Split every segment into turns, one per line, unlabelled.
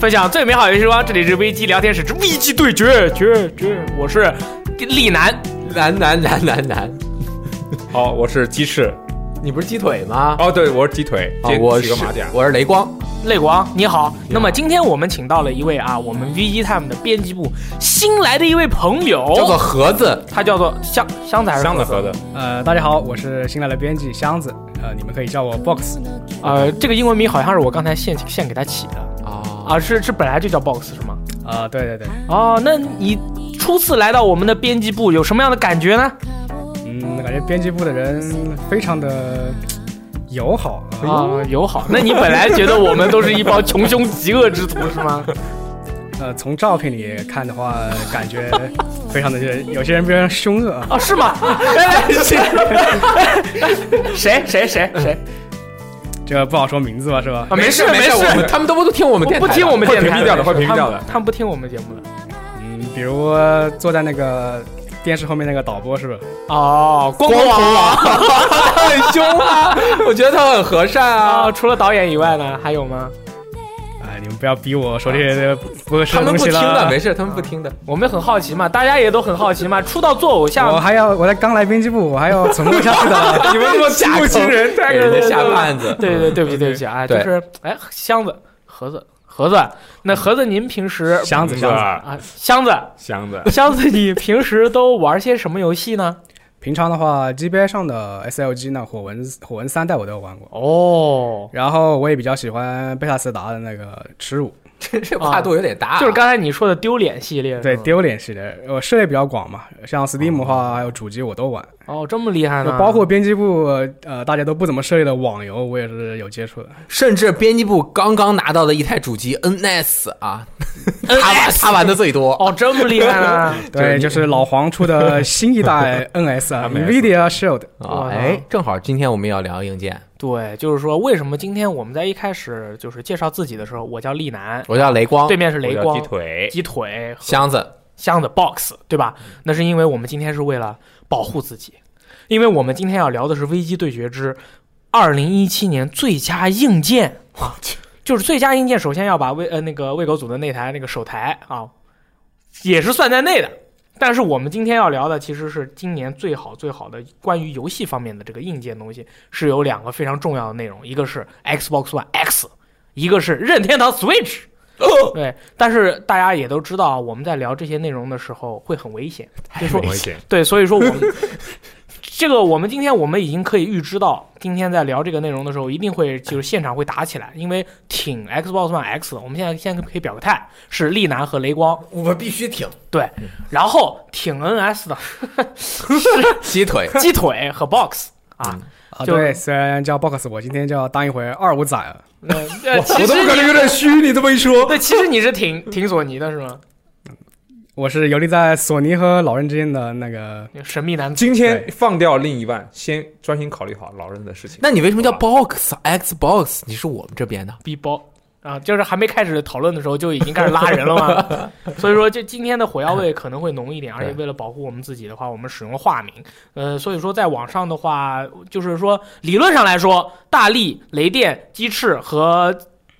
分享最美好游戏时光，这里是危机聊天室之危机对决，决决，我是李楠。
难难难难难，
好，我是鸡翅。
你不是鸡腿吗？
哦，对，我是鸡腿，
啊
这
我
几
是
个马甲。
我是雷光，
泪光，你好。那么今天我们请到了一位啊，我们 VG Time 的编辑部新来的一位朋友，
叫做盒子。
他叫做箱箱子还是
箱子盒子？，
呃，大家好，我是新来的编辑箱子，呃，你们可以叫我 Box。
呃，这个英文名好像是我刚才现现给他起的
啊，
啊，是是本来就叫 Box 是吗？
啊、对对对，
哦，那你初次来到我们的编辑部有什么样的感觉呢？
嗯，感觉编辑部的人非常的友好
哎
啊，
啊，友好。那你本来觉得我们都是一帮穷凶极恶之徒是吗？
呃，从照片里看的话，感觉非常的有些人非常凶恶啊，
啊，是 吗？谁谁谁谁
这个不好说名字吧，是吧？
啊？没事
没
事，
我们他们都不都听我们电台
不
的，
听我们
会
电台
屏蔽掉的会屏蔽掉
他
的
们他们不听我们节目的。
嗯，比如坐在那个电视后面那个导播，是不是？
哦，光
光头啊
头
王，他 很凶啊，我觉得他很和善
啊！
啊。
除了导演以外呢，还有吗？
哎、你们不要逼我说这些不合适
啊他
的
们
东
不
西
听的，
了
没。事，他们不听的。
我们很好奇嘛，大家也都很好奇嘛。出道做偶
我
像，
还要，我才刚来编辑部，我还要存活下去的。
你们这么假
亲人太
给啊人家下绊 子。
对对对，对不起对不起啊，就
对
是哎，箱子盒子盒子，那盒子您平时
箱子，箱子，
吧？
啊箱子
箱子，
箱子，你平时都玩些什么游戏呢？
平常的话，GBA 上的 SLG 呢，火纹火纹三代我都有玩过，
哦，
然后我也比较喜欢贝塔斯达的那个耻辱，
这 这跨度有点大啊，
就是刚才你说的丢脸系
嗯
列，
对
是吗
丢脸系列，我涉猎比较广嘛，像 Steam 的
哦
话，还有主机我都玩，
哦，这么厉害
就
呢？
包括编辑部呃大家都不怎么涉猎的网游，我也是有接触的。
甚至编辑部刚刚拿到的一台主机 NS 啊，他玩他玩的最多。
哦，这么厉害呢？
就是
对，
你
就是老黄出的新 一代 NS 啊
NS
NVIDIA Shield，
啊，哎，正好今天我们要聊硬件，
对，就是说，为什么今天我们在一开始就是介绍自己的时候，我叫丽楠，
我叫雷光
对，面是雷
我
光
叫鸡、腿，
鸡腿、
箱子
箱子、box，对吧？那是因为我们今天是为了保护自己，因为我们今天要聊的是《危机对决之二零一七年最佳硬件》啊， 就是最佳硬件，首先要把喂呃那个喂狗组的那台那个手台啊，也是算在内的。但是我们今天要聊的其实是今年最好最好的关于游戏方面的这个硬件东西，是有两个非常重要的内容，一个是 Xbox One X，一个是任天堂 Switch。对，
哦
但是大家也都知道啊，我们在聊这些内容的时候会很危险。
就
很危险。
对，所以说我们这个，我们今天我们已经可以预知到，今天在聊这个内容的时候，一定会就是现场会打起来，因为挺 Xbox One X，的我们现在现在可以表个态，是丽楠和雷光，
我们必须挺
对，
嗯
然后挺 NS 的
鸡腿。
鸡腿和 Box 啊，
啊，
就
对，虽然叫 Box，我今天就要当一回二五仔了。
嗯
那呃，其实
觉
你
有点虚，你这么一说。
对，其实你是挺挺索尼的是吗？
我是游历在索尼和老任之间的那 个，
神秘男子，
今天放掉另一半，先专心考虑好老人的事 情。
那你为什么叫 Box Xbox？你是我们这边的，
逼包啊，就是还没开始讨论的时候就已经开始拉人了 嘛。所以说，就今天的火药味可能会浓一点，而且为了保护我们自己的话，我们使用了化名。呃，所以说在网上的话，就是说理论上来说，大力、雷电、鸡翅和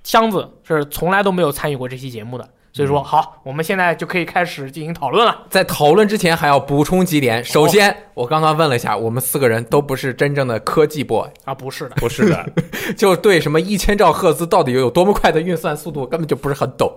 箱子是从来都没有参与过这期节目的。所
嗯
以说，好，我们现在就可以开始进行讨论了。
在讨论之前还要补充几点。首先，我刚刚问了一下，我们四个人都不是真正的科技 boy，
啊，不是的，
不是的，
就对什么一千兆赫兹到底有多么快的运算速度根本就不是很懂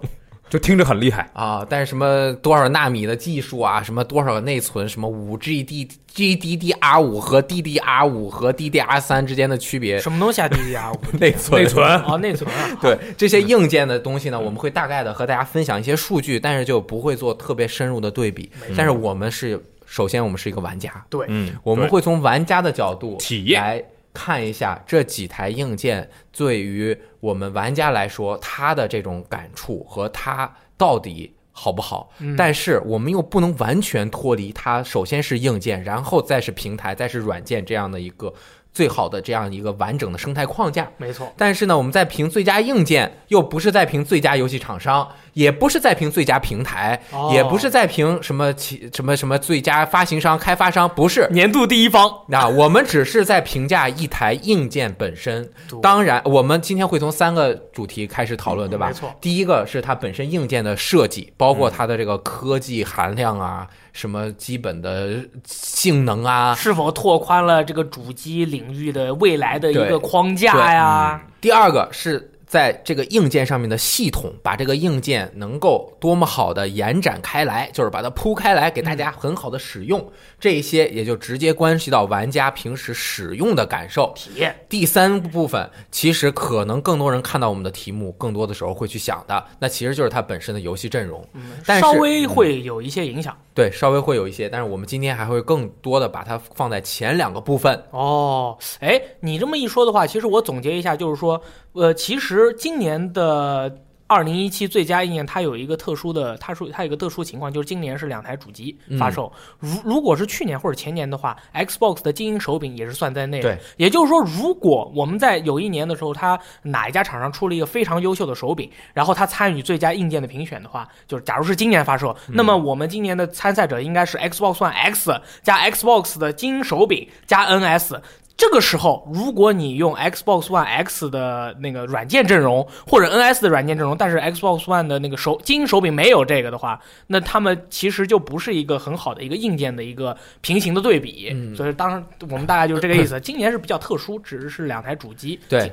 就听着很厉害。
啊。但是什么多少纳米的技术啊，什么多少内存，什么五 G D G D D R 五和 D D R 五和 D D R 三之间的区别，
什么东西啊，DDR 五
内存
内存，
啊，内存 啊，
对这
嗯
些硬件的东西呢，我们会大概的和大家分享一些数据，但是就不会做特别深入的对比。但是我们是首先我们是一个玩家，
对，
嗯，
我们会从玩家的角度
体验
来看一下这几台硬件对于我们玩家来说，他的这种感触和他到底。好不好？
嗯
嗯
但是我们又不能完全脱离它，首先是硬件，然后再是平台，再是软件这样的一个最好的这样一个完整的生态框架。
没错，
但是呢，我们在评最佳硬件，又不是在评最佳游戏厂商，也不是在评最佳平台，
哦
也不是在评什么其什么什么最佳发行商、开发商，不是。
年度第一方。
那我们只是在评价一台硬件本身。
嗯
当然，我们今天会从三个主题开始讨论，对吧？
嗯没错。嗯
第一个是它本身硬件的设计，包括它的这个科技含量啊，什么基本的性能啊。
是否拓宽了这个主机领域的未来的一
对嗯
个框架呀？
第二个是在这个硬件上面的系统，把这个硬件能够多么好的延展开来，就是把它铺开来，给大家很好的使用。这一些也就直接关系到玩家平时使用的感受。
体验
第三部分，其实可能更多人看到我们的题目，更多的时候会去想的，那其实就是它本身的游戏阵容。但
嗯
是
稍微会有一些影响
对，稍微会有一些，但是我们今天还会更多的把它放在前两个部分。
哦。哎，你这么一说的话，其实我总结一下，就是说，呃，其实今年的二零一七最佳一年，它有一个特殊的，它说它有一个特殊情况，就是今年是两台主机发售。如如果是去年或者前年的话，Xbox 的精英手柄也是算在内的。
对，
也就是说，如果我们在有一年的时候，它哪一家厂商出了一个非常优秀的手柄，然后它参与最佳硬件的评选的话，就是假如是今年发售，那么我们今年的参赛者应该是 Xbox One X 加 Xbox 的精英手柄加 NS。这个时候，如果你用 Xbox One X 的那个软件阵容或者 NS 的软件阵容，但是 Xbox One 的那个手精英手柄没有这个的话，那他们其实就不是一个很好的一个硬件的一个平行的对比。
嗯
所以当然我们大概就是这个 意思。今年是比较特殊，只是两台主机。
对，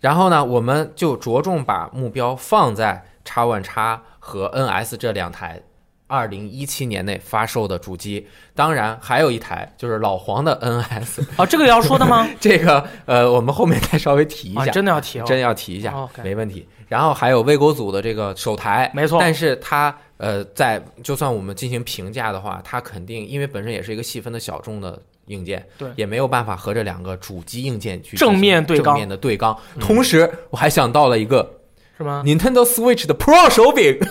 然后呢，我们就着重把目标放在 X One X 和 NS 这两台二零一七年内发售的主机，当然还有一台就是老黄的 NS，
哦，这个要说的 吗？
这个呃，我们后面再稍微提一
啊，
下，
真的要提哦。
真要提一下，
OK
没问题。然后还有魏国组的这个手台，
没错
但是它呃，在就算我们进行评价的话，它肯定因为本身也是一个细分的小众的硬件，
对
也没有办法和这两个主机硬件去
正
进行
面对
正
刚嗯
面的对刚。同时，我还想到了一个
是吗？
Nintendo Switch 的 Pro 手柄，
对，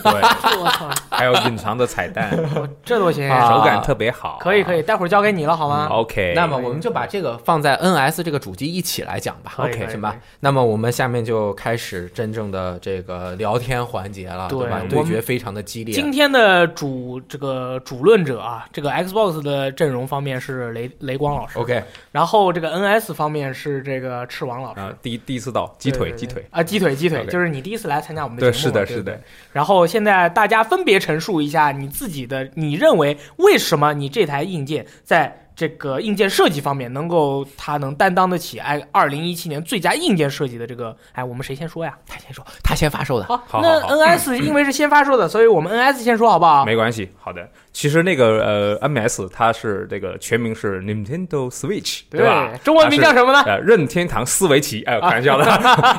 我操，
还有隐藏的彩蛋，
我这都行？
啊
手感特别好。
可以可以，待会儿交给你了好吗？
OK，
那么我们就把这个放在 NS 这个主机一起来讲吧
可以
，OK
可以
行
可
吧
以？
那么我们下面就开始真正的这个聊天环节了，
对
对吧
我？们
对决非常的激烈，
今天的主这个主论者啊，这个 Xbox 的阵容方面是雷雷光老师，
OK，
然后这个 NS 方面是这个赤王老师。
啊，第一第一次到鸡
对
腿
对
鸡腿，
啊，鸡腿鸡腿，
OK
就是你第一次来参加我们的
对，
节
是
目嘛，
的，是
对
的
不对。，然后现在大家分别陈述一下你自己的，你认为为什么你这台硬件在这个硬件设计方面能够它能担当得起哎二零一七年最佳硬件设计的这个哎，我们谁先说呀？
他先说，他先发售的。
好，
好
那
好
NS 因为是先发售的，所以我们 NS 先说好不好？
没关系，好的。其实那个呃，MS 它是这个全名是 Nintendo Switch，吧？
中文名叫
么？
什么呢？啊
呃，任天堂思维奇，哎，开玩笑的。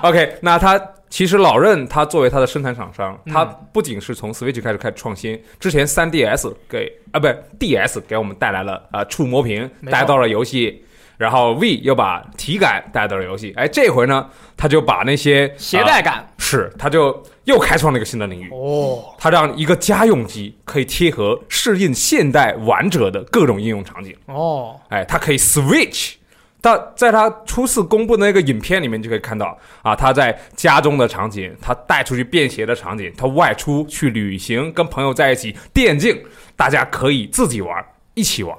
OK，那它其实老任它作为它的生产厂商，
嗯
它不仅是从 Switch 开始开始创新，之前 3DS 给啊不 DS 给我们带来了啊、呃触摸屏，
没错
带到了游戏。然后 V 又把体感带到了游戏，哎，这回呢，他就把那些
携
呃
带感
是，他就又开创了一个新的领域。
哦，
它让一个家用机可以贴合适应现代玩者的各种应用场景。
哦，
哎，它可以 Switch。它在它初次公布的那个影片里面就可以看到啊，他在家中的场景，他带出去便携的场景，他外出去旅行，跟朋友在一起电竞，大家可以自己玩，一起玩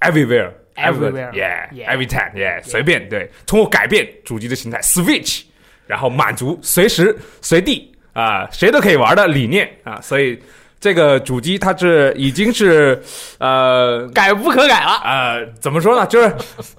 ，everywhere。
Everywhere
yeah,
yeah
every time, yeah，随便对，通过改变主机的形态，Switch，然后满足随时随地啊、谁都可以玩的理念啊、所以这个主机它是已经是呃
改不可改了，
呃，怎么说呢？就是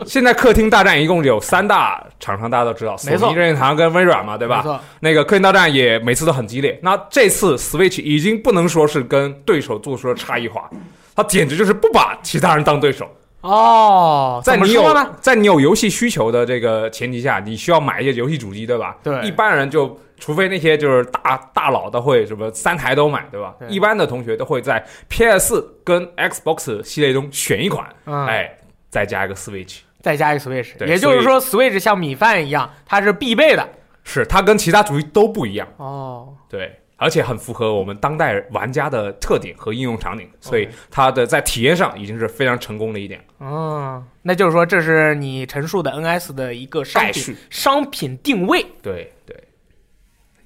现在客厅大战一共有三大厂商，大家都知道，索
没错
尼、任天堂跟微软嘛，对
没
吧？
错
那个客厅大战也每次都很激烈。那这次 Switch 已经不能说是跟对手做出了差异化，它简直就是不把其他人当对手。
哦，
在
怎么
你
说
有
呢？
在你有游戏需求的这个前提下，你需要买一些游戏主机，对吧？
对
一般人就除非那些就是大大佬都会什么三台都买，对吧？
对
一般的同学都会在 PS 跟 Xbox 系列中选一款，
嗯
哎，再加一个 Switch。
再加一个 Switch，
对
也就是说 Switch 像米饭一样，它是必备的。
是它跟其他主机都不一样，
哦，
对，而且很符合我们当代玩家的特点和应用场景，所以它的在体验上已经是非常成功的一点。
嗯，那就是说这是你陈述的 NS 的一个商
概
品
述
商品定位。
对对，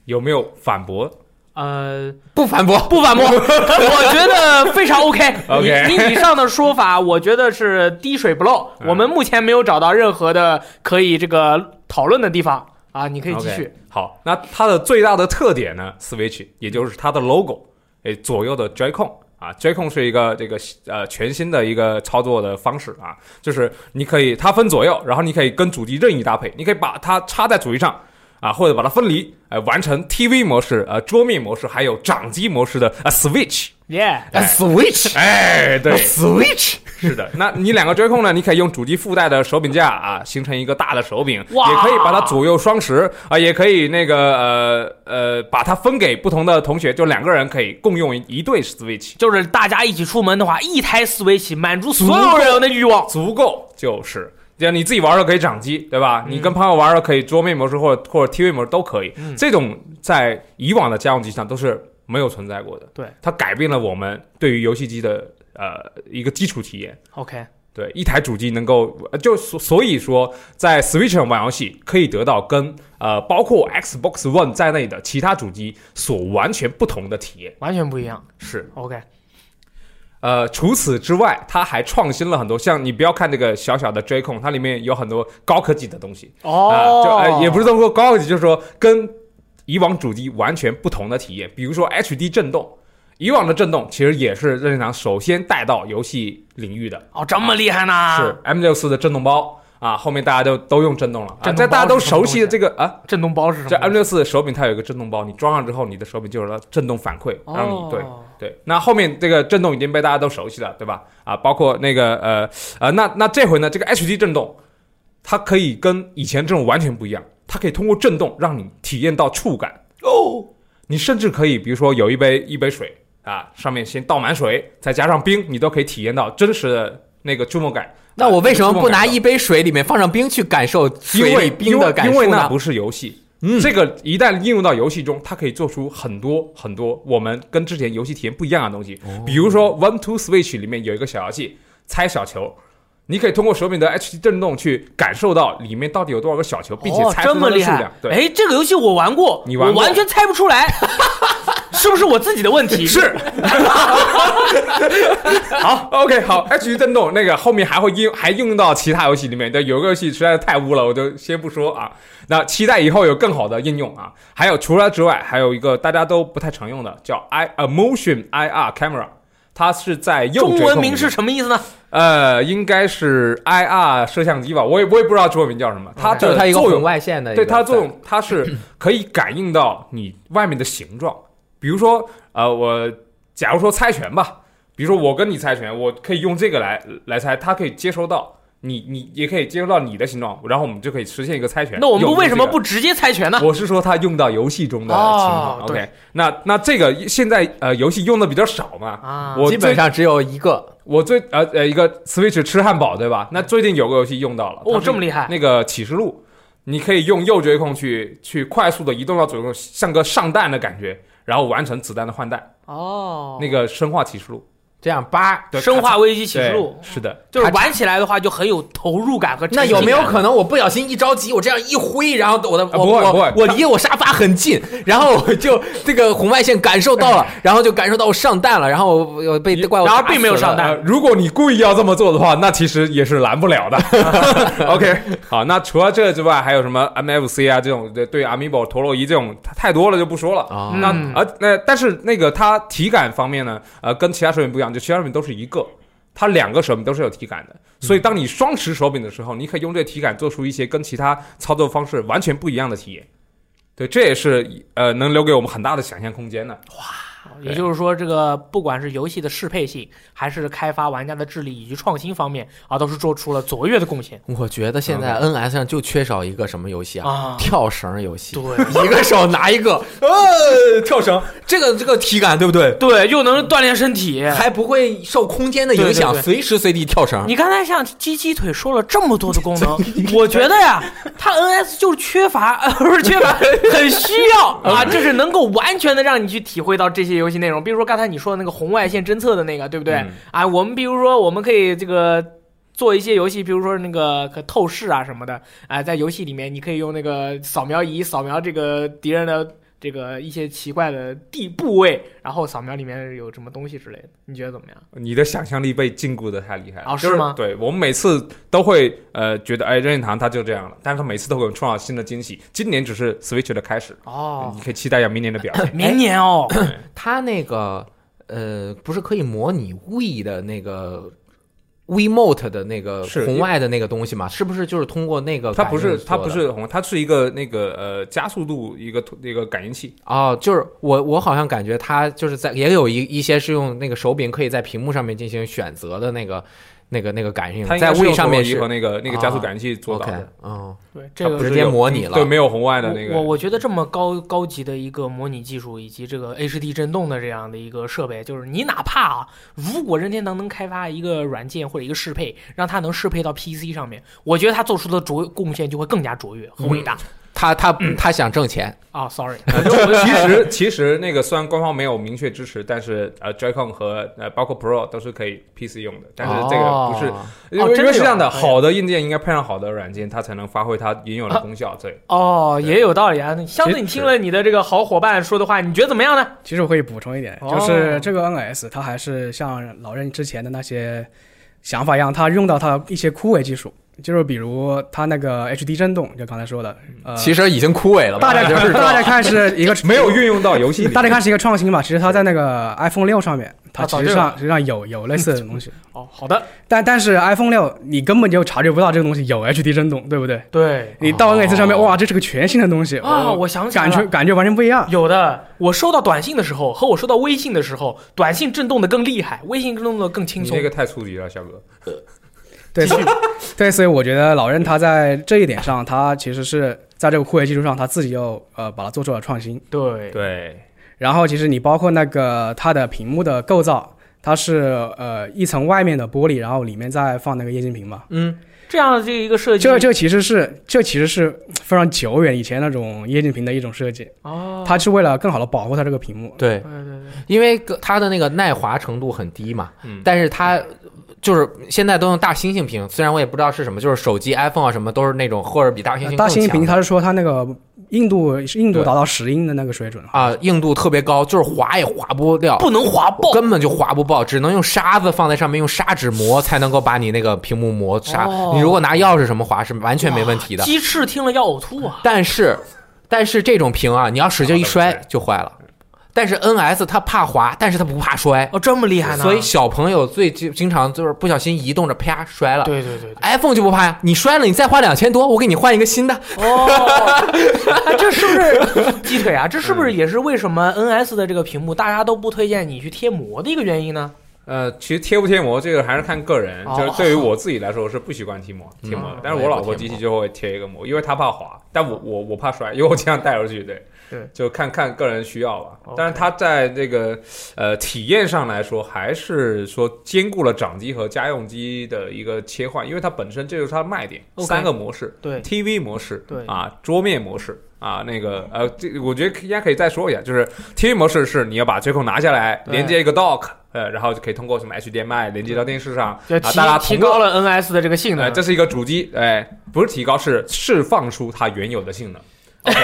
有没有反驳？
呃，
不反驳，
不 反驳，我觉得非常 OK。
OK
你你以上的说法，我觉得是滴水不漏。
嗯
我们目前没有找到任何的可以这个讨论的地方啊，你可以继续
OK，。好，那它的最大的特点呢，Switch，也就是它的 logo，诶，左右的 Joy-Con 啊，Joy-Con 是一个这个呃全新的一个操作的方式啊，就是你可以它分左右，然后你可以跟主机任意搭配，你可以把它插在主机上。啊，或者把它分离，呃，完成 TV 模式、呃桌面模式，还有掌机模式的啊 Switch，
耶，
哎 Switch，
哎，对，
Switch，
是的，那你两个追控呢？你可以用主机附带的手柄架啊，形成一个大的手柄，
哇
也可以把它左右双持啊，也可以那个呃呃，把它分给不同的同学，就两个人可以共用一对 Switch，
就是大家一起出门的话，一台 Switch 满足所
足
有
够
人的欲望。
足够就是。这样你自己玩的时候可以掌机，
嗯
对吧？你跟朋友玩的时候可以桌面模式或者或者 TV 模式都可以。这种在以往的家用机上都是没有存在过的。
对，
它改变了我们对于游戏机的呃一个基础体验。
OK，
对，一台主机能够呃就所所以说，在 Switch 上玩游戏可以得到跟呃包括 Xbox One 在内的其他主机所完全不同的体验。
完全不一样。
是，
OK，
呃，除此之外，它还创新了很多，像你不要看这个小小的 J-Con，它里面有很多高科技的东西啊、就呃也不是说高科技，就是说跟以往主机完全不同的体验，比如说 HD 震动。以往的震动其实也是任天堂首先带到游戏领域的，
哦，这么厉害呢？
是 M 六四的震动包啊，后面大家都都用震动了，啊
震动包
在大家都
是什么
熟
东西
悉的这个啊，
震动包是什
这
么东
M
西？
六四手柄它有一个震动包，你装上之后，你的手柄就有了震动反馈，让你对。
哦
对，那后面这个震动已经被大家都熟悉了，对吧？啊，包括那个呃呃，那那这回呢，这个 HD 震动，它可以跟以前这种完全不一样，它可以通过震动让你体验到触感哦。你甚至可以，比如说有一杯一杯水啊，上面先倒满水，再加上冰，你都可以体验到真实的那个触摸感。
那我为什么不拿
啊
一杯水里面放上冰去感受
因
水里
为
冰的感
因为
受
因为那
呢？
不是游戏。这个一旦应用到游戏中，它可以做出很多很多我们跟之前游戏体验不一样的东西。比如说《One Two Switch》里面有一个小游戏猜小球，你可以通过手柄的 HD 震动去感受到里面到底有多少个小球，并且
哦
猜出
这
它
么
的
厉
数
害
量。对，
哎，这个游戏我玩过，
你玩
我
过
完全猜不出 来，是不是我自己的问题？
是。好，OK，好，H 震动那个后面还会应还用到其他游戏里面，但有个游戏实在是太污了，我就先不说啊。那期待以后有更好的应用啊。还有除了之外，还有一个大家都不太常用的叫 I a motion IR camera，它是在右
中
折
文
控
名
里
是什么意思呢？
呃，应该是 IR 摄像机吧，我也我也不知道中文名叫什么，它
哦就是
的
它一个
作
红
用
外线的一个，
对它作用，它是可以感应到你外面的形状。比如说，呃，我假如说猜拳吧，比如说我跟你猜拳，我可以用这个来来猜，它可以接收到你，你也可以接收到你的形状，然后我们就可以实现一个猜拳。
那我们
用
为什么
这个
不直接猜拳呢？
我是说它用到游戏中的情况。
哦
OK，那那这个现在呃游戏用的比较少嘛，
啊，
我
基本
最
上只有一个，
我最呃呃一个 Switch 吃汉堡对吧？那最近有个游戏用到了，
哦
它是
这么厉害
那个启示录，你可以用右追控去去快速的移动到左追控，像个上弹的感觉，然后完成子弹的换弹。
哦
那个生化启示录，
这样八。
对
生化危机
对
启示录》
是的，
就是玩起来的话就很有投入感和沉
那
浸
有没有
感
可能我不小心一着急，我这样一挥，然后我的我
啊不会不
我
会
我离我沙发很近，然后我就这个红外线感受 到了，然后就感受到我上弹了，然后我我被怪物
然后
打死
并没有
了
上弹
呃，如果你故意要这么做的话，那其实也是拦不 了的。OK，好， 那除了这之外，还有什么 MFC 啊这种对对 Amiibo 陀螺仪这种太太多了就不说了。
啊
那
嗯
而那但是那个它体感方面呢，呃，跟其他手柄不一样，就其他手柄都是一个，它两个手柄都是有体感的。所以当你双持手柄的时候，你可以用这个体感做出一些跟其他操作方式完全不一样的体验。对，这也是呃能留给我们很大的想象空间的。
也就是说，这个不管是游戏的适配性，还是开发玩家的智力以及创新方面啊，都是做出了卓越的贡献
我觉得现
嗯
在 NS 上就缺少一个什么游戏啊？
啊。
跳绳游戏，
对
一个手拿一个，呃，跳绳，这个这个体感对不对？
对，又能锻炼身体。
还不会受空间的影响，
对对对啊
随时随地跳绳。
你刚才像鸡鸡腿说了这么多的功能，我觉得呀，它 NS 就是缺乏， 呃不是缺乏，很需要 啊，就是能够完全的让你去体会到这些游戏内容。比如说刚才你说的那个红外线侦测的那个，对不对？
嗯
啊，我们比如说我们可以这个。做一些游戏，比如说那个可透视啊什么的，啊、在游戏里面你可以用那个扫描仪扫描这个敌人的这个一些奇怪的地部位，然后扫描里面有什么东西之类的，你觉得怎么样？
你的想象力被禁锢的太厉害了，
哦
就是
吗
对我们每次都会呃觉得，哎，任天堂它就这样了，但是它每次都会创造新的惊喜。今年只是 Switch 的开始，
哦
你，可以期待一下明年的表 现。
明年哦，
它那个呃，不是可以模拟 We 的那个 WeMote 的那个
是
红外的那个东西吗？是不是就是通过那个
它
感
不
应做
是
的？
它不是红，它是一个那个呃加速度一个一个感应器，
哦，就是我我好像感觉它就是在也有一一些是用那个手柄可以在屏幕上面进行选择的那个那个那个感应
它，应
嗯在
该是用
We 上面
陀螺仪
是啊
和那个那个加速感应器做到
OK，
的，
嗯，
对，这
它
个
不是
直接
有嗯
模拟了
对，没有红外的那
我我
个。
我觉得这么高高级的一个模拟技术，以及这个 HD 震动的这样的一个设备，就是你哪怕啊，如果任天堂能开发一个软件或者一个适配，让它能适配到 PC 上面，我觉得它做出的卓贡献就会更加卓越和伟大
嗯
他他他想挣钱，
啊、Sorry，
其实 其实那个虽然官方没有明确支持，但是呃 Joy-Con 和呃包括 Pro 都是可以 PC 用的， 但是这个不是
哦
因
哦真
为
的
因为是
有
这样的，
可以
好的硬件应该配上好的软件，它才能发挥它应有的功效。对，
哦，
对
也有道理啊。那箱子，你听了你的这个好伙伴说的话，你觉得怎么样呢？
其实我可以补充一点，
哦
就是这个 NS 它还是像老任之前的那些想法一样，它用到它一些枯萎技术，就是比如它那个 HD 震动，就刚才说的，呃，
其实已经枯萎了吧，
大家
就是
大家看是一个
没有运用到游戏里。
大家看是一个创新吧，其实它在那个 iPhone 六上面，它
啊早
实际
就有
上实际上有有类似的东西，
哦，好的，
但但是 iPhone 六你根本就察觉不到这个东西有 HD 震动，对不对？
对
你到
哦
NS 上面，哇，这是个全新的东西
啊，我想起来
感
了
觉感觉完全不一样。
有的，我收到短信的时候和我收到微信的时候，短信震动的更厉害，微信震动的更轻
你
松
那。个太初级了，小哥。
对，所以 对，所以我觉得老任他在这一点上，他其实是在这个酷维基础上，他自己又呃把它做出了创新。
对，
对，
然后其实你包括那个它的屏幕的构造，它是呃一层外面的玻璃，然后里面再放那个液晶屏嘛。
嗯，
这样的这一个设计，
这这其实是这其实是非常久远以前那种液晶屏的一种设计，
哦，
它是为了更好的保护它这个屏幕。
对，
对对对，
因为个它的那个耐滑程度很低嘛，
嗯
但是它就是现在都用大猩猩屏，虽然我也不知道是什么，就是手机、iPhone 啊什么都是那种或者比大猩猩更
呃大猩猩屏
强的
它是说它那个硬度是硬度达到十英的那个水准，
啊、硬度特别高，就是滑也滑不掉，
不能滑爆。
根本就滑不爆，只能用沙子放在上面，用砂纸磨才能够把你那个屏幕磨砂。
哦
你如果拿钥匙什么划是完全没问题的，
鸡翅听了要呕吐啊！
但是但是这种屏啊，你要使劲一摔就坏了。但是 NS 它怕滑，但是它不怕摔，
哦，这么厉害呢？
所以小朋友最经经常就是不小心移动着啪摔了。
对对对
哎
iPhone 就不怕呀，你摔了你再花两千多，我给你换一个新的。
对，哦，哎这是不 是鸡腿啊？这是不
嗯
是也是为什么 NS 的这个屏幕大家都不推荐你去贴膜的一个原因呢？
呃，其实贴不贴膜这个还是看个人，
哦
就是对于我自己来说，我是不习惯贴膜贴膜的
嗯，
但是我老婆机器就会贴一个膜，因为她怕滑，但我我我怕摔，因为我经常带出去，对，
对，
就看看个人需要吧
OK。
但是它在这个呃体验上来说，还是说兼顾了掌机和家用机的一个切换，因为它本身这就是它的卖点，
OK
三个模式，
对
TV 模式，
对
啊，桌面模式啊，那个呃，这我觉得应该可以再说一下，就是 TV 模式是你要把追控拿下来，
对
连接一个 dock，呃，然后就可以通过什么 HDMI 连接到电视上，啊，
就
大
提
家
提
同
高
乐。
了 NS 的这个性
呃，
能。
这是一个主机，哎、不是提高，是释放出它原有的性能。OK，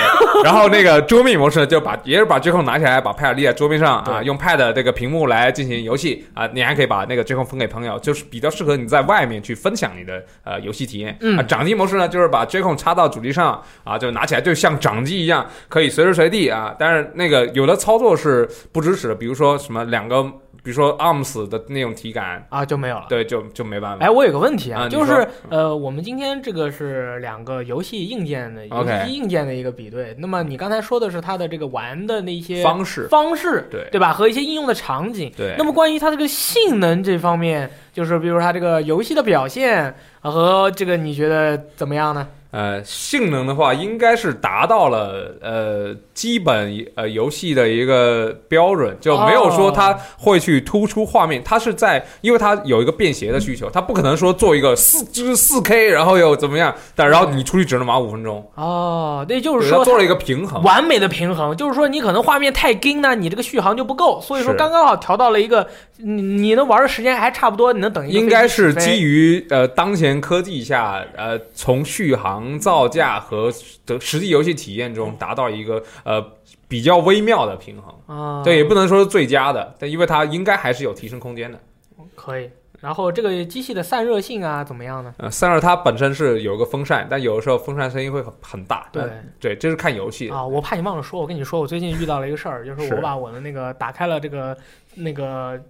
然后那个桌面模式就把也是把追控拿起来，把 Pad 立在桌面上啊，
对
用 Pad 这个屏幕来进行游戏啊，你还可以把那个追控分给朋友，就是比较适合你在外面去分享你的呃游戏体验。
嗯
啊，掌机模式呢，就是把追控插到主机上啊，就拿起来就像掌机一样，可以随时随地啊。但是那个有的操作是不支持的，比如说什么两个，比如说 arms 的那种体感，
啊，就没有了。
对，就就没办法。
哎，我有个问题
啊你
就
说
是呃，我们今天这个是两个游戏硬件的游
OK
戏硬件的一个比对。那么你刚才说的是它的这个玩的那些
方式
方式，
对
对吧？和一些应用的场景。
对
那么关于它这个性能这啊方面，就是比如它这个游戏的表现呃和这个你觉得怎么样呢？
呃，性能的话，应该是达到了呃基本呃游戏的一个标准，就没有说它会去突出画面。它是在，因为它有一个便携的需求，它不可能说做一个四就是四 K，然后又怎么样，但然后你出去只能玩五分钟，
哦，那就是
它
说
做了一个平衡。
完美的平衡，就是说你可能画面太硬呢，你这个续航就不够，所以说
是
刚刚好调到了一个你你能玩的时间还差不多，你能等一个
应该是
飞机起飞
基于呃当前科技下，呃从续航、造价和的实际游戏体验中达到一个呃比较微妙的平衡。
啊，
对，也不能说是最佳的，但因为它应该还是有提升空间的。
可以。然后这个机器的散热性啊怎么样呢？
呃，散热它本身是有一个风扇，但有的时候风扇声音会很很大。
对
呃对，这是看游戏的。
啊，我怕你忘了说，我跟你说，我最近遇到了一个事儿，就是
是
我把我的那个打开了这个那个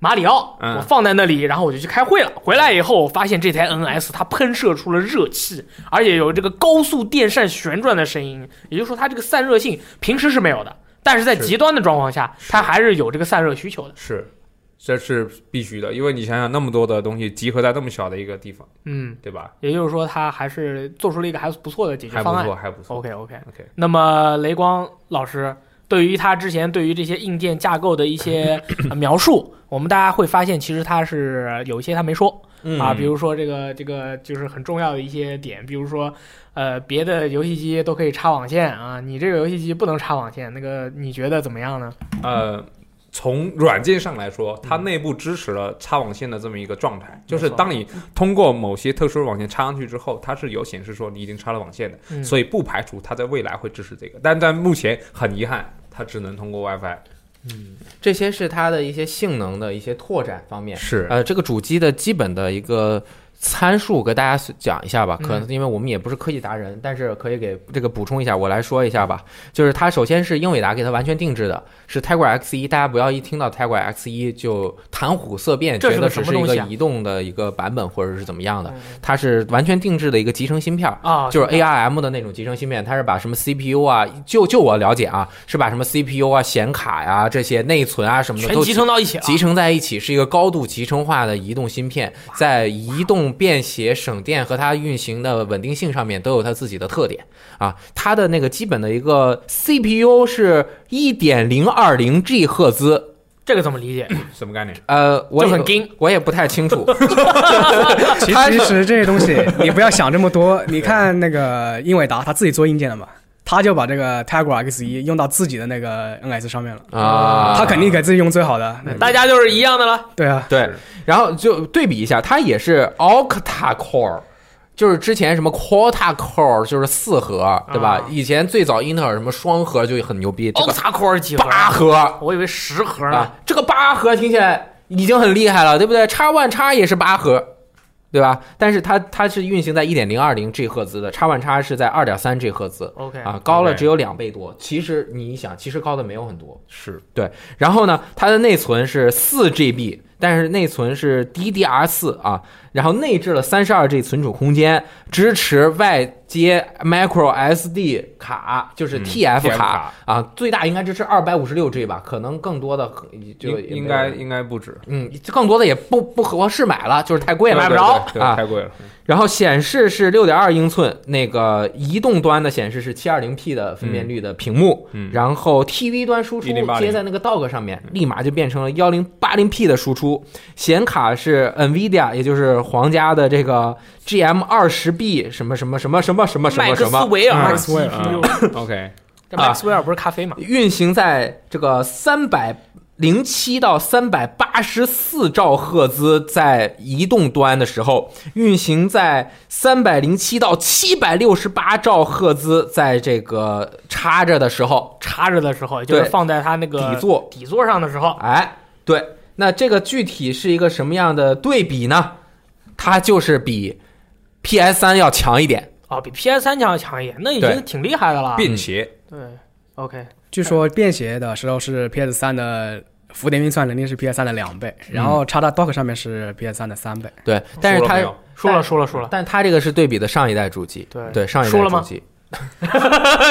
马里奥，
嗯
我放在那里，然后我就去开会了。回来以后，我发现这台 NS 它喷射出了热气，而且有这个高速电扇旋转的声音，也就是说它这个散热性平时是没有的，但是在
是
极端的状况下，
是
它还是有这个散热需求的。
是，这是必须的，因为你想想那么多的东西集合在那么小的一个地方，
嗯，
对吧？
也就是说它还是做出了一个还不错的解决
还
方
不
案哦
错，。还不错。
OK OK
OK
那么雷光老师对于他之前对于这些硬件架构的一 些呃描述，我们大家会发现，其实他是有一些他没说
嗯
啊，比如说这个这个就是很重要的一些点，比如说呃别的游戏机都可以插网线啊，你这个游戏机不能插网线，那个你觉得怎么样呢？
呃，从软件上来说，它内部支持了插网线的这么一个状态，就是当你通过某些特殊的网线插上去之后，它是有显示说你已经插了网线的，
嗯
所以不排除它在未来会支持这个，但但目前很遗憾，它只能通过 WiFi。
这些是它的一些性能的一些拓展方面。
是
呃，这个主机的基本的一个参数给大家讲一下吧，
嗯
可能因为我们也不是科技达人，但是可以给这个补充一下，我来说一下吧。就是它首先是英伟达给它完全定制的，是 Tiger X 一，大家不要一听到 Tiger X 一就谈虎色变，
这是
觉
个
得只
什
是
么东
一个
西啊
移动的一个版本或者是怎么样的，
嗯
它是完全定制的一个集成芯片儿。
啊，
就是 ARM 的那种集成芯片，它是把什么 CPU 啊，就就我了解啊，是把什么 CPU 啊、显卡呀、这些内存啊什么的
全
都
集成到一起了，
集成在一起，是一个高度集成化的移动芯片，在移动、便携、省电和它运行的稳定性上面都有它自己的特点啊。它的那个基本的一个 CPU 是一点零二零 G 赫兹，
这个怎么理解？
嗯
什么概念？
呃，我
就
也
很硬
我也不太 清楚，
其
它
其
是
实这些东西你不要想这么多，你看那个英伟达他自己做硬件的嘛，他就把这个 Tegra X 一用到自己的那个 NS 上面了，
啊，
他肯定给自己用最好的。
嗯
大家就是一样的了，
对啊，
对，然后就对比一下，它也是 octa core。就是之前什么 quad core 就是四核，对吧？
啊
以前最早英特尔什么双核就很牛逼，这
奥
个
塔库尔几核，
八核
我以为十核呢
啊，，这个八核听起来已经很厉害了，对不对？叉 one 叉也是八核，对吧？但是它它是运行在一点零二零 G 赫兹的，叉 one 叉是在二点三 G 赫兹
OK
啊，高了
OK
只有两倍多。其实你想，其实高的没有很多，
是
然后呢，它的内存是四 GB，但是内存是 DDR 四啊，然后内置了三十二 G 存储空间，支持外接 Micro SD 卡，就是
嗯
TF
卡
卡、啊，最大应该支持二百五十六 G 吧，可能更多的可就
应
也没有
应该应该不止，
嗯，更多的也不不合适买了，就是太贵了，
买不着
对对对
啊
太贵了。
然后显示是六点二英寸，那个移动端的显示是七二零 P 的分辨率的屏幕，
嗯
然后 TV 端输出
1080
接在那个 dock 上面，立马就变成了幺零八零 P 的输出。显卡是 NVIDIA，也就是皇家的这个 GM 二十 B 什么什么什么什么什么什
麦
么
克
什
斯
么，啊
韦尔，
嗯
麦克斯韦尔
CPU
OK，
这麦克斯韦尔不是咖啡吗？
运行在这个三百。零七到三百八十四兆赫兹，在移动端的时候运行在三百零七到七百六十八兆赫兹，在这个插着的时候，
插着的时候，也就是
对
放在它那个
底座
底座上的时候，
哎，对，那这个具体是一个什么样的对比呢？它就是比 PS 三要强一点，
啊，比 PS 三强要强一点，那已
对
经挺厉害的了。
嗯
便携
对，OK，
据说便携的时候是 PS 三的浮点运算能力是 PS 三的两倍，然后插到 Dock 上面是 PS 三的三倍。
对，但是
啊说了
它
没有
输了，输了，输了。
但它这个是对比的上一代主机，
对
上一代
输了
主
吗
机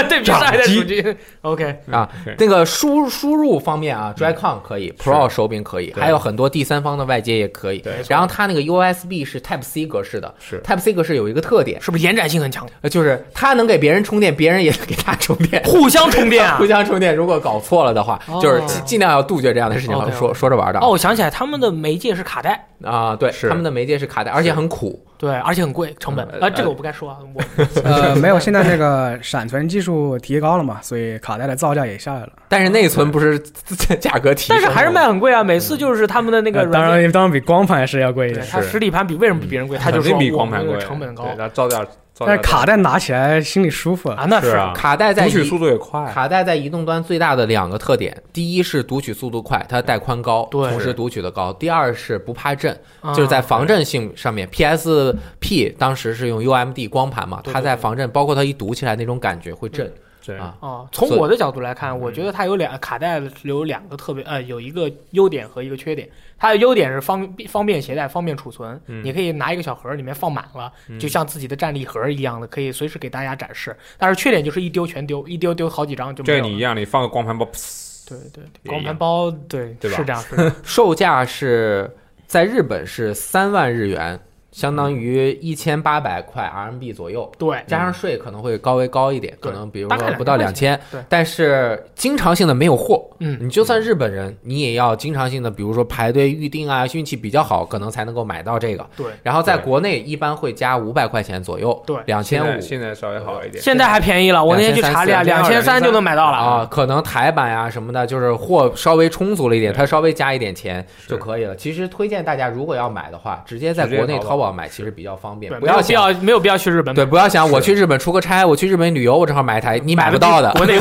对，别上海的
掌机
手机。OK，
啊
对，
那个输输入方面啊，Joy-Con 可以，Pro 手柄可以，
对
还有很多第三方的外接也可以
对没。错
然后它那个 USB 是 Type C 格式的，
是
Type C 格式有一个特点，
是不是延展性很强？
呃就是它能给别人充电，别人也能给它充电。
互相充电 啊
互！相充电，如果搞错了的话，
哦
就是尽尽量要杜绝这样的事情。
OK，OK
说说着玩的
哦，我想起来，他们的媒介是卡带，
啊，对，
是
他们的媒介是卡带，而且很苦。
对，而且很贵，成本。
嗯
啊，
呃
这个我不该说啊，我
呃，没有，现在那个闪存技术提高了嘛，所以卡带的造价也下来了。
但是内存不是价格提升
但
了吗，
是还是卖很贵啊。每次就是他们的那个
呃当
软件，
然当然比光盘是要贵一
对
点，
它实体盘比为什么比别人贵？它就说
肯定比
我
光盘
们这
贵，
个成本高
对它造价，造价
但是卡带拿起来心里舒服啊。
啊，那
是啊
卡带在
读取
移
速度也快，
卡带在移动端最大的两个特点，第一是读取速度快，它的带宽高，
对
同时读取的高；第二是不怕震，
啊
就是在防震性上面，PSP 当时是用 UMD 光盘嘛，
对对
它在防震，包括它一读起来那种感觉会震
对
啊。
啊，从
所以
我的角度来看，我觉得它有两卡带有两个特别呃，有一个优点和一个缺点。它的优点是方方便携带、方便储存，
嗯
你可以拿一个小盒儿，里面放满了，
嗯
就像自己的战力盒儿一样的，可以随时给大家展示。但是缺点就是一丢全丢，一丢丢好几张就没
这
有
你一
了。
样，你放个光盘包，
对对对，
也
光
一
盘
样
包对
对吧
是这样是这 样
售价是在日本是三万日元，相当于
嗯
一千八百块 RMB 左右。
对
加上税可能会高微高一点，
嗯对
可能比如
大概
说不到两
两
千
对，
但是经常性的没有货，
嗯
你就算日本人，你也要经常性的，比如说排队预定啊，运气比较好，可能才能够买到这个。
对。
然后在
对
国内一般会加五百块钱左右，
对
两
现
千
在
五
现在稍微好一点，
现在还便宜了，我那天去
2300
查了一下，两
2300
千三就能买到了
啊，！可能台版呀、什么的，就是货稍微充足了一点，
对
它稍微加一点钱
是
就可以了。其实推荐大家，如果要买的话，直接在
直接
国内
淘宝
淘宝买，其实比较方便
对，，
不
没有
要
必
想。
要没有必要去日本买
对，不要想我去日本出个差，我去日本旅游，我正好买一台，你买不到的。
国内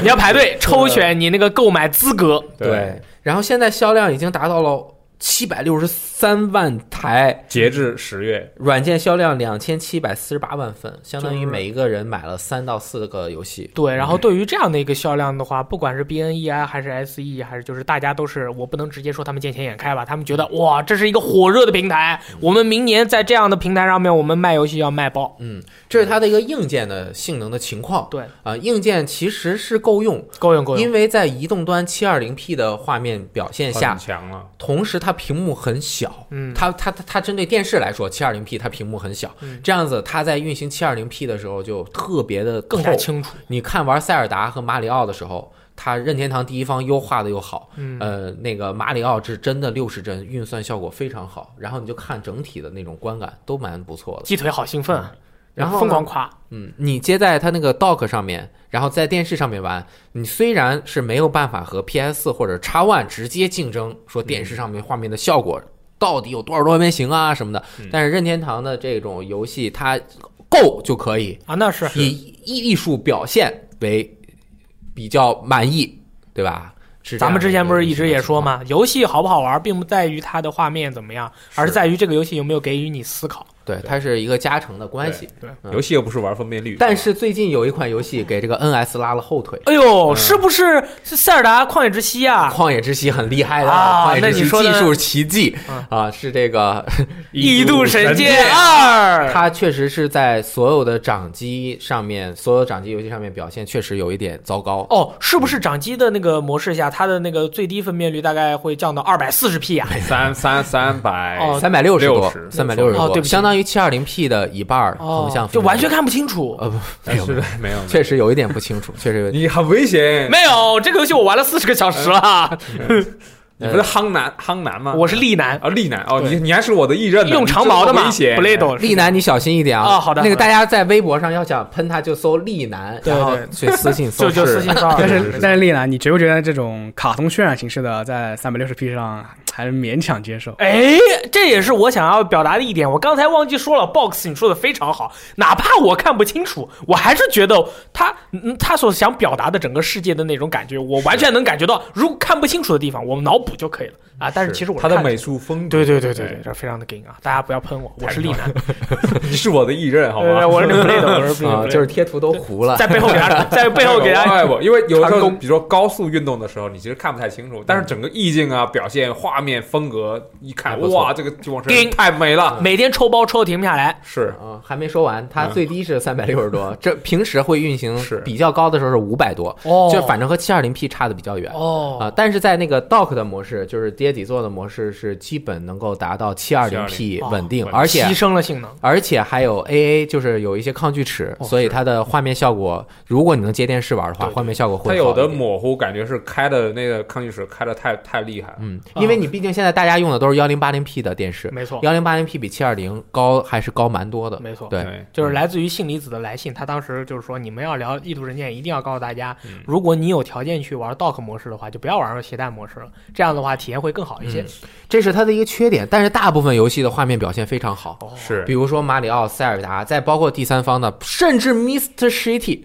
你要排队抽选你那个购买资格，
对，，
然后现在销量已经达到了七百六十三万台，
截至十月，
软件销量两千七百四十八万份，相当于
就是
每一个人买了三到四个游戏。
对，然后对于这样的一个销量的话，不管是 BNEI 啊还是 SE，还是就是大家都是，我不能直接说他们见钱眼开吧，他们觉得哇，这是一个火热的平台，
嗯
我们明年在这样的平台上面，我们卖游戏要卖爆。
嗯，这是它的一个硬件的性能的情况。
哦对，
啊、硬件其实是够用，
够用够用。
因为在移动端七二零 P 的画面表现
很
下，
强了，
同时它屏幕很小。
嗯，
它它它它针对电视来说，七二零 P 它屏幕很小，
嗯
这样子它在运行七二零 P 的时候就特别的
更加
透
清楚。
你看玩塞尔达和马里奥的时候，它任天堂第一方优化的又好，
嗯
呃，那个马里奥是真的六十帧，运算效果非常好，然后你就看整体的那种观感都蛮不错的。
鸡腿好兴奋啊，
嗯然后呢
疯狂夸。
嗯，你接在它那个 dock 上面，然后在电视上面玩，你虽然是没有办法和 PS 或者 X One 直接竞争，说电视上面画面的效果到底有多少多边形啊什么的
嗯，
但是任天堂的这种游戏它够就可以，
啊，那是
以艺术表现为比较满意，对吧？是这样
咱
的
们之前不是
一个
一直也说
情况？
嘛，游戏好不好玩，并不在于它的画面怎么样，而是在于这个游戏有没有给予你思考。
对，它是一个加成的关系。嗯
游戏又不是玩分辨率，啊
但是最近有一款游戏给这个 NS 拉了后腿，
哎呦，是不是是塞尔达旷野之息
《
啊？
嗯旷野之息》很厉害的，
啊
旷野之
那你
息》
说的
技术奇迹
嗯
啊，是这个，
异度神啊
界
界二，
它确实是在所有的掌机上面，所有掌机游戏上面表现确实有一点糟糕。
哦，是不是掌机的那个模式下，它的那个最低分辨率大概会降到二百四十 P 啊？
三三三百，
哦
三百六十多，
60
三百六十
哦对
多，
不起
相当于七二零 P 的一半儿横
哦
向，
就
分辨率，
完全看不清楚。
呃不，没
哎
有没有
是的，没有，
确实有一点不清楚，确实有一点。
你很危险，
没有这个游戏，我玩了四十个小时 了。
你不是夯男夯男吗？
我是丽男，
啊，丽男哦，
对
你你还是我的异刃呢，
用长矛的嘛
你这么危险，
，Blade 是
丽男，你小心一点啊！
啊好的
那个
好的
大家在微博上要想喷他，就搜丽男，
对
然后
对
去私信搜
就。啊就是私信骚扰
但
哦是
是
是
但是丽楠，你觉不觉得这种卡通渲染形式的在三百六十 P 上还是勉强接受？
哎，这也是我想要表达的一点。我刚才忘记说了，Box 你说的非常好，哪怕我看不清楚，我还是觉得他嗯他所想表达的整个世界的那种感觉，我完全能感觉到。如果看不清楚的地方，我们脑补就可以了啊。但是其实我是
他的
看
美术风格，
对对对对对，这非常的 gay 啊！大家不要喷我，我是丽楠，
你是我的异刃，好
对对
吗？
我是那 个 Blade，我是 Blade，
啊，就是贴图都糊了。
在背后给 他，在背后给他
外部，因为有的时
长
候，
弓
比如说高速运动的时候，你其实看不太清楚，但是整个意境啊、表现、画面风格一
还
看，
不错
哇，这个帝王
叮嗯
神
哎
太美了，
每天抽包抽停不下来，
是
啊，还没说完，它最低是三百六十多，这平时会运行
是
比较高的时候是五百多，
哦
就反正和七二零 P 差的比较远。
哦，
啊，但是在那个 dock 的模式，就是跌底座的模式，是基本能够达到七二零 P
720
稳定，
哦
而且
牺牲了性能，
而且还有 AA，就是有一些抗锯齿，
哦
所以它的画面效果，如果你能接电视玩的话，
对对
画面效果会
它有
好一
的
点。
模糊感觉是开的那个抗锯齿开的太太厉害了，
嗯，
啊
因为你毕竟现在大家用的都是幺零八零 P 的电视，
没错，
幺零八零 P 比七二零高还是高蛮多的。
没错。
对
对嗯
就是来自于信离子的来信，他当时就是说，你们要聊异度神剑，一定要告诉大家
嗯，
如果你有条件去玩 dock 模式的话，就不要玩携带模式了，这样的话体验会更好一些
嗯。这是它的一个缺点，但是大部分游戏的画面表现非常好，
哦，
是
比如说马里奥、塞尔达，再包括第三方的，甚至 Mr. City。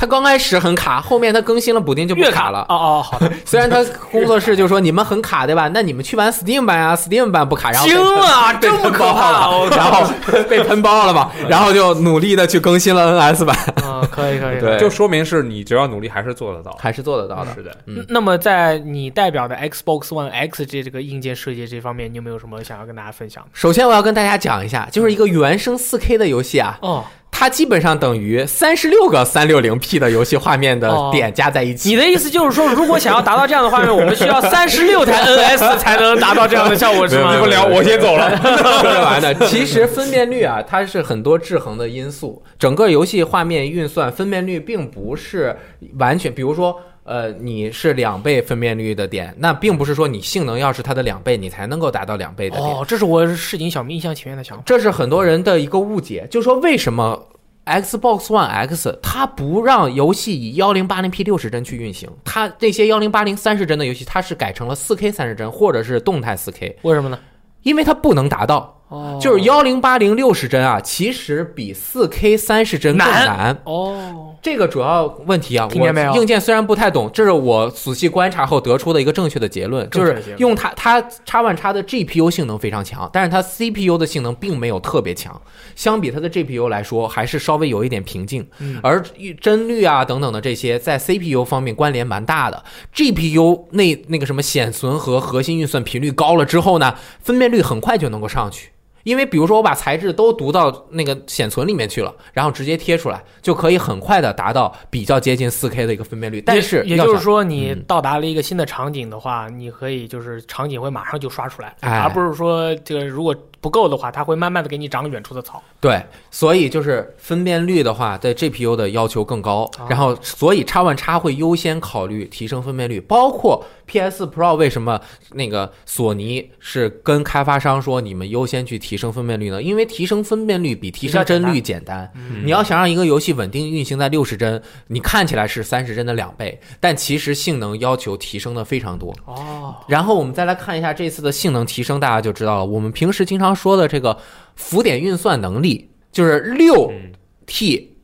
它刚开始很卡，后面它更新了补丁就不
月
卡了。
哦哦，好的，
虽然它工作室就说你们很卡对吧？那你们去玩 Steam 版啊，Steam 版不卡，然后被
惊啊，
被
这么
喷
可
爆
怕！我
了，然后被喷爆了嘛，然后就努力的去更新了 NS 版，
嗯，可以可以。
对
就说明是你只要努力还是做得到。
还是做得到的。
是的，
嗯
那么，在你代表的 Xbox One X 这这个硬件设计这方面，你有没有什么想要跟大家分享的？
首先我要跟大家讲一下，就是一个原生 4K 的游戏啊，
哦，
它基本上等于三十六个 360P 的游戏画面的
哦
点加在一起
你。 的意思就是说，如果想要达到这样的画面，我们需要三十六台 NS 才能达到这样的效果，是吗
你
没有没有？
们聊，我先走了。
说着玩的。其实分辨率啊，它是很多制衡的因素。整个游戏画面运算分辨率并不是完全，比如说。呃，你是两倍分辨率的点，那并不是说你性能要是它的两倍，你才能够达到两倍的点。
哦，这是我市井小民一厢情愿的想法。
这是很多人的一个误解，就说为什么 Xbox One X 它不让游戏以幺零八零 P 六十帧去运行，它那些幺零八零三十帧的游戏，它是改成了四 K 三十帧或者是动态四 K，
为什么呢？
因为它不能达到。
哦
就是幺零八零六十帧啊，其实比四 K 三十帧更难。
难哦，
这个主要问题啊，
听见没有
我硬件虽然不太懂，这是我仔细观察后得出的一个正确的结论，就
正确的
是
结论
用它它叉 One 叉的 GPU 性能非常强，但是它 CPU 的性能并没有特别强，相比它的 GPU 来说，还是稍微有一点瓶颈。
嗯
而帧率啊等等的这些，在 CPU 方面关联蛮大的。GPU 那那个什么显存和核心运算频率高了之后呢，分辨率很快就能够上去。因为比如说我把材质都读到那个显存里面去了，然后直接贴出来，就可以很快的达到比较接近 4K 的一个分辨率。但是
也也
要
就是
想，
说，你
嗯
到达了一个新的场景的话，你可以就是场景会马上就刷出来，
哎
而不是说这个如果不够的话，它会慢慢的给你长远处的草。
对，所以就是分辨率的话，对 GPU 的要求更高
啊，
然后所以叉 One 叉会优先考虑提升分辨率，包括 PS Pro 为什么那个索尼是跟开发商说你们优先去提升分辨率呢？因为提升分辨率比提升帧率简单。
嗯
你要想让一个游戏稳定运行在六十帧，你看起来是三十帧的两倍，但其实性能要求提升的非常多。
哦，
然后我们再来看一下这次的性能提升，大家就知道了。我们平时经常说的这个浮点运算能力，就是六
嗯
T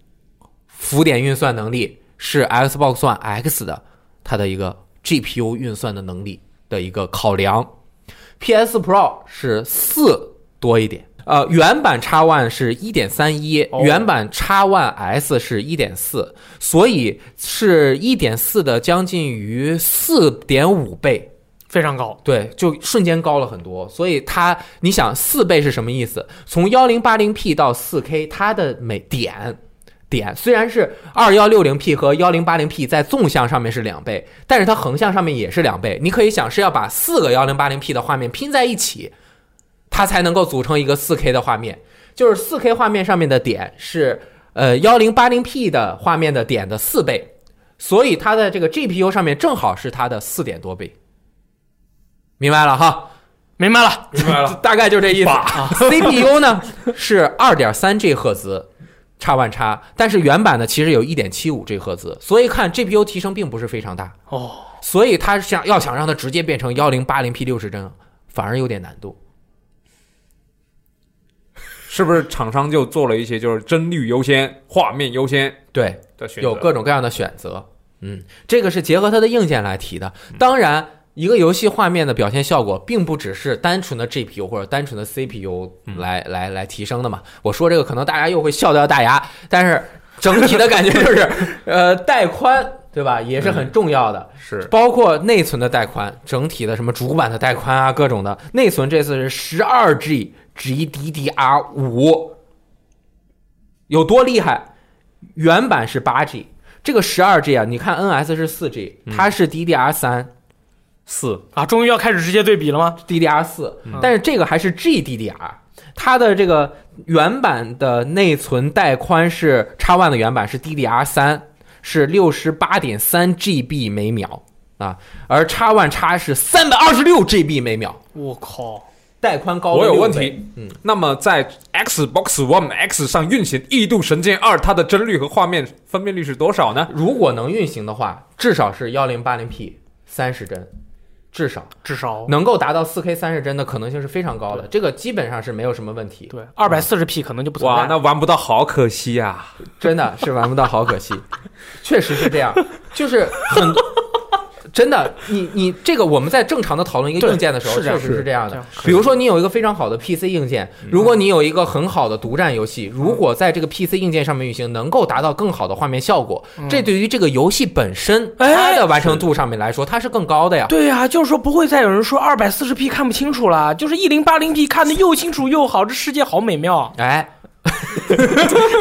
浮点运算能力是 Xbox One X 的它的一个 GPU 运算的能力的一个考量。PS Pro 是四多一点，呃，原版 X One 是一点三一
哦，
原版 X One S 是一点四，所以是一点四的将近于四点五倍。
非常高。
对，就瞬间高了很多，所以它，你想四倍是什么意思？从幺零八零 P 到四 K，它的每点点虽然是二幺六零 P 和幺零八零 P 在纵向上面是两倍，但是它横向上面也是两倍。你可以想是要把四个幺零八零 P 的画面拼在一起，它才能够组成一个四 K 的画面。就是四 K 画面上面的点是呃幺零八零 P 的画面的点的四倍，所以它的这个 GPU 上面正好是它的四点多倍。明白了哈，
明白了，
明 白了，
大概就这意思。CPU 啊呢是二点三 G 赫兹，叉万叉，但是原版呢其实有一点七五 G 赫兹，所以看 GPU 提升并不是非常大，
哦，
所以它想要想让它直接变成幺零八零 P 六十帧，反而有点难度。
是不是厂商就做了一些就是帧率优先、画面优先
对，
的选择？
有各种各样的选择。嗯，这个是结合它的硬件来提的。当然，一个游戏画面的表现效果，并不只是单纯的 GPU 或者单纯的 CPU
嗯
来来来提升的嘛。我说 这个可能大家又会笑掉大牙，但是整体的感觉就是，呃，带宽对吧？也是
嗯
很重要的。
是
包括内存的带宽，整体的什么主板的带宽啊，各种的内存这次是十二 G 直 DDR 五，有多厉害？原版是八 G，这个十二 G 啊，你看 NS 是四 G，它是 DDR 三、
嗯四
啊，终于要开始直接对比了吗？
DDR 四，
嗯
但是这个还是 GDDR，它的这个原版的内存带宽是 X One 的原版是 DDR 三，是六十八点三 GB 每秒啊，而 X One X 是三百二十六 GB 每秒，
我靠，
带宽高。
我有问，题，
嗯，
那么在 Xbox One X 上运行《异度神剑二》，它的帧率和画面分辨率是多少呢？
如果能运行的话，至少是幺零八零 P 三十帧，至少
至少
能够达到四 K 三十帧的可能性是非常高的，这个基本上是没有什么问题。
对二百四十 P 可能就不存
哇，
在。
那玩不到，好可惜呀、啊！
真的是玩不到，好可惜， 确实是这样，就是 很多。真的，你你这个我们在正常的讨论一个
对
硬件的时候，
是这
确
样
实是这样
这
的嗯
样。
比如说，你有一个非常好的 PC 硬件，如果你有一个很好的独占游戏，如果在这个 PC 硬件上面运行，能够达到更好的画面效果，这对于这个游戏本身
哎
它的完成度上面来说，它是更高的呀。
对呀、就是说不会再有人说二百四十 P 看不清楚了，就是一零八零 P 看的又清楚又好，这世界好美 妙。啊
哎，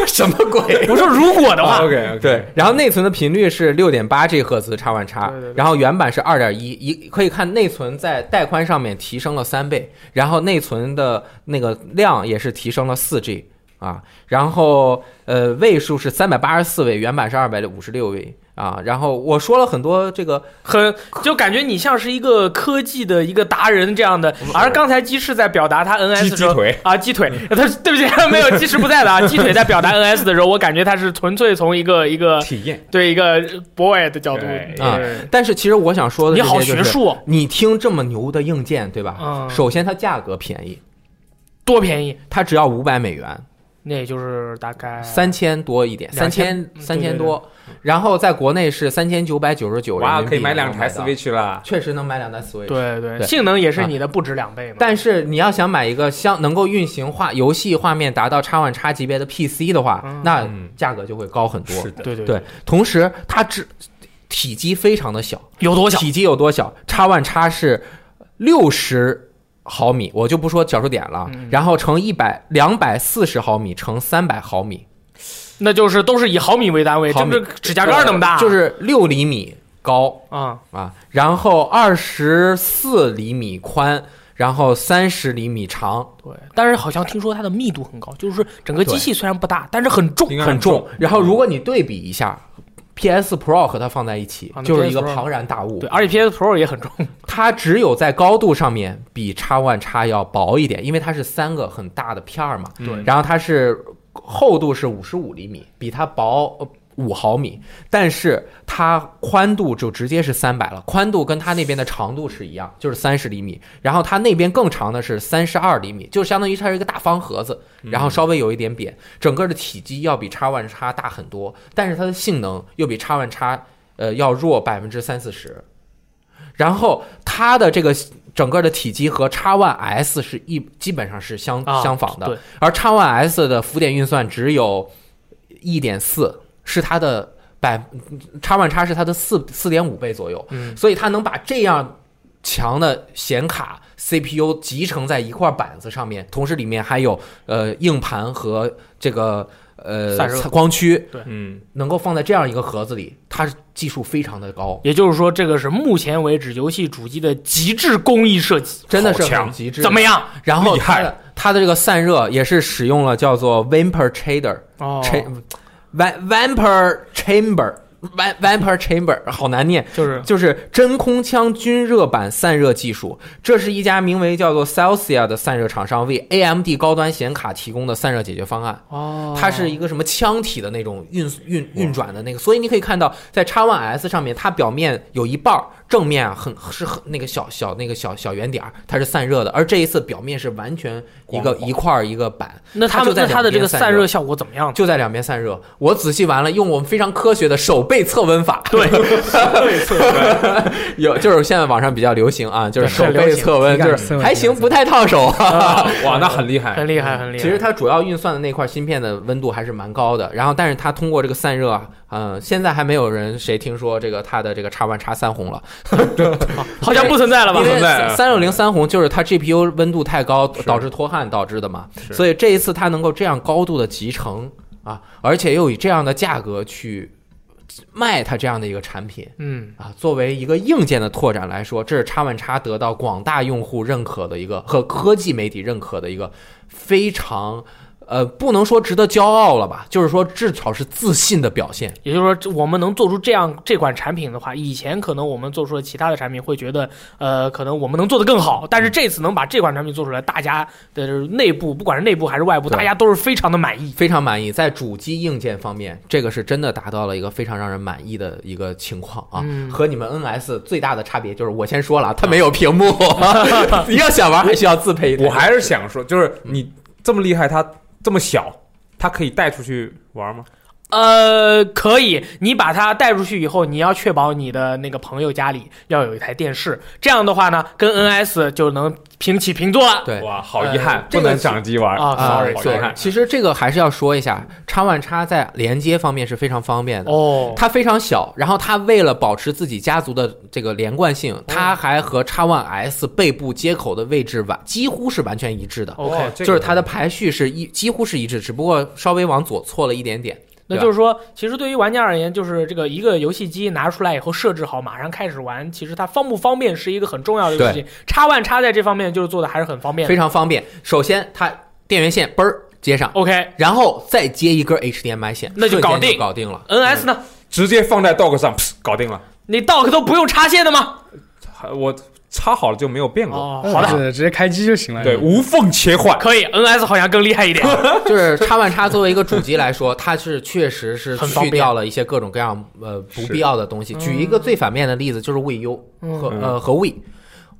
什么鬼？
我说如果的话，
OK OK，
对，，然后内存的频率是六点八 G 赫兹叉万叉
对对对，
然后原版是二点一，一可以看内存在带宽上面提升了三倍，然后内存的那个量也是提升了四 G 啊，然后呃位数是三百八十四位，原版是二百五十六位啊，然后我说了很多这个
很就感觉你像是一个科技的一个达人这样的，而刚才鸡翅在表达他 NS
嗯
的
鸡鸡
时候
腿，嗯
啊，鸡腿， 他对不起，没有鸡翅不在的啊， 鸡腿在表达 NS 的时候，我感觉他是纯粹从一个一个
体验
对一个 boy 的角度
对
啊
对
但是其实我想说的
你
这些
好
就是
学术哦，
你听这么牛的硬件对吧？
嗯
首先它价格便宜，
多便宜，
它只要五百美元，
那也就是大概
三千多一点，三
两千
千
嗯
三千多，然后在国内是三千九百九十九，
哇，可以买两
能
台
买到
Switch 了。
确实能买两台 Switch。，
对对，
对啊
性能也是你的不止两倍嘛。
但是你要想买一个相能够运行画游戏画面达到 X One X 级别的 PC 的话
嗯，
那
嗯
价格就会高很多。
的，
对对
对，同时它只体积非常的小，
有多小？
体积有多小？X One X 是六十毫米，我就不说角数点了，
嗯
然后乘一百两百四十毫米乘三百毫米，
那就是都是以毫米为单位，
毫
这不是
米
指甲盖儿那么大，
就是六厘米高。
啊，
啊，然后二十四厘米宽，然后三十厘米长，
对。但是好像听说它的密度很高，就是整个机器虽然不大，但是很重嗯
应，该
很重。然后如果你对比一下。PS Pro 和它放在一起
啊，那
就是一
PS
个
Pro
庞然大物。
对，而且 PS Pro 也很重。
它只有在高度上面比 X One X 要薄一点，因为它是三个很大的片儿嘛。
对
然后它是呃厚度是五十五厘米，比它薄呃五毫米，但是它宽度就直接是三百了，宽度跟它那边的长度是一样，就是三十厘米。然后它那边更长的是三十二厘米，就相当于它是一个大方盒子，然后稍微有一点扁，整个的体积要比 X One X 大很多，但是它的性能又比 X One X 呃要弱百分之三四十。然后它的这个整个的体积和 X One S 是一基本上是相、
啊
相仿的，
对
而 X One S 的浮点运算只有一点四，是它的百 X One X 是它的四四点五倍左右，
嗯
所以它能把这样强的显卡 CPU 集成在一块板子上面，同时里面还有呃硬盘和这个呃
散热
光驱，
嗯，
能够放在这样一个盒子里，它技术非常的高，
也就是说，这个是目前为止游戏主机的极致工艺设计。
真的是
好强
很极致。
怎么样？
然后
厉
它
害
的它的这个散热也是使用了叫做 vapor shader
哦
cha- va- vapor chamber va- vapor chamber 好难念，
就是
就是真空腔均热板散热技术。这是一家名为叫做 Celsia 的散热厂商为 AMD 高端显卡提供的散热解决方案。
哦
它是一个什么腔体的那种运运运转的那个，所以你可以看到，在 X One S 上面，它表面有一半儿正面啊很是很那个小小那个小小圆点儿，它是散热的，而这一次表面是完全一个
光滑
一块儿一个板，
那
它
他
就
们
在
那它的
两边
这个
散
散
热
热效果怎么样？
就在两边散热。我仔细完了，用我们非常科学的手背测温法，
对，
有就是现在网上比较流行啊，就是手
对很
背
流行
测温，
体感
就
测
是
温
还行，不太烫手。
哇，那嗯很厉害
很厉害，很厉害。
其实它主要运算的那块芯片的温度还是蛮高的，然后但是它通过这个散热啊，嗯、现在还没有人谁听说这个它的这个叉 One 叉三红了，
好像不存在了吧
因？为
存在啊
三六零三红就是它 GPU 温度太高导致脱焊导致的嘛，
是
所以这一次它能够这样高度的集成啊，而且又以这样的价格去卖它这样的一个产品。
嗯，
啊，作为一个硬件的拓展来说，这是叉 One 叉得到广大用户认可的一个和科技媒体认可的一个非常呃，不能说值得骄傲了吧，就是说至少是自信的表现。
也就是说，这我们能做出这样这款产品的话，以前可能我们做出了其他的产品，会觉得呃，可能我们能做得更好。
嗯
但是这次能把这款产品做出来，大家的内部，不管是内部还是外部，
对
大家都是非常的满意。
非常满意，在主机硬件方面，这个是真的达到了一个非常让人满意的一个情况啊。
嗯
和你们 NS 最大的差别就是，我先说了，它没有屏幕，你要想玩还需要自配一台。
我还是想说，就是你这么厉害，它这么小，它可以带出去玩吗？
呃，可以，你把它带出去以后，你要确保你的那个朋友家里要有一台电视，这样的话呢，跟 NS 就能平起平坐了。
对
哇，好遗憾
呃，
不能掌机玩
啊
啊
sorry，
，sorry，好遗
对
憾，。
其实这个还是要说一下，叉 One 叉在连接方面是非常方便的。
哦，
它非常小，然后它为了保持自己家族的这个连贯性，它还和 X One S 背部接口的位置完几乎是完全一致的，
哦 OK，
哇这个
就是它的排序是一几乎是一致，只不过稍微往左错了一点点。
那
对吧啊
就是说，其实对于玩家而言，就是这个一个游戏机拿出来以后设置好，马上开始玩，其实它方不方便是一个很重要的事情。叉 One 叉在这方面就是做的还是很方便的
非。常方便。首先，它电源线嘣儿接上，
OK，NS
然后再接一根 HDMI 线，
那就搞定
瞬间搞定了。
呢？
直接放在 dock 上，搞定了。
你 dock 都不用插线的吗？
还我插好了就没有
嗯
变过，
哦，好的，
是直接开机就行了。
对，无缝切换。
可以。NS 好像更厉害一点。
就是叉 One 叉作为一个主机来说，它是确实是
很方
去
便
掉了一些各种各样呃不必要的东西。举一个最反面的例子，就是 VU 和
嗯
呃和 V。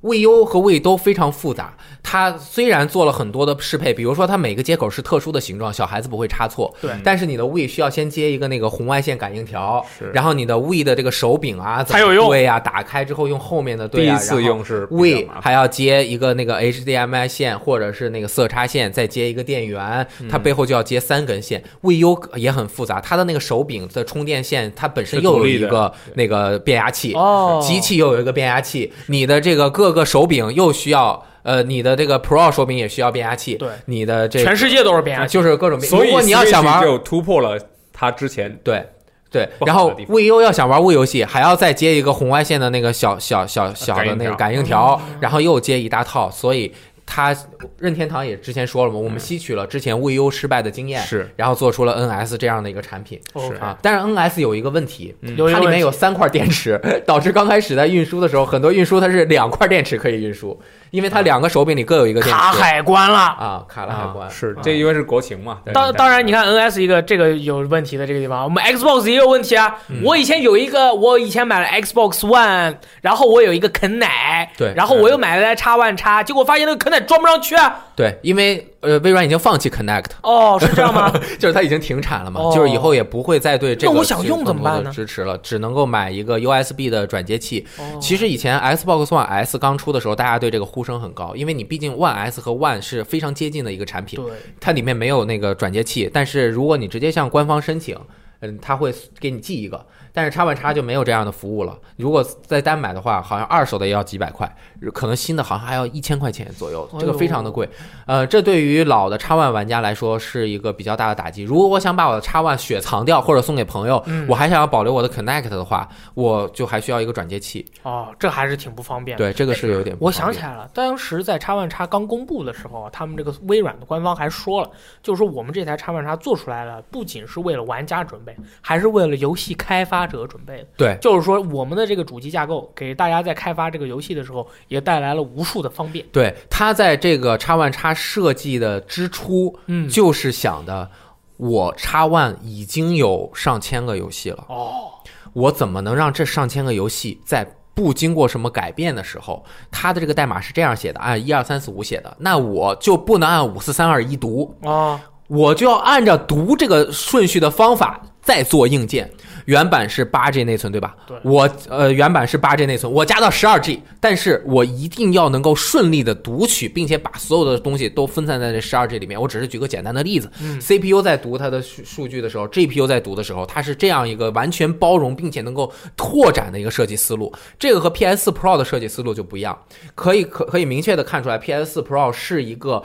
VU 和 V 都非常复杂，它虽然做了很多的适配，比如说它每个接口是特殊的形状，小孩子不会插错。
对
但是你的 V 需要先接一个那个红外线感应条
是，
然后你的 V 的这个手柄啊
才有用
对呀、打开之后用后面的对
第
呀、
一
然后
次用是比较
V
麻烦
还要接一个那个 HDMI 线或者是那个色差线，再接一个电源，
嗯
它背后就要接三根线。VU 也很复杂，它的那个手柄的充电线，它本身
是独
又有
立
一
的
个那个变压器，
哦
机器又有一个变压器，你的这个各个手柄又需要，呃，你的这个 Pro 手柄也需要变压器，
对，
你的这
全世界都是变压器。
就是各种变。
所
啊
以
如果你要
Switch
想玩，
就突破了它之前
对对，
不好的
然后
地方
VU 要想玩 V 游戏，还要再接一个红外线的那个小小小小的那个感应条，然后又接一大套，所以它任天堂也之前说了嘛，我们吸取了之前 VU 失败的经验，
是
然后做出了 NS 这样的一个产品
OK
啊。但是 NS 有一个问题，
有一个
嗯它里
问
面
题
有三块电池，导致刚开始在运输的时候，很多运输它是两块电池可以运输，因为它两个手柄里各有一个电池
卡海关了。
啊，卡了海关
啊，是
啊
这因为是国情嘛。
哎
当当然，你
看
看 NS 一个这个有问题的这个地方，我们 Xbox 也有问题啊。
嗯
我以前有一个，我以前买了 Xbox One，然后我有一个啃奶，
对
然后我又买了台叉 One 叉，结果发现那个啃奶装不上去啊。
对，因为呃微软已经放弃 Connect。
哦，是这样 吗？
就是它已经停产了嘛，
哦
就是以后也不会再对这个
那我想用怎么办呢
更多的支持了，只能够买一个 USB 的转接器。
哦
其实以前 Xbox One S 刚出的时候，大家对这个呼声很高，因为你毕竟 One S 和 One 是非常接近的一个产品，
对，
它里面没有那个转接器，但是如果你直接向官方申请。嗯，他会给你寄一个，但是叉 One 叉就没有这样的服务了。如果再单买的话，好像二手的也要几百块，可能新的好像还要一千块钱左右
哎，呦
这个非常的贵。呃，这对于老的叉 One 玩家来说是一个比较大的打击。如果我想把我的叉 One 雪藏掉或者送给朋友，
嗯
我还想要保留我的 Connect 的话，我就还需要一个转接器。
哦，这还是挺不方便的。
对，这个是有点不
我
方
想
便
起来了，当时在叉 One 叉刚公布的时候啊，他们这个微软的官方还说了，就是说我们这台叉 One 叉做出来了，不仅是为了玩家准备，还是为了游戏开发者准备的。
对
就是说我们的这个主机架构给大家在开发这个游戏的时候，也带来了无数的方便。
对，它在这个叉 One 叉设计的支出，
嗯
就是想的，我叉 One 已经有上千个游戏了，
哦，
我怎么能让这上千个游戏在不经过什么改变的时候，它的这个代码是这样写的，按一二三四五写的，那我就不能按五四三二一读，
哦，
我就要按照读这个顺序的方法再做硬件。原版是八 G 内存，对吧？
对
我呃，原版是八 G 内存，我加到十二 G，但是我一定要能够顺利的读取，并且把所有的东西都分散在这十二 G 里面。我只是举个简单的例子、
嗯
c p u 在读它的数数据的时候，GPU 在读的时候，它是这样一个完全包容并且能够拓展的一个设计思路。这个和 PS 4 Pro 的设计思路就不一样，可以可可以明确的看出来，PS 4 Pro 是一个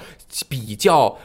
比较。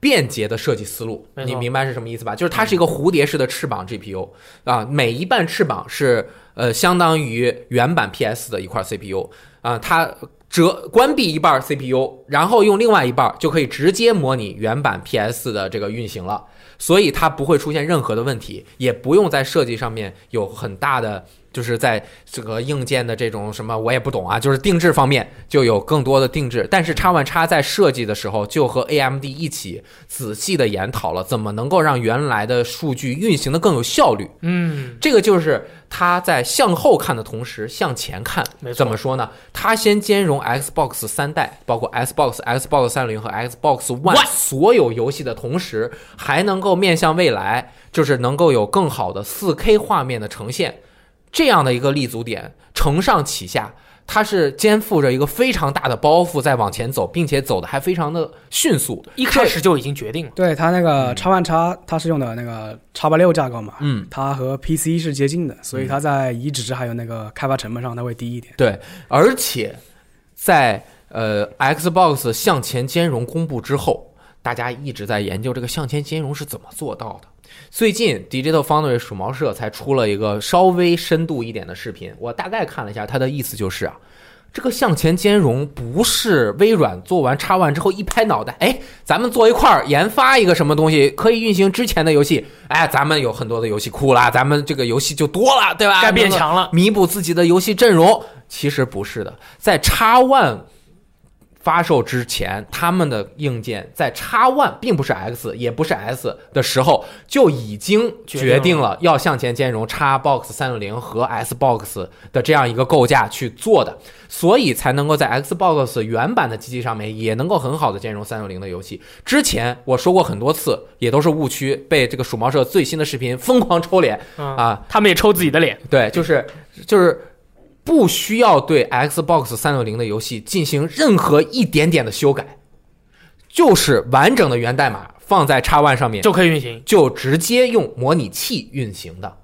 便捷的设计思路，
没错
你明白是什么意思吧？就是它是一个蝴蝶式的翅膀 GPU，啊，每一半翅膀是呃相当于原版 PS 的一块 CPU 啊，它折关闭一半 CPU，然后用另外一半就可以直接模拟原版 PS 的这个运行了，所以它不会出现任何的问题，也不用在设计上面有很大的。就是在这个硬件的这种什么我也不懂啊，就是定制方面就有更多的定制，但是 X One X 在设计的时候就和 AMD 一起仔细的研讨了怎么能够让原来的数据运行的更有效率，
嗯，
这个就是它在向后看的同时向前看
没。错
怎么说呢？它先兼容 Xbox 三代，包括 Xbox、Xbox 三零和 Xbox One 所有游戏的同时，还能够面向未来，就是能够有更好的 4K 画面的呈现，这样的一个立足点，承上启下。它是肩负着一个非常大的包袱在往前走，并且走的还非常的迅速。
一开始就已经决定了，
对它那
嗯
个叉 One 叉，它是用的那个叉八六架构嘛，
嗯，
它和 PC 是接近的，
嗯
所以它在移植还有那个开发成本上它会低一点。
对，而且在呃 Xbox 向前兼容公布之后，大家一直在研究这个向前兼容是怎么做到的。最近 Digital Foundry 鼠毛社才出了一个稍微深度一点的视频，我大概看了一下，它的意思就是啊。这个向前兼容不是微软做完叉 One 之后一拍脑袋，哎，咱们坐一块儿研发一个什么东西可以运行之前的游戏，哎，咱们有很多的游戏库啦，咱们这个游戏就多了，对吧？
该变强啊了。
弥补自己的游戏阵容。其实不是的，在叉 One 发售之前，他们的硬件在叉 One 并不是 X 也不是 S 的时候，就已经决
决定
定了要向前兼容叉 Box 三六零和 Xbox 的这样一个构架去做的，所以才能够在 Xbox 原版的机器上面也能够很好的兼容三六零的游戏。之前我说过很多次，也都是误区，被这个鼠毛社最新的视频疯狂抽脸
嗯
啊！
他们也抽自己的脸，
对，就是就是不需要对 Xbox 三六零的游戏进行任何一点点的修改，就是完整的源代码放在 X One 上面
就可以运行。
就直接用模拟器运行的。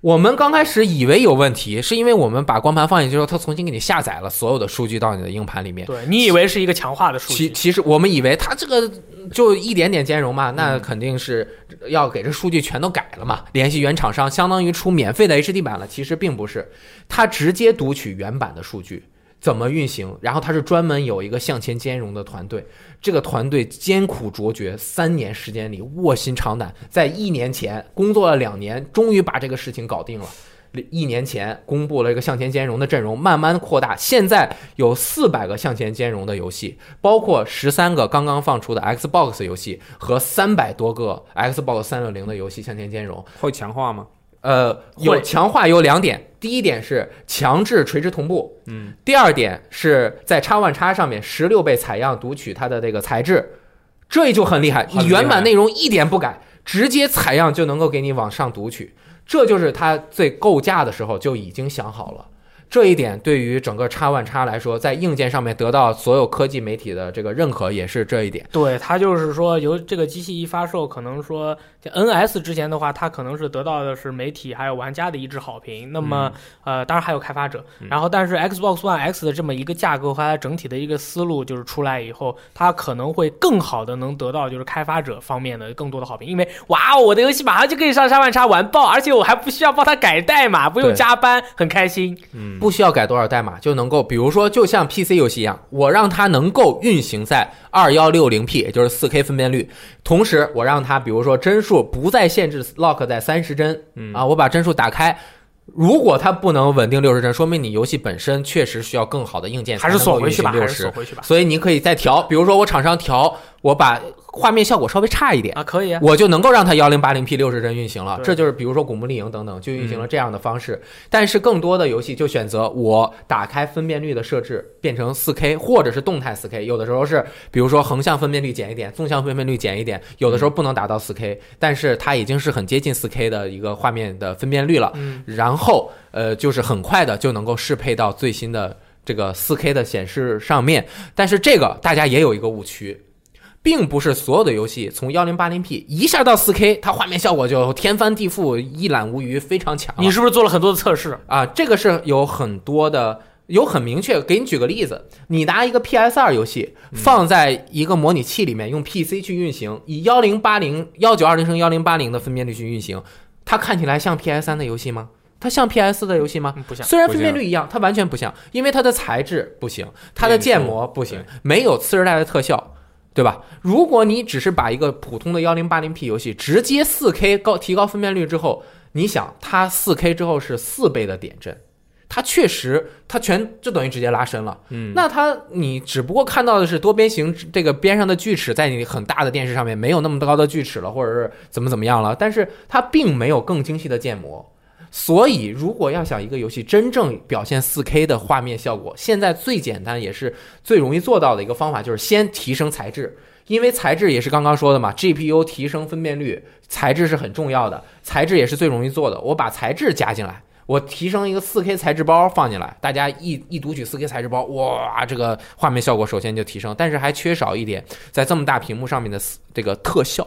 我们刚开始以为有问题，是因为我们把光盘放进去之后，它重新给你下载了所有的数据到你的硬盘里面。
对你以为是一个强化的数
其
据，
其实我们以为它这个就一点点兼容嘛，
嗯
那肯定是要给这数据全都改了嘛，联系原厂商，相当于出免费的 HD 版了。其实并不是，它直接读取原版的数据。怎么运行？然后它是专门有一个向前兼容的团队，这个团队艰苦卓绝，三年时间里卧薪尝胆，在一年前工作了两年，终于把这个事情搞定了。一年前公布了一个向前兼容的阵容，慢慢扩大，现在有四百个向前兼容的游戏，包括十三个刚刚放出的 Xbox 游戏和三百多个 Xbox 三六零的游戏向前兼容。
会强化吗？
呃，有强化有两点，第一点是强制垂直同步，嗯，第二点是在 X One X 上面十六倍采样读取它的这个材质，这就很厉害，
很
你
厉害
原版内容一点不改，直接采样就能够给你往上读取，这就是它最构架的时候就已经想好了。这一点对于整个 X One X 来说，在硬件上面得到所有科技媒体的这个认可，也是这一点。
对它就是说，由这个机器一发售，可能说在 NS 之前的话，它可能是得到的是媒体还有玩家的一致好评。那么、
嗯
呃，当然还有开发者。然后，但是 Xbox One X 的这么一个架构和它整体的一个思路，就是出来以后，它可能会更好的能得到就是开发者方面的更多的好评，因为哇哦，我的游戏马上就可以上沙万叉完爆，而且我还不需要帮它改代码，不用
对
加班，很开心。
不需要改多少代码就能够，比如说，就像 PC 游戏一样，我让它能够运行在二幺六零 P，也就是四 K 分辨率，同时我让它，比如说帧数不再限制 lock 在三十帧，
嗯
啊，我把帧数打开。如果它不能稳定六十帧，说明你游戏本身确实需要更好的硬件才
还
能
是
够
锁
运
回去
行
吧，
六
还是
十
锁。回去吧。
所以你可以再调，比如说我厂商调，我把画面效果稍微差一点，
啊，可以啊，
我就能够让它幺零八零 P 六十帧运行了。
对
这就是比如说《古墓丽影》等等，就运行了这样的方式。但是更多的游戏就选择我打开分辨率的设置，变成四 K 或者是动态四 K。有的时候是比如说横向分辨率减一点，纵向分辨率减一点，有的时候不能达到四 K，但是它已经是很接近四 K 的一个画面的分辨率了。
嗯，
然后呃，就是很快的就能够适配到最新的这个 4K 的显示上面。但是这个大家也有一个误区，并不是所有的游戏从 1080p 一下到 4K，它画面效果就天翻地覆、一览无余，非常强了。
你是不是做了很多的测试？
啊，这个是有很多的。有很明确，给你举个例子，你拿一个 PS 二游戏放在一个模拟器里面，用 PC 去运行，以幺零八零幺九二零乘幺零八零的分辨率去运行，它看起来像 PS 三的游戏吗？它像 PS 的游戏吗？
嗯不像，
虽然
不
分辨
像
率一样，它完全不像，因为它的材质不行，它的建模不行
对，
没有次世代的特效，对吧？如果你只是把一个普通的1 0 8 0 P 游戏直接4 K 高提高分辨率之后，你想它4 K 之后是四倍的点阵。它确实，它全就等于直接拉伸了。
嗯，
那它你只不过看到的是多边形这个边上的锯齿，在你很大的电视上面没有那么高的锯齿了，或者是怎么怎么样了，但是它并没有更精细的建模。所以，如果要想一个游戏真正表现 4K 的画面效果，现在最简单也是最容易做到的一个方法，就是先提升材质。因为材质也是刚刚说的嘛，GPU 提升分辨率，材质是很重要的，材质也是最容易做的。我把材质加进来，我提升一个 4K 材质包放进来，大家一一读取 4K 材质包，哇，这个画面效果首先就提升，但是还缺少一点在这么大屏幕上面的这个特效。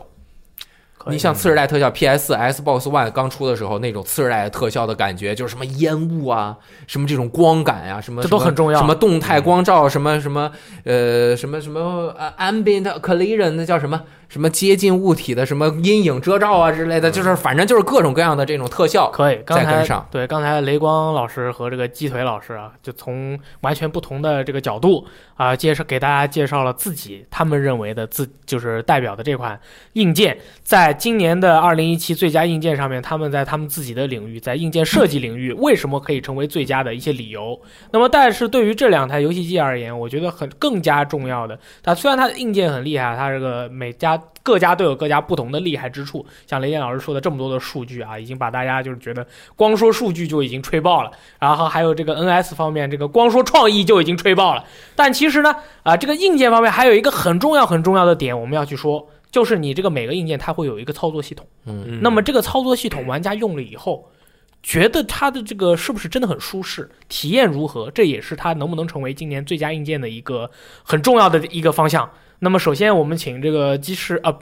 可以
你像次世代特效，PS、Xbox One 刚出的时候，那种次世代特效的感觉，就是什么烟雾啊，什么这种光感呀、什么
这都
什么
很重要
什么动态光照，什么什么呃，什么什么呃 ambient collision，那叫什么什么接近物体的什么阴影遮罩啊之类的，就是反正就是各种各样的这种特效。
可以，刚
再
才
跟上
对刚才雷光老师和这个鸡腿老师啊，就从完全不同的这个角度啊、介绍给大家介绍了自己他们认为的自就是代表的这款硬件，在今年的二零一七最佳硬件上面，他们在他们自己的领域，在硬件设计领域为什么可以成为最佳的一些理由。那么，但是对于这两台游戏机而言，我觉得很更加重要的，它虽然它的硬件很厉害，啊它这个每家各家都有各家不同的厉害之处。像雷电老师说的这么多的数据啊，已经把大家就是觉得光说数据就已经吹爆了，然后还有这个 NS 方面，这个光说创意就已经吹爆了。但其实呢，啊、这个硬件方面还有一个很重要很重要的点，我们要去说，就是你这个每个硬件它会有一个操作系统。
嗯，
那么这个操作系统玩家用了以后，觉得它的这个是不是真的很舒适，体验如何，这也是它能不能成为今年最佳硬件的一个很重要的一个方向。那么首先我们请这个鸡翅啊、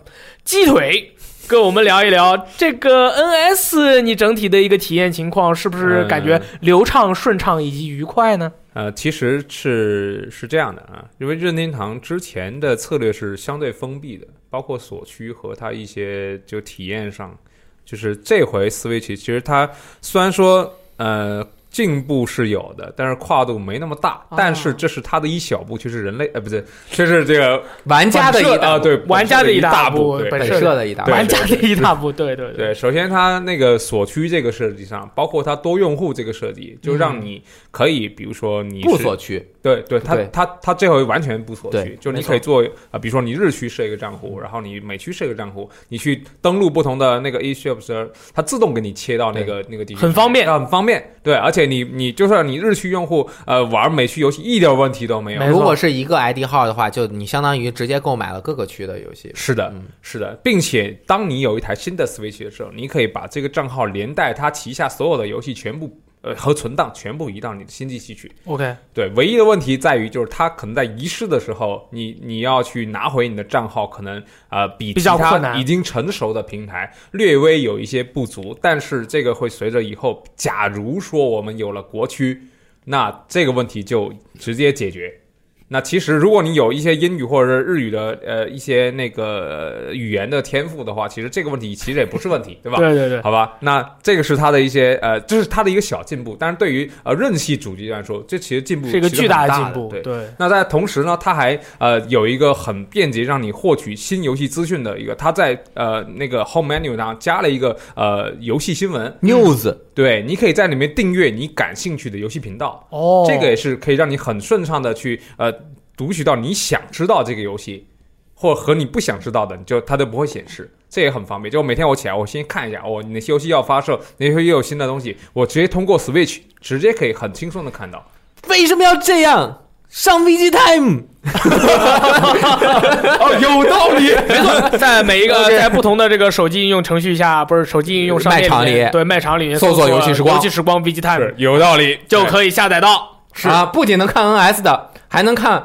鸡腿。跟我们聊一聊这个 NS，你整体的一个体验情况是不是感觉
嗯
流畅、顺畅以及愉快呢？
呃，其实是是这样的啊，因为任天堂之前的策略是相对封闭的，包括锁区和它一些就体验上，就是这回 Switch 其实它虽然说呃进步是有的，但是跨度没那么大，但是这是它的一小步，就是人类呃不对，这是这个
玩家的一
本社
大
啊对
玩家
的
一
大
步，
对
本
本
社
社
的
的一大
对
玩家的一大步，对对
对，首先它那个锁区这个设计上，包括它多用户这个设计，就让你可以，比如说你
不
是
锁区，
对对，它
对
它它这回完全不锁
对
区，就是
没
你
错
可以做啊、比如说你日区设一个账户，然后你美区设一个账户，你去登录不同的那个 eShop 时候，它自动给你切到那个那个地区，
很方便
啊很方便。对，而且你你就算你日区用户呃玩美区游戏一点问题都没有
没，错
如果是一个 ID 号的话，就你相当于直接购买了各个区的游戏。
是的
嗯，
是的，并且当你有一台新的 Switch 的时候，你可以把这个账号连带它旗下所有的游戏全部呃和存档全部移到你的新机器去。
，OK，
对，唯一的问题在于就是它可能在遗失的时候，你你要去拿回你的账号，可能呃比
比
其
较困难
他已经成熟的平台略微有一些不足，但是这个会随着以后，假如说我们有了国区，那这个问题就直接解决。那其实，如果你有一些英语或者是日语的呃一些那个呃语言的天赋的话，其实这个问题其实也不是问题，对吧？
对对对，
好吧，那这个是它的一些呃，这是它的一个小进步，但是对于呃任系主机来说，这其实进步
是一个
其实
巨
很大
的
的
进步，
对。
对。
那在同时呢，它还呃有一个很便捷让你获取新游戏资讯的一个，它在呃那个 Home Menu 上加了一个呃游戏新闻，
News
对你可以在里面订阅你感兴趣的游戏频道，
哦，
这个也是可以让你很顺畅的去呃读取到你想知道这个游戏。或者和你不想知道的，你就它都不会显示，这也很方便。就每天我起来，我先看一下，哦，你的游戏要发售，哪些游戏有新的东西，我直接通过 Switch 直接可以很轻松的看到。
为什么要这样？上 VG Time，
哦，有道理。
在每一个
OK
在不同的这个手机应用程序下，不是手机应用商店
卖场
面
里
对卖场里面
搜索游戏
戏
时光
游时光 VG Time
是哎有道理，
就可以下载到。
啊，不仅能看 NS 的，还能看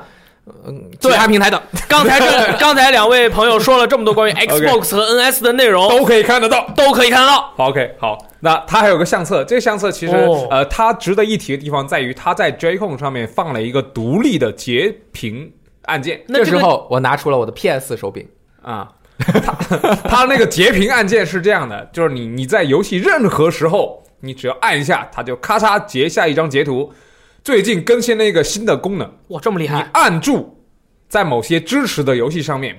嗯其
对
他平台的。
刚才这刚才两位朋友说了这么多关于 Xbox 和 NS 的内容，
都可以看得到。
都可以看得到。
好 OK，好，那它还有个相册，这个相册其实、
哦
呃，它值得一提的地方在于，它在 Joycon 上面放了一个独立的截屏按键
那
这
这
时
个
候我拿出了我的 PS 手柄，
啊。 它它那个截屏按键是这样的，就是你你在游戏任何时候，你只要按一下，它就咔嚓截下一张截图。最近更新了一个新的功能，
哇，这么厉
你
害！
按住，在某些支持的游戏上面，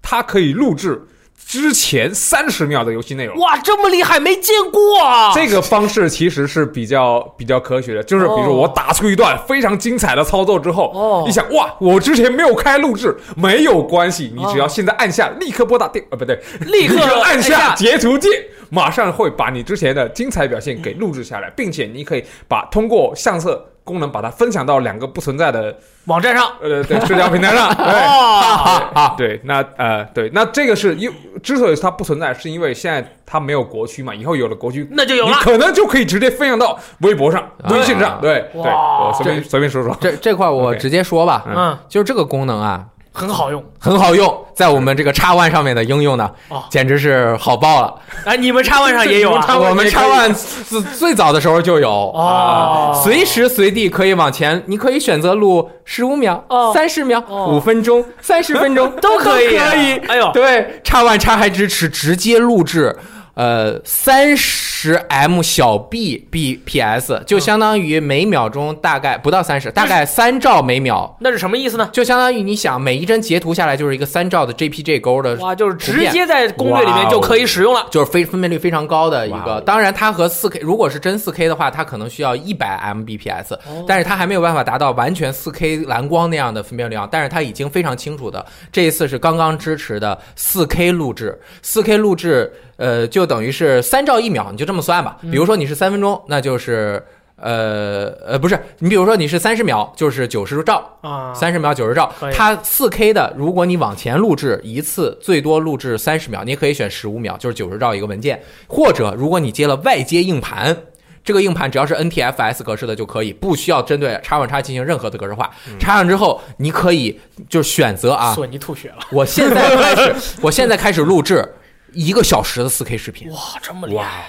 它可以录制之前三十秒的游戏内容。
哇，这么厉害，没见过啊！
这个方式其实是比较比较科学的，就是比如说
哦
我打出一段非常精彩的操作之后，
哦
你想哇，我之前没有开录制，没有关系，你
哦
只要现在按下立刻拨打电，呃不对，
立刻
按
下
下截图键，马上会把你之前的精彩表现给录制下来，并且你可以把通过相册功能把它分享到两个不存在的
网站上。 哦
呃对社交平台上，
哎
对。
哇，
啊，对，那呃，对，那这个是因之所以它不存在，是因为现在它没有国区嘛，以后有了国区，
那就有
你
了。啊
可能就可以直接分享到微博上、微信上，对对，
哇
我随便随便说说，
这这块我
OK
直接说吧，
嗯
嗯，
就是这个功能啊，
很好用。
很好用，在我们这个 X One 上面的应用呢
哦，
简直是好爆了。
哎，你们叉 One 上也有啊？
我们 X One 自最早的时候就有。
哦，
啊随时随地可以往前，你可以选择录十五秒
哦、
三十秒、
哦
五 分钟、三十分钟
都可以啊
都可以。
哎呦
对，叉 One 叉还支持直接录制，呃，三十 M 小 B B P
嗯
S，就相当于每秒钟大概不到三十，大概三兆每秒
那是什么意思呢？
就相当于你想每一帧截图下来就是一个三兆的 JPG 勾的，
哇，就是直接在攻略里面就可以使用了。
就是非分辨率非常高的一
哇
个
哦。
当然，它和四 K 如果是真四 K 的话，它可能需要一百 Mbps，
哦
但是它还没有办法达到完全四 K 蓝光那样的分辨率啊。但是它已经非常清楚的，这一次是刚刚支持的四 K 录制，四 K 录制，呃，就等于是三兆一秒，你就这么算吧。比如说你是三分钟，那就是。呃呃，不是，你比如说你是三十秒，就是九十兆，
啊，
三十秒九十兆
可，以
它四 K 的，如果你往前录制一次，最多录制三十秒，你也可以选十五秒，就是九十兆一个文件。或者如果你接了外接硬盘，这个硬盘只要是 NTFS 格式的就可以，不需要针对插上插进行任何的格式化。
嗯
插上之后，你可以就是选择啊，
索尼吐血了。
我现在开始，我现在开始录制一个小时的四 K 视频，
哇，这么厉
哇
害！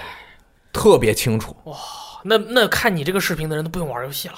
特别清楚
那那看你这个视频的人都不用玩游戏了，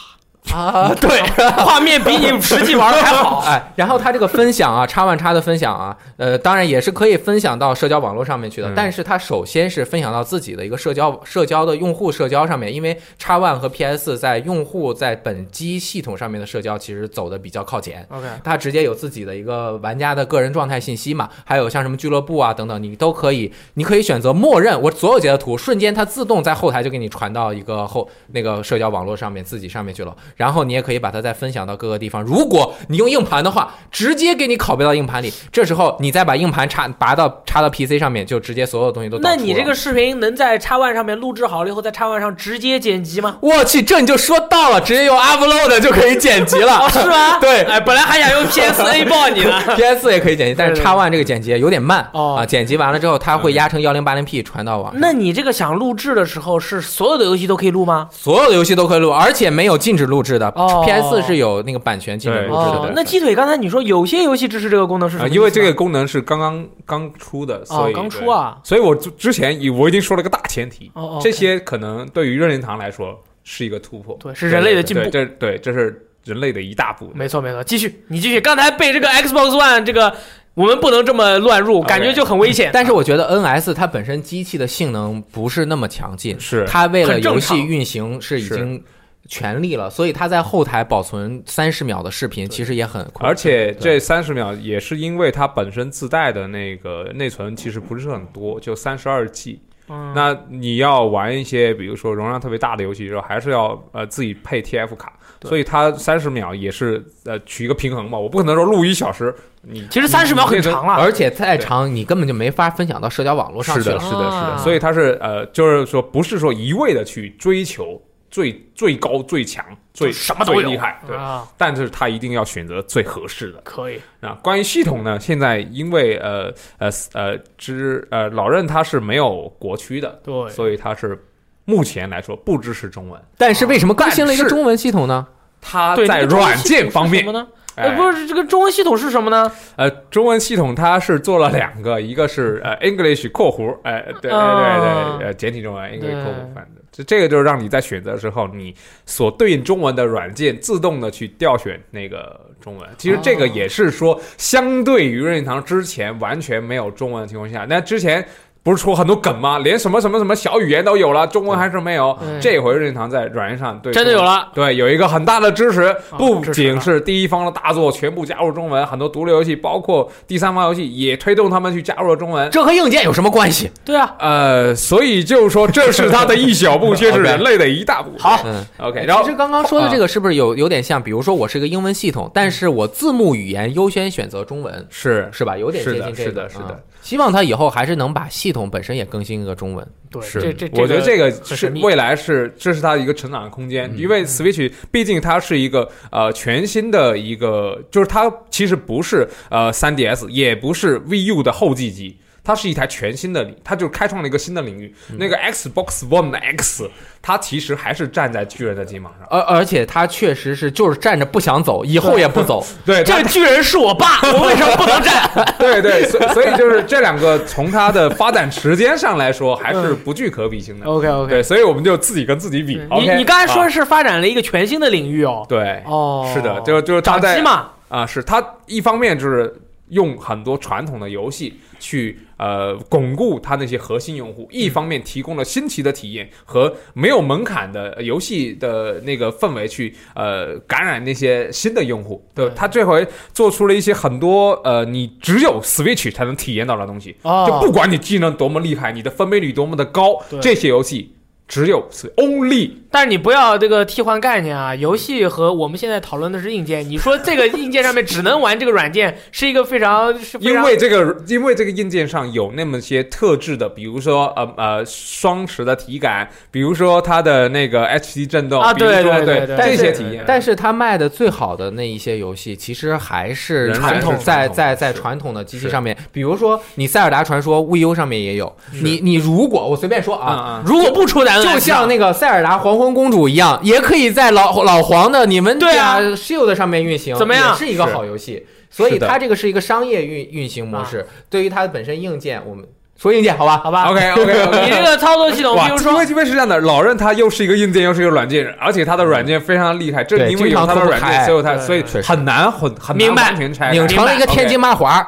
啊，对。
画面比你实际玩的还 好。
哎，然后它这个分享啊，叉万叉的分享啊，呃，当然也是可以分享到社交网络上面去的，
嗯
但是它首先是分享到自己的一个社交社交的用户社交上面，因为叉 One 和 PS 在用户在本机系统上面的社交其实走的比较靠前。
OK，
它直接有自己的一个玩家的个人状态信息嘛，还有像什么俱乐部啊等等，你都可以，你可以选择默认我所有截的图，瞬间它自动在后台就给你传到一个后那个社交网络上面自己上面去了，然后你也可以把它再分享到各个地方。如果你用硬盘的话，直接给你拷贝到硬盘里，这时候你再把硬盘插拔到插到 PC 上面，就直接所有东西都导
那
出
你这
了
个视频能在叉 One 上面录制好了以后，在叉 One 上直接剪辑吗？
我去，这你就说到了，直接用 upload 就可以剪辑了，
哦，是吗？
啊 对
哎，本来还想用 PSA 爆你呢。
PS 也可以剪辑，但是
对对
X One 这个剪辑有点慢
哦
啊，剪辑完了之后它会压成幺零八零 P 传到网上。
那你这个想录制的时候，是所有的游戏都可以录吗？
所有的游戏都可以录，而且没有禁止录制的。
哦
PS 是有那个版权禁止录制
对
的。
对
哦，那鸡腿刚才你说有些游戏支持这个功能是什
啊，
么意思呢？
因为这个功能是刚刚刚出的，所
哦
以
刚出啊
对所以我之之前以我已经说了个大前提，
哦，哦
这些可能对于任天堂来说是一个突破，
对是人类的进步
对这对这是人类的一大步。
没错没错，继续你继续。刚才被这个 Xbox One 这个，我们不能这么乱入，
OK
感觉就很危险。
但是我觉得 NS 它本身机器的性能不是那么强劲，
是
它为了
很正
游戏
常
运行是已经全力了，所以它在后台保存三十秒的视频其实也很困难。
而且
对
这三十秒也是因为它本身自带的那个内存其实不是很多，就三十二 G，
嗯
那你要玩一些比如说容量特别大的游戏的时候，还是要呃自己配 TF 卡，
对
所以它三十秒也是呃取一个平衡嘛。我不可能说录一小时，你
其实三十秒很长啊了，
而且再长你根本就没法分享到社交网络上
是
去
的，
了。
是的，是的。
啊
所以它是呃，就是说不是说一味的去追求最最高、最强、最
什么都有
最厉害，对。
啊，
但是它一定要选择最合适的。
可以，
那关于系统呢？现在因为呃呃呃之呃老任它是没有国区的，
对，
所以它是目前来说不支持中文。
但是为什么更新了一
但
个
是
中文系统呢？
它
对，那
在
个中文
软
系统
件
是
方面
什么，呢？
哎
哎，不是这个中文系统是什么呢？
呃，中文系统它是做了两个，一个是呃 English 括弧，哎、呃，对对对
啊
对，呃，简体中文 English
对
括弧，反正这这个就是让你在选择的时候，你所对应中文的软件自动的去调选那个中文。其实这个也是说，相对于任天堂之前完全没有中文的情况下，那之前。不是出很多梗吗？连什么什么什么小语言都有了，中文还是没有
对。
这回任天堂在软件上对
真的
中文
有了，
对，有一个很大的支持，不
支持
仅
了
是第一方的大作全部加入中文，很多独立游戏，包括第三方游戏，也推动他们去加入了中文。
这和硬件有什么关系？
对啊，
呃，所以就是说，这是它的一小步，却是
OK
人类的一大步。
好
嗯。
，OK，然后
其实刚刚说的这个是不是有有点像？比如说我是一个英文系统，但是我字幕语言优先选择中文，
是
是吧？有点接
是
近
的，
这个。
是的，是
嗯
的，
希望它以后还是能把系统本身也更新一个中文。
对，
是
这这，
我觉得这个
很
是
神秘
未来是这是它一个成长的空间，
嗯
因为 Switch 毕竟它是一个呃全新的一个，就是它其实不是呃 3DS，也不是 VU 的后继机。它是一台全新的，它就开创了一个新的领域。
嗯
那个 Xbox One X，它其实还是站在巨人的肩膀上。
而而且它确实是就是站着不想走，以后也不走。
对，
这巨人是我 爸，我为什么不能 站？
对对，所所以就是这两个从它的发展时间上来说，还是不具可比性的。
OK 嗯哦 OK，
对，所以我们就自己跟自己比。
你
OK，
你刚才说
啊
是发展了一个全新的领域哦，
对，
哦，
是的，就就是它
掌
在
机嘛，
啊，是它一方面就是用很多传统的游戏去呃巩固它那些核心用户，
嗯
一方面提供了新奇的体验和没有门槛的游戏的那个氛围去呃感染那些新的用户。对，
嗯
它这回做出了一些很多呃你只有 Switch 才能体验到的东西，
哦，
就不管你技能多么厉害，你的分辨率多么的高，
对
这些游戏只有 Switch- Only
但是你不要这个替换概念啊！游戏和我们现在讨论的是硬件，你说这个硬件上面只能玩这个软件，是一个非常 是非
因
常
为这个，因为这个硬件上有那么些特质的，比如说呃呃双持的体感，比如说它的那个 HD 震动
啊，对
比如
对
说
对，
对这
但
些
是
体验。
但是它卖的最好的那一些游戏，其实还是
仍然
传
是
统
传
在
统
在
的
在
是
传统的机器
是
上面，比如说你《塞尔达传说》VU 上面也有。
是
你你如果我随便说啊，
啊，嗯
如果不出咱
就像那个塞尔达黄昏公主一样，也可以在老老黄的你们
对啊
Shield 上面运行，
怎么样
也是一个好游戏。所以
是的
它这个是一个商业运运行
啊
模式。对于它本身硬件，我们说硬件好吧，好吧
OK OK
啊 你
OK。
这个操作系统，
哇
比，如
因
说
为因为是这样的，老任他又是一个硬件，又是一个软件，而且他的软件非常厉害，正
对
因为
经
有
常
他的
分不
软件，
开
所以他
对
所以
对
很难很很难
明白
完全拆开。
拧成了一个天津麻花儿。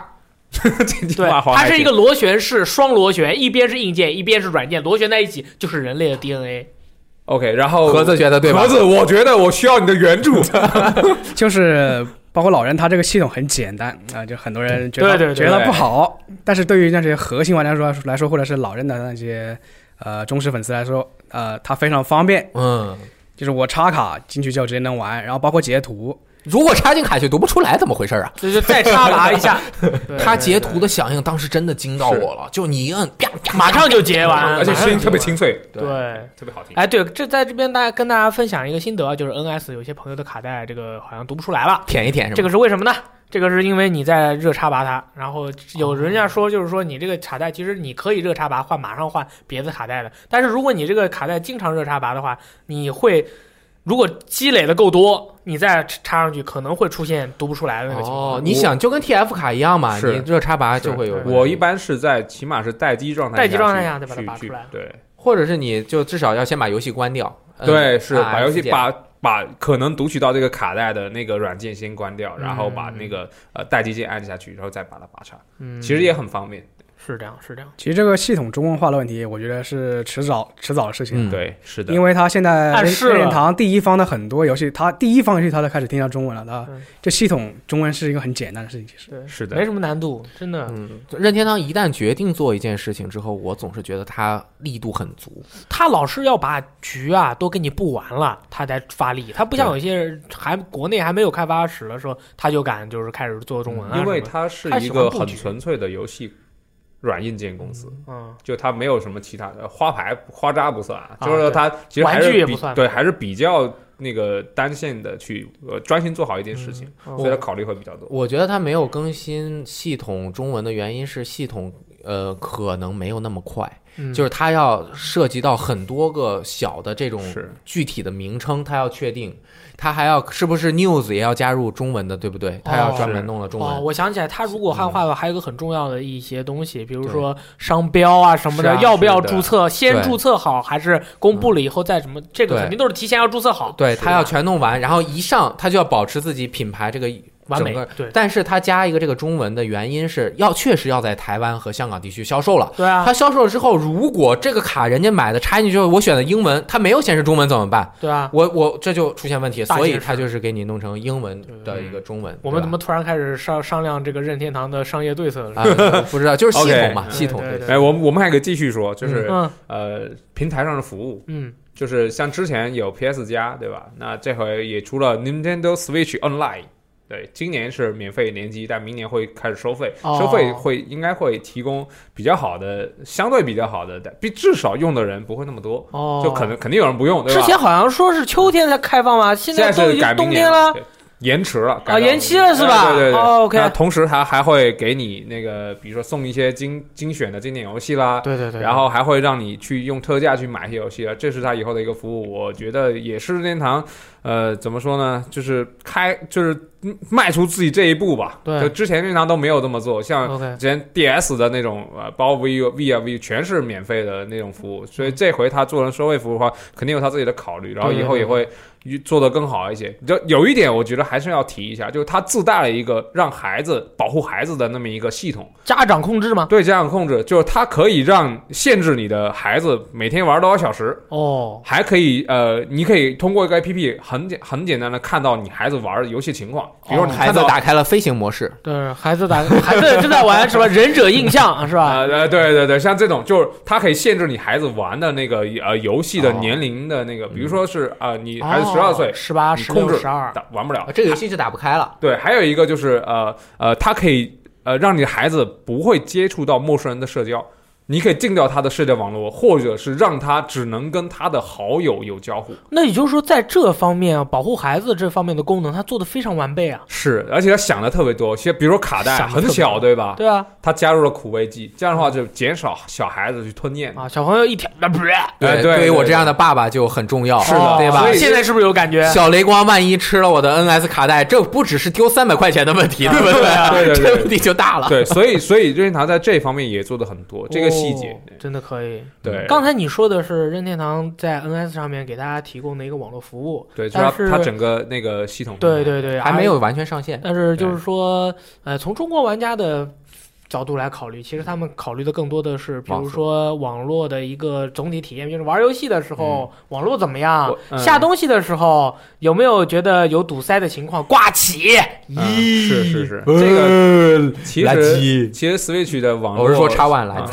天津
对
话，好
它
还
是
行
一个螺旋式双螺旋，一边是硬件，一边是软件，螺旋在一起就是人类的 DNA。
OK，然后
盒子觉得对吧？
盒子，我觉得我需要你的 援助。
就是包括老人他这个系统很简单啊、就很多人觉得
对对对
觉得不好，但是对于那些核心玩家说来说，或者是老人的那些呃忠实粉丝来说，呃，它非常方便，
嗯，
就是我插卡进去就直接能玩，然后包括截图，
如果插进卡去读不出来，怎么回事啊？
这就再插拔一下，对
它截图的响应当时真的惊到我了，就你一摁，啪啪，
马上就截完，
而且声音特别清脆，
马上就截完。对。
特别好听。
哎，对，这在这边大家跟大家分享一个心得啊，就是 NS 有些朋友的卡带这个好像读不出来了，
舔一舔是
这
吧？
个是为什么呢？这个是因为你在热插拔它，然后
哦
有人家说就是说你这个卡带其实你可以热插拔换，马上换别的卡带的。但是如果你这个卡带经常热插拔的话，你会如果积累的够多，你再插上去可能会出现读不出来的那个情况。
哦，你想就跟 TF 卡一样嘛，你
是
热插拔
是
就会有。
我一般是在起码是待机状态下去，
待机状态下再把它
去
拔
去
出来
对
或者是你就至少要先把游戏关掉。嗯
对，是把游戏。
啊
把把可能读取到这个卡带的那个软件先关掉，然后把
嗯
那个呃待机键按下去，然后再把它拔插，
嗯，
其实也很方便。
是这样，是这样。
其实这个系统中文化的问题，我觉得是迟早迟早的事情。
嗯
对，是的，
因
为
为它现在
暗
任
示了
任天堂第一方的很多游戏，它第一方游戏它都开始听到中文了。它
嗯
这系统中文是一个很简单的事情，其实。
对，
是的
没什么难度，真的。
嗯，任天堂一旦决定做一件事情之后，我总是觉得它力度很足。
他老是要把局啊都给你布完了，他才发力。他不像有些人还国内还没有开发史的时候，他就敢就是开始做中文啊
因为
什么
它是
他
一
喜欢
个
布
很
局
纯粹的游戏软硬件公司，
的嗯，
就它没有什么其他的花牌花渣不算，啊就是说
啊对
它其实还
玩具
是
也
比
不算
对，还是比较那个单线的去呃专心做好一件事情，
嗯
所以它考虑会比较多。
我觉得它没有更新系统中文的原因是系统呃可能没有那么快，
嗯
就是它要涉及到很多个小的这种
是
具体的名称，它要确定，它还要是不是 news 也要加入中文的，对不对？它要专门弄了中文。
哦，我想起来，它如果
嗯
汉化的话，还有一个很重要的一些东西，比如说商标啊什么的，
是啊
要不要
是的嗯
注册？先
对
注册好，还是公布了以后再什么？这个
对
肯定都是提前要注册好，
对，
是
它要
吧
全弄完，然后一上它就要保持自己品牌这个
完美
整个。
对
但是它加一个这个中文的原因是要确实要在台湾和香港地区销售了。
对啊
它，销售了之后，如果这个卡人家买的插进去，我选的英文，它没有显示中文怎么办？
对啊。
我我这就出现问题，
大件
所以
事
它就是给你弄成英文的一个中文。
啊
我们
对
怎
吧
么突然开始商商量这个任天堂的商业对 策了？
啊？不知道，就是系统嘛，
OK 嗯
系统
对对
哎，我们我们还可以继续说，就是、
嗯
呃平台上的服务，
嗯，
就是像之前有 PS 加，对吧？那这回也出了 Nintendo Switch Online。对，今年是免费联机，但明年会开始收费，
哦
收费会应该会提供比较好的，相对比较好的，但必至少用的人不会那么多，
哦，
就可能肯定有人不用，对
之
吧？
前好像说是秋天才开放吧，现
现在
都
是
已
改
经
明
冬
年
天了。
对延迟了
啊
改到
延期了是吧
对对对对
哦，OK
那同时还还会给你那个，比如说送一些精精选的经典游戏啦，
对对对，
然后还会让你去用特价去买一些游戏啊，这是它以后的一个服务，我觉得也是任天堂，呃，怎么说呢，就是开就是嗯迈出自己这一步吧。
对嗯
就之前任天堂都没有这么做，像
OK
之前 DS 的那种呃，包括 V V 啊 V 全是免费的那种服
嗯
务，所以这回它做成收费服务的话，肯定有它自己的考虑，然后以后也会做得更好一些。就有一点，我觉得还是要提一下，就是它自带了一个让孩子保护孩子的那么一个系统。
家长控制吗？
对家长控制，就是它可以让限制你的孩子每天玩多少小时，
哦，
还可以呃，你可以通过一个 APP 很简很简单的看到你孩子玩的游戏情况，比如说你
哦孩
哦看
子
到。
打开了飞行模式，
对，孩子打 孩子正在玩什么忍者印 象是
啊
吧？
呃对对对，像这种就是它可以限制你孩子玩的那个呃游戏的
哦嗯
年龄的那个，比如说是啊、呃你孩子十二岁，
哦十八、
你
十
控
六、
制
十二，
打玩不了
啊，这个游戏就打不开了。
对，还有一个就是呃呃，它可以呃让你的孩子不会接触到陌生人的社交，你可以禁掉他的社交网络，或者是让他只能跟他的好友有交互。
那也就是说，在这方面啊，保护孩子这方面的功能，它做的非常完备啊。
是，而且他想的特别多，像比如说卡带
想得
很
特别
小，
多
对吧？
对啊，
他加入了苦味剂，这样的话就减少小孩子去吞咽。
啊，小朋友一挑，那不是
哎对
于我这样
的
的爸爸就很重要，哦
是的
对吧
所以？
现在是不是有感觉？
小雷光万一吃了我的 NS 卡带，这不只是丢三百块钱的问题，对不
对 对对
这问题就大了。
对，所以所以任天堂在这方面也做的很多，这个细节
哦。真的可以。
对，
刚才你说的是任天堂在 NS 上面给大家提供的一个网络服务，
对，就是
但
它
是
它整个那个系统。
对。对对，
还没有完全上线。
但是就是说，呃，从中国玩家的角度来考虑，其实他们考虑的更多的是，比
网
如
速
说网络的一个总体体验，就是玩游戏的时候、网络怎么样
嗯我，嗯
下东西的时候有没有觉得有堵塞的情 况，挂起。
嗯，是是是，这个
个
其
垃
实
圾
其实 Switch 的网络，
我是说插腕来
啊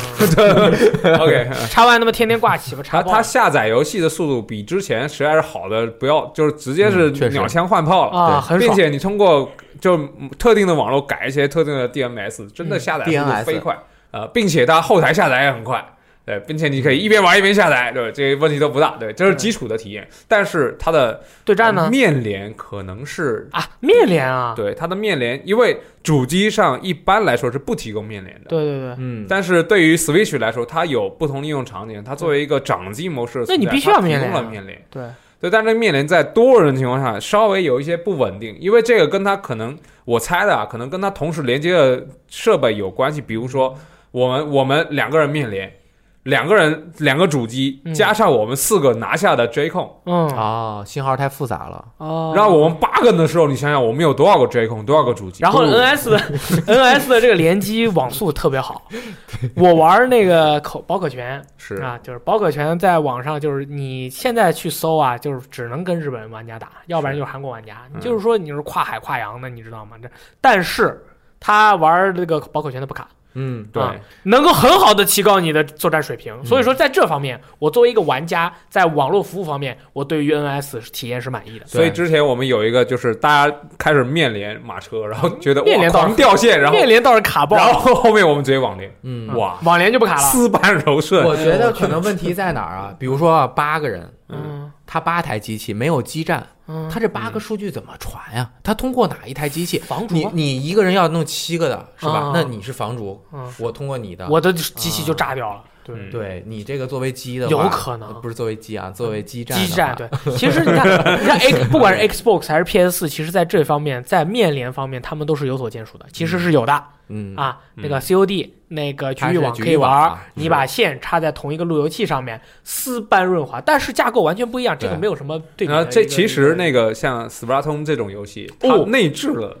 对，OK，
插完那么天天挂起吧，插
它
爆
它下载游戏的速度比之前实在是好的，不要就是直接是
嗯确实
鸟枪换炮了，
啊，
对
很
并
爽。
且你通过就特定的网络改一些特定的 DMS，真
嗯
的下载速度
DNS
飞快，呃，并且它后台下载也很快。对，并且你可以一边玩一边下载，对，这些问题都不大，对，这是基础的体验。但是它的
对战呢？
面连可能是
啊，面连啊，
对它的面连，因为主机上一般来说是不提供面连的，
对对对，
嗯，
但是对于 Switch 来说，它有不同的应用场景，它作为一个掌机模式的
那
存在，
你必须要
它提
面
供
连啊
了面连。
对，
对，但这个面连在多人情况下稍微有一些不稳定，因为这个跟它可能我猜的啊，可能跟它同时连接的设备有关系。比如说我们我们两个人面连，两个人两个主机
嗯
加上我们四个拿下的 J 控，
嗯，
哦，信号太复杂了，
哦
让我们八个人的时候，你想想我们有多少个 J 控，多少个主机？
然后呃
不如
NS 的 NS 的这个联机网速特别 好，我玩那个口宝可泉
是
啊，就是宝可泉在网上就是你现在去搜啊，就是只能跟日本玩家打，要不然就是韩国玩家。
嗯
就是说你是跨海跨洋的，你知道吗？这但是他玩这个宝可泉的不卡，
嗯，
对
啊能够很好的提高你的作战水平。所以说在这方面，我作为一个玩家，在网络服务方面，我对于 NS 是体验是满意的。
所以之前我们有一个就是大家开始面连马车，然后觉得
面
哇
连到
狂掉线，然后
面连倒是卡爆，
然后后面我们直接网连，
嗯，
哇，
网联就不卡了。
丝般柔顺，
我觉得可能问题在哪儿啊？比如说啊八个人，
嗯
他八台机器没有基站，
嗯，
他这八个数据怎么传呀、他通过哪一台机器？
房主
你你一个人要弄七个的是吧
啊？
那你是房主
嗯，
我通过你的，
我的机器就炸掉了。对
嗯
对你这个作为机的话
有可能
呃不是作为机啊，作为基站的
基
话
站，对，其实你看，你看 X 不管是 Xbox 还是 PS 四，其实在这方面，在面联方面，他们都是有所建树的，其实是有的
嗯
啊。那
嗯
个 COD 那个局域网
它是
可
局
以
域网
玩
啊，
你把线插在同一个路由器上面，丝般润滑，但是架构完全不一样，这个
对
没有什么对比
然
的一
后
个。
这其实
一
那个像 Splatoon 这种游戏，它
哦
内置了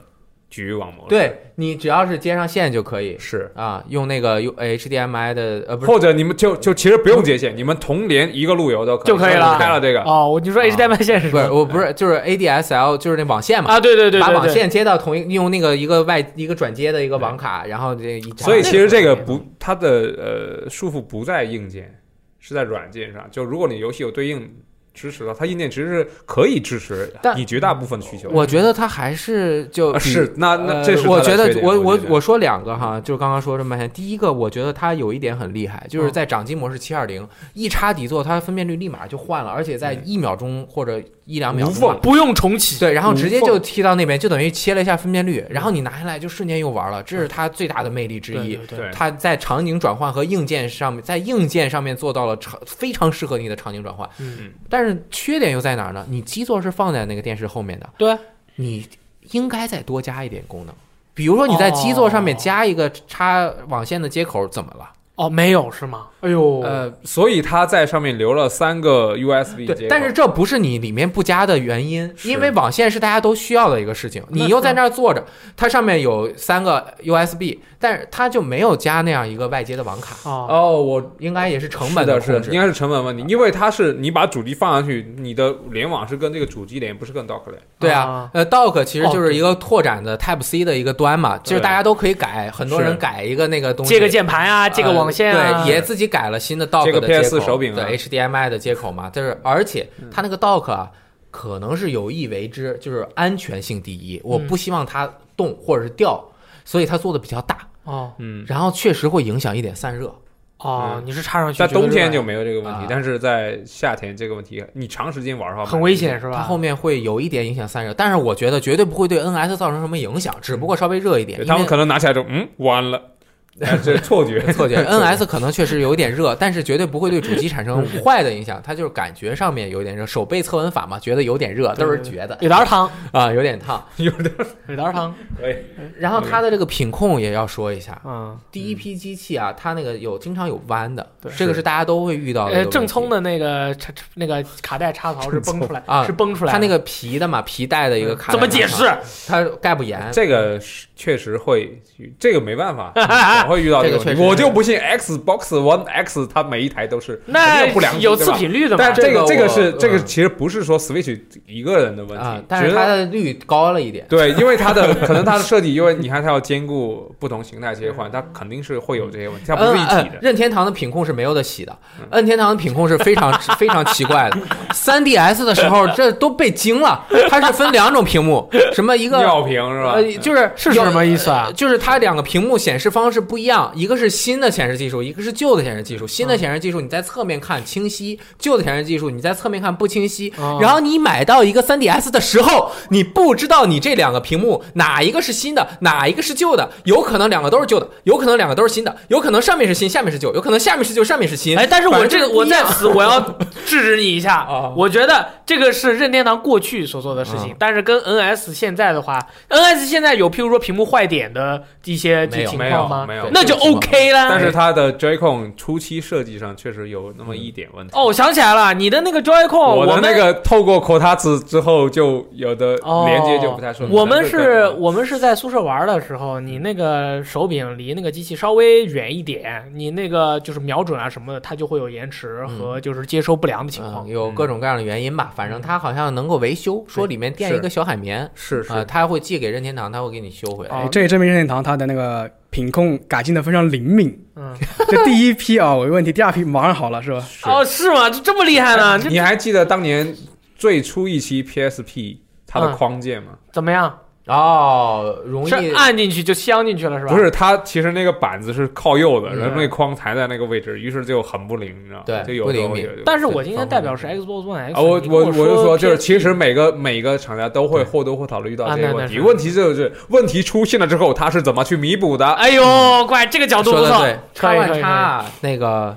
局域网模式，，
对你只要是接上线就可以
是。
啊，用那个用 HDMI 的呃不是
或者你们就就其实不用接线，你们同连一个路由都
就可以了
开了这
个
个，
哦，我就说
啊
HDMI 线是
不
吧
是我不是就是 ADSL 就是那网线嘛。
啊，对对对
把
对
网
对，
线接到同一用那个一个外一个转接的一个网卡，然后这一插
所以
那
其实这个
可以
不，它的呃束缚不在硬件，是在软件上。就如果你游戏有对应支持的话，它硬件其实是可以支持
但
你绝大部分的需求的。
我觉得他还是就
啊是那那这是
呃我
它的
觉得
缺点
我
我
我
觉得
我说两个哈，就刚刚说这么半天。第一个，我觉得它有一点很厉害，就是
嗯
在掌机模式七二零一插底座，它分辨率立马就换了，而且在
嗯
一秒钟或者一两秒
无
钟
缝
吧
不用重启。
对，然后直接
无缝
就踢到那边，就等于切了一下分辨率，然后你拿下来就瞬间又玩了，这是它最大的魅力之一。
对对
对
它在场景转换和硬件上面，在硬件上面做到了场非常适合你的场景转换，
嗯
但是缺点又在哪儿呢？你基座是放在那个电视后面的，
对，
你应该再多加一点功能，比如说你在基座上面加一个插网线的接口，怎么了？
哦，没有是吗？哎呦，
呃，
所以它在上面留了三个 USB 接口
对，但是这不是你里面不加的原因，
是
因为网线是大家都需要的一个事情，你又在那儿坐着，它上面有三个 USB，但是它就没有加那样一个外接的网卡。
哦，
哦，我应该也是成本
是的
控
是的应
制。
该是成本问题，因为它是你把主机放上去，你的联网是跟这个主机连，不是跟 dock 连。
对
啊
啊，呃，Dock 其实就
哦对
是一个拓展的 Type C 的一个端嘛，就是
对
大家都可以改，很多
是
人改一个那个东西，
借个键盘啊，借个网线啊，
哦呃对，也自己改了新的 dock
这个
的接口
PS4 手柄啊
对 HDMI 的接口嘛，就是而且它那个 dock 啊，可能是有意为之，就是安全性第一，我
嗯
不希望它动或者是掉，所以它做的比较大，
哦
嗯，
然后确实会影响一点散热，
哦，
嗯
你是插上去
在
觉得
冬天
热
就没有这个问题
啊，
但是在夏天这个问题，你长时间玩的话
很危险。是吧？
它后面会有一点影响散热，但是我觉得绝对不会对 NS 造成什么影响，只不过稍微热一点，
对
因
他们
为
可能拿起来就嗯弯了，哎这是错 觉
错觉，NS 可能确实有点热，但是绝对不会对主机产 生坏的影响，它就是感觉上面有点热，手背测温法嘛，觉得有点热，都
对对
是
对
觉得
有点儿烫，
啊、有点烫。
有点
有点儿烫。
可以。
然后它的这个品控也要说一下，
嗯，
第一批机器啊，它那个有经常有弯的
对，
这个是大家都会遇
啊
到的一个
呃，
问题。
正聪的那个插插那个卡带插槽是崩出来
正，
啊
宗
是崩出来的。嗯
它那个皮的嘛，皮带的一个卡，
怎么解释？？
它盖不严，
这个是确实会，这个没办法，总会遇到个问
这个
题。
确实
我就不信 Xbox One X 它每一台都是肯
那
定有不良机
有
对
次
吧
品率的嘛？
但是这个
这
这
个
个
我
是这个
嗯
其实不是说 Switch 一个人的问
啊
题，，
但是
觉得
它的率高了一 点。
对，因为它的可能它的设计，因为你看它要兼顾不同形态切换，它肯定是会有这些问题，它不是一体
嗯嗯
的。
任天堂的品控是没有得洗的
嗯，
任天堂的品控是非常非常奇怪 的。3DS 的时候，这都被惊了，它是分两种屏幕，什么一个
尿瓶是吧？
呃，就是
是
有
什么意思啊
呃就是它两个屏幕显示方式不一样，一个是新的显示技术，一个是旧的显示技术。
嗯
新的显示技术你在侧面看清晰，旧的显示技术你在侧面看不清晰。
哦
然后你买到一个 3DS 的时候，你不知道你这两个屏幕哪一个是新的，哪一个是旧的，有可能两个都是旧的，有可能两个都是新的，有可能上面是新，下面是旧，有可能下面是旧，上面是新。
哎，但是我
反正
这个
不
我
一样
在此我要制止你一下。
哦
啊
我觉得这个是任天堂过去所做的事
嗯
情，但是跟 NS 现在的话，NS 现在有譬如说屏幕坏点的一些
没有
情
没
况
有
吗？
没有，
那就
这个情况
OK 啦。
但是它的 Joy-Con 初期设计上确实有那么一点问题。
哦，我想起来了，你的那个 Joy-Con，
我的
们
那个透过 c o t a s 之后，就有的连接就不太顺利。
哦我们
但
是我们是在宿舍玩的时候，你那个手柄离那个机器稍微远一点，你那个就是瞄准啊什么的，它就会有延迟
嗯
和就是接收不良的情况。
嗯，有各种各样的原因吧，反正它好像能够维修，说里面垫一个小海绵
是是
啊，它会寄给任天堂，它会给你修回来。
哦
哎这也证明任天堂它的那个品控改进的非常灵敏。
嗯，
这第一批啊，我有问题，第二批马上好了，是吧？
是
哦，是吗？就这么厉害 呢？这
你还记得当年最初一期 PSP 它的
嗯
框件吗？
怎么样？
哦，容
是
易
按进去就镶进去了是吧？
不，是，它其实那个板子是靠右的，
嗯
然后那框抬在那个位置，于是就很不灵，你知道吗？
对
就有
不
时候
灵敏
有
但是我今天代表是 Xbox One X，
啊，我
你跟
我
我
我就说，就是其
PS
实每个每个厂家都会或多或少遇到这
啊
些
那
问
那
题。
是
问题就是问题出现了之后，它是怎么去弥补的？
哎
嗯
呦，怪这个角度
说
不
的
错
对，，
可
叉
以
万
可以
叉
可
啊那个。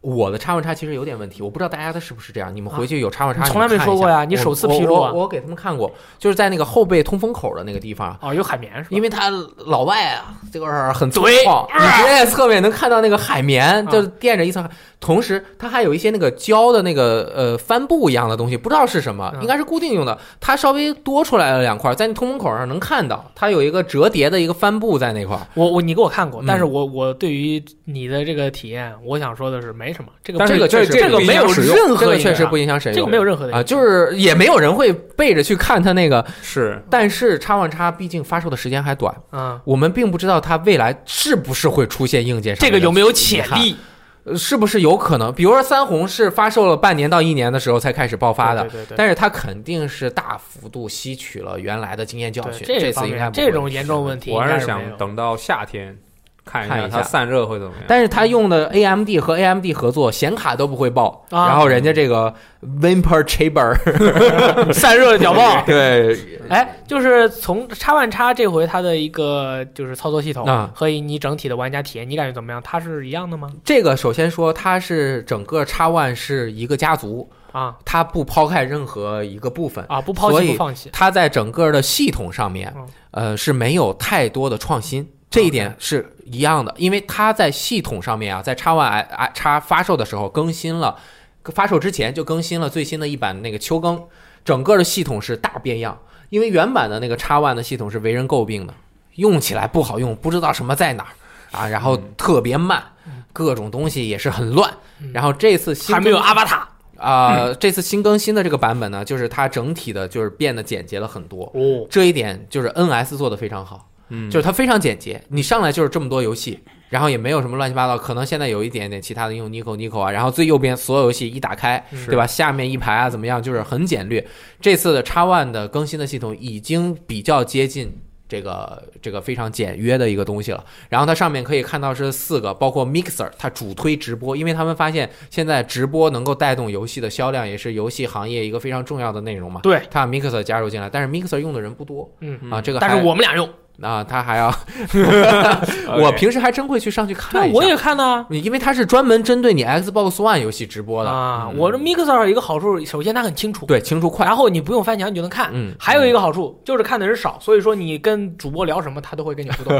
我的叉万叉其实有点问题，我不知道大家的是不是这样。你们回去有叉万叉，
啊你从来没
们看一
说过
下
呀你
我
首次披露啊
我我我给他们看过，就是在那个后背通风口的那个地方，
以。哦，有海绵是吧？
因为他老外啊，就是很粗
嘴
犷，你直接在侧面能看到那个海绵，
啊
就是垫着一层海。同时，它还有一些那个胶的那个呃帆布一样的东西，不知道是什么，
嗯
应该是固定用的。它稍微多出来了两块，在你通风口上能看到，它有一个折叠的一个帆布在那块儿。
我我你给我看过，
嗯
但是我我对于你的这个体验，我想说的是没什么，这个
但是
这个
这
确实这
这个
个没有
不影响使用
任
这
何
个
影响
确实不影响使用，
这个没有任何的影响
啊，就是也没有人会背着去看它那个。
是
但是叉万叉毕竟发售的时间还短，
嗯，
我们并不知道它未来是不是会出现硬件上
这
面
个
的
有没有
遗
潜
憾
力
呃是不是有可能？比如说三红是发售了半年到一年的时候才开始爆发的，
对对对对
但是它肯定是大幅度吸取了原来的经验教
对
训。
这
次
方
应
面
该不会
这种严重问题，
我还
还
是想。等到夏天看一
看
下
一
它
下
散热会怎么样。
但是它用的 AMD 和 AMD 合作，显卡都不会爆，
啊
然后人家这个 Vapor Chamber。
散热屌爆
对
哎，就是从叉万叉这回它的一个就是操作系统
啊
和你整体的玩家体验，你感觉怎么样？它是一样的吗？
这个，首先说它是整个 X One 是一个家族，
啊
它不抛开任何一个部分，
啊，不抛
所
弃
以
不放弃。
它在整个的系统上面
嗯，
呃，是没有太多的创新，这一点是一样的，因为它在系统上面啊，在 X One I X 发售的时候更新了，发售之前就更新了最新的一版那个秋更，整个的系统是大变样，因为原版的那个 X One 的系统是为人诟病的，用起来不好用，不知道什么在哪儿啊，然后
嗯
特别慢，各种东西也是很乱，然后这次新
还没有
增
阿巴塔
啊、这次新更新的这个版本呢，就是它整体的就是变得简洁了很多。
哦，
这一点就是 NS 做的非常好，
嗯
就是它非常简洁，你上来就是这么多游戏，然后也没有什么乱七八糟，可能现在有一点点其他的用 Nico Nico 啊，然后最右边所有游戏一打开，
是
对吧？下面一排啊怎么样，就是很简略。这次的 X One 的更新的系统已经比较接近。这个这个非常简约的一个东西了，然后它上面可以看到是四个，包括 Mixer，它主推直播，因为他们发现现在直播能够带动游戏的销量，也是游戏行业一个非常重要的内容嘛。
对，
他把 Mixer 加入进来，但是 Mixer 用的人不多，
嗯
啊，这个还
但是我们俩用，
啊，他 还要，
OK
我平时还真会去上去看
对，
一
我也
下，
看呢。
因为它是专门针对你 Xbox One 游戏直播的
啊，
嗯
我这 Mixer 有一个好处，首先它很清楚，
对清 除快，
然后你不用翻墙你就能看。
嗯
还有一个好处就是看的人少，所以说你跟主播聊什么，他都会跟你互动。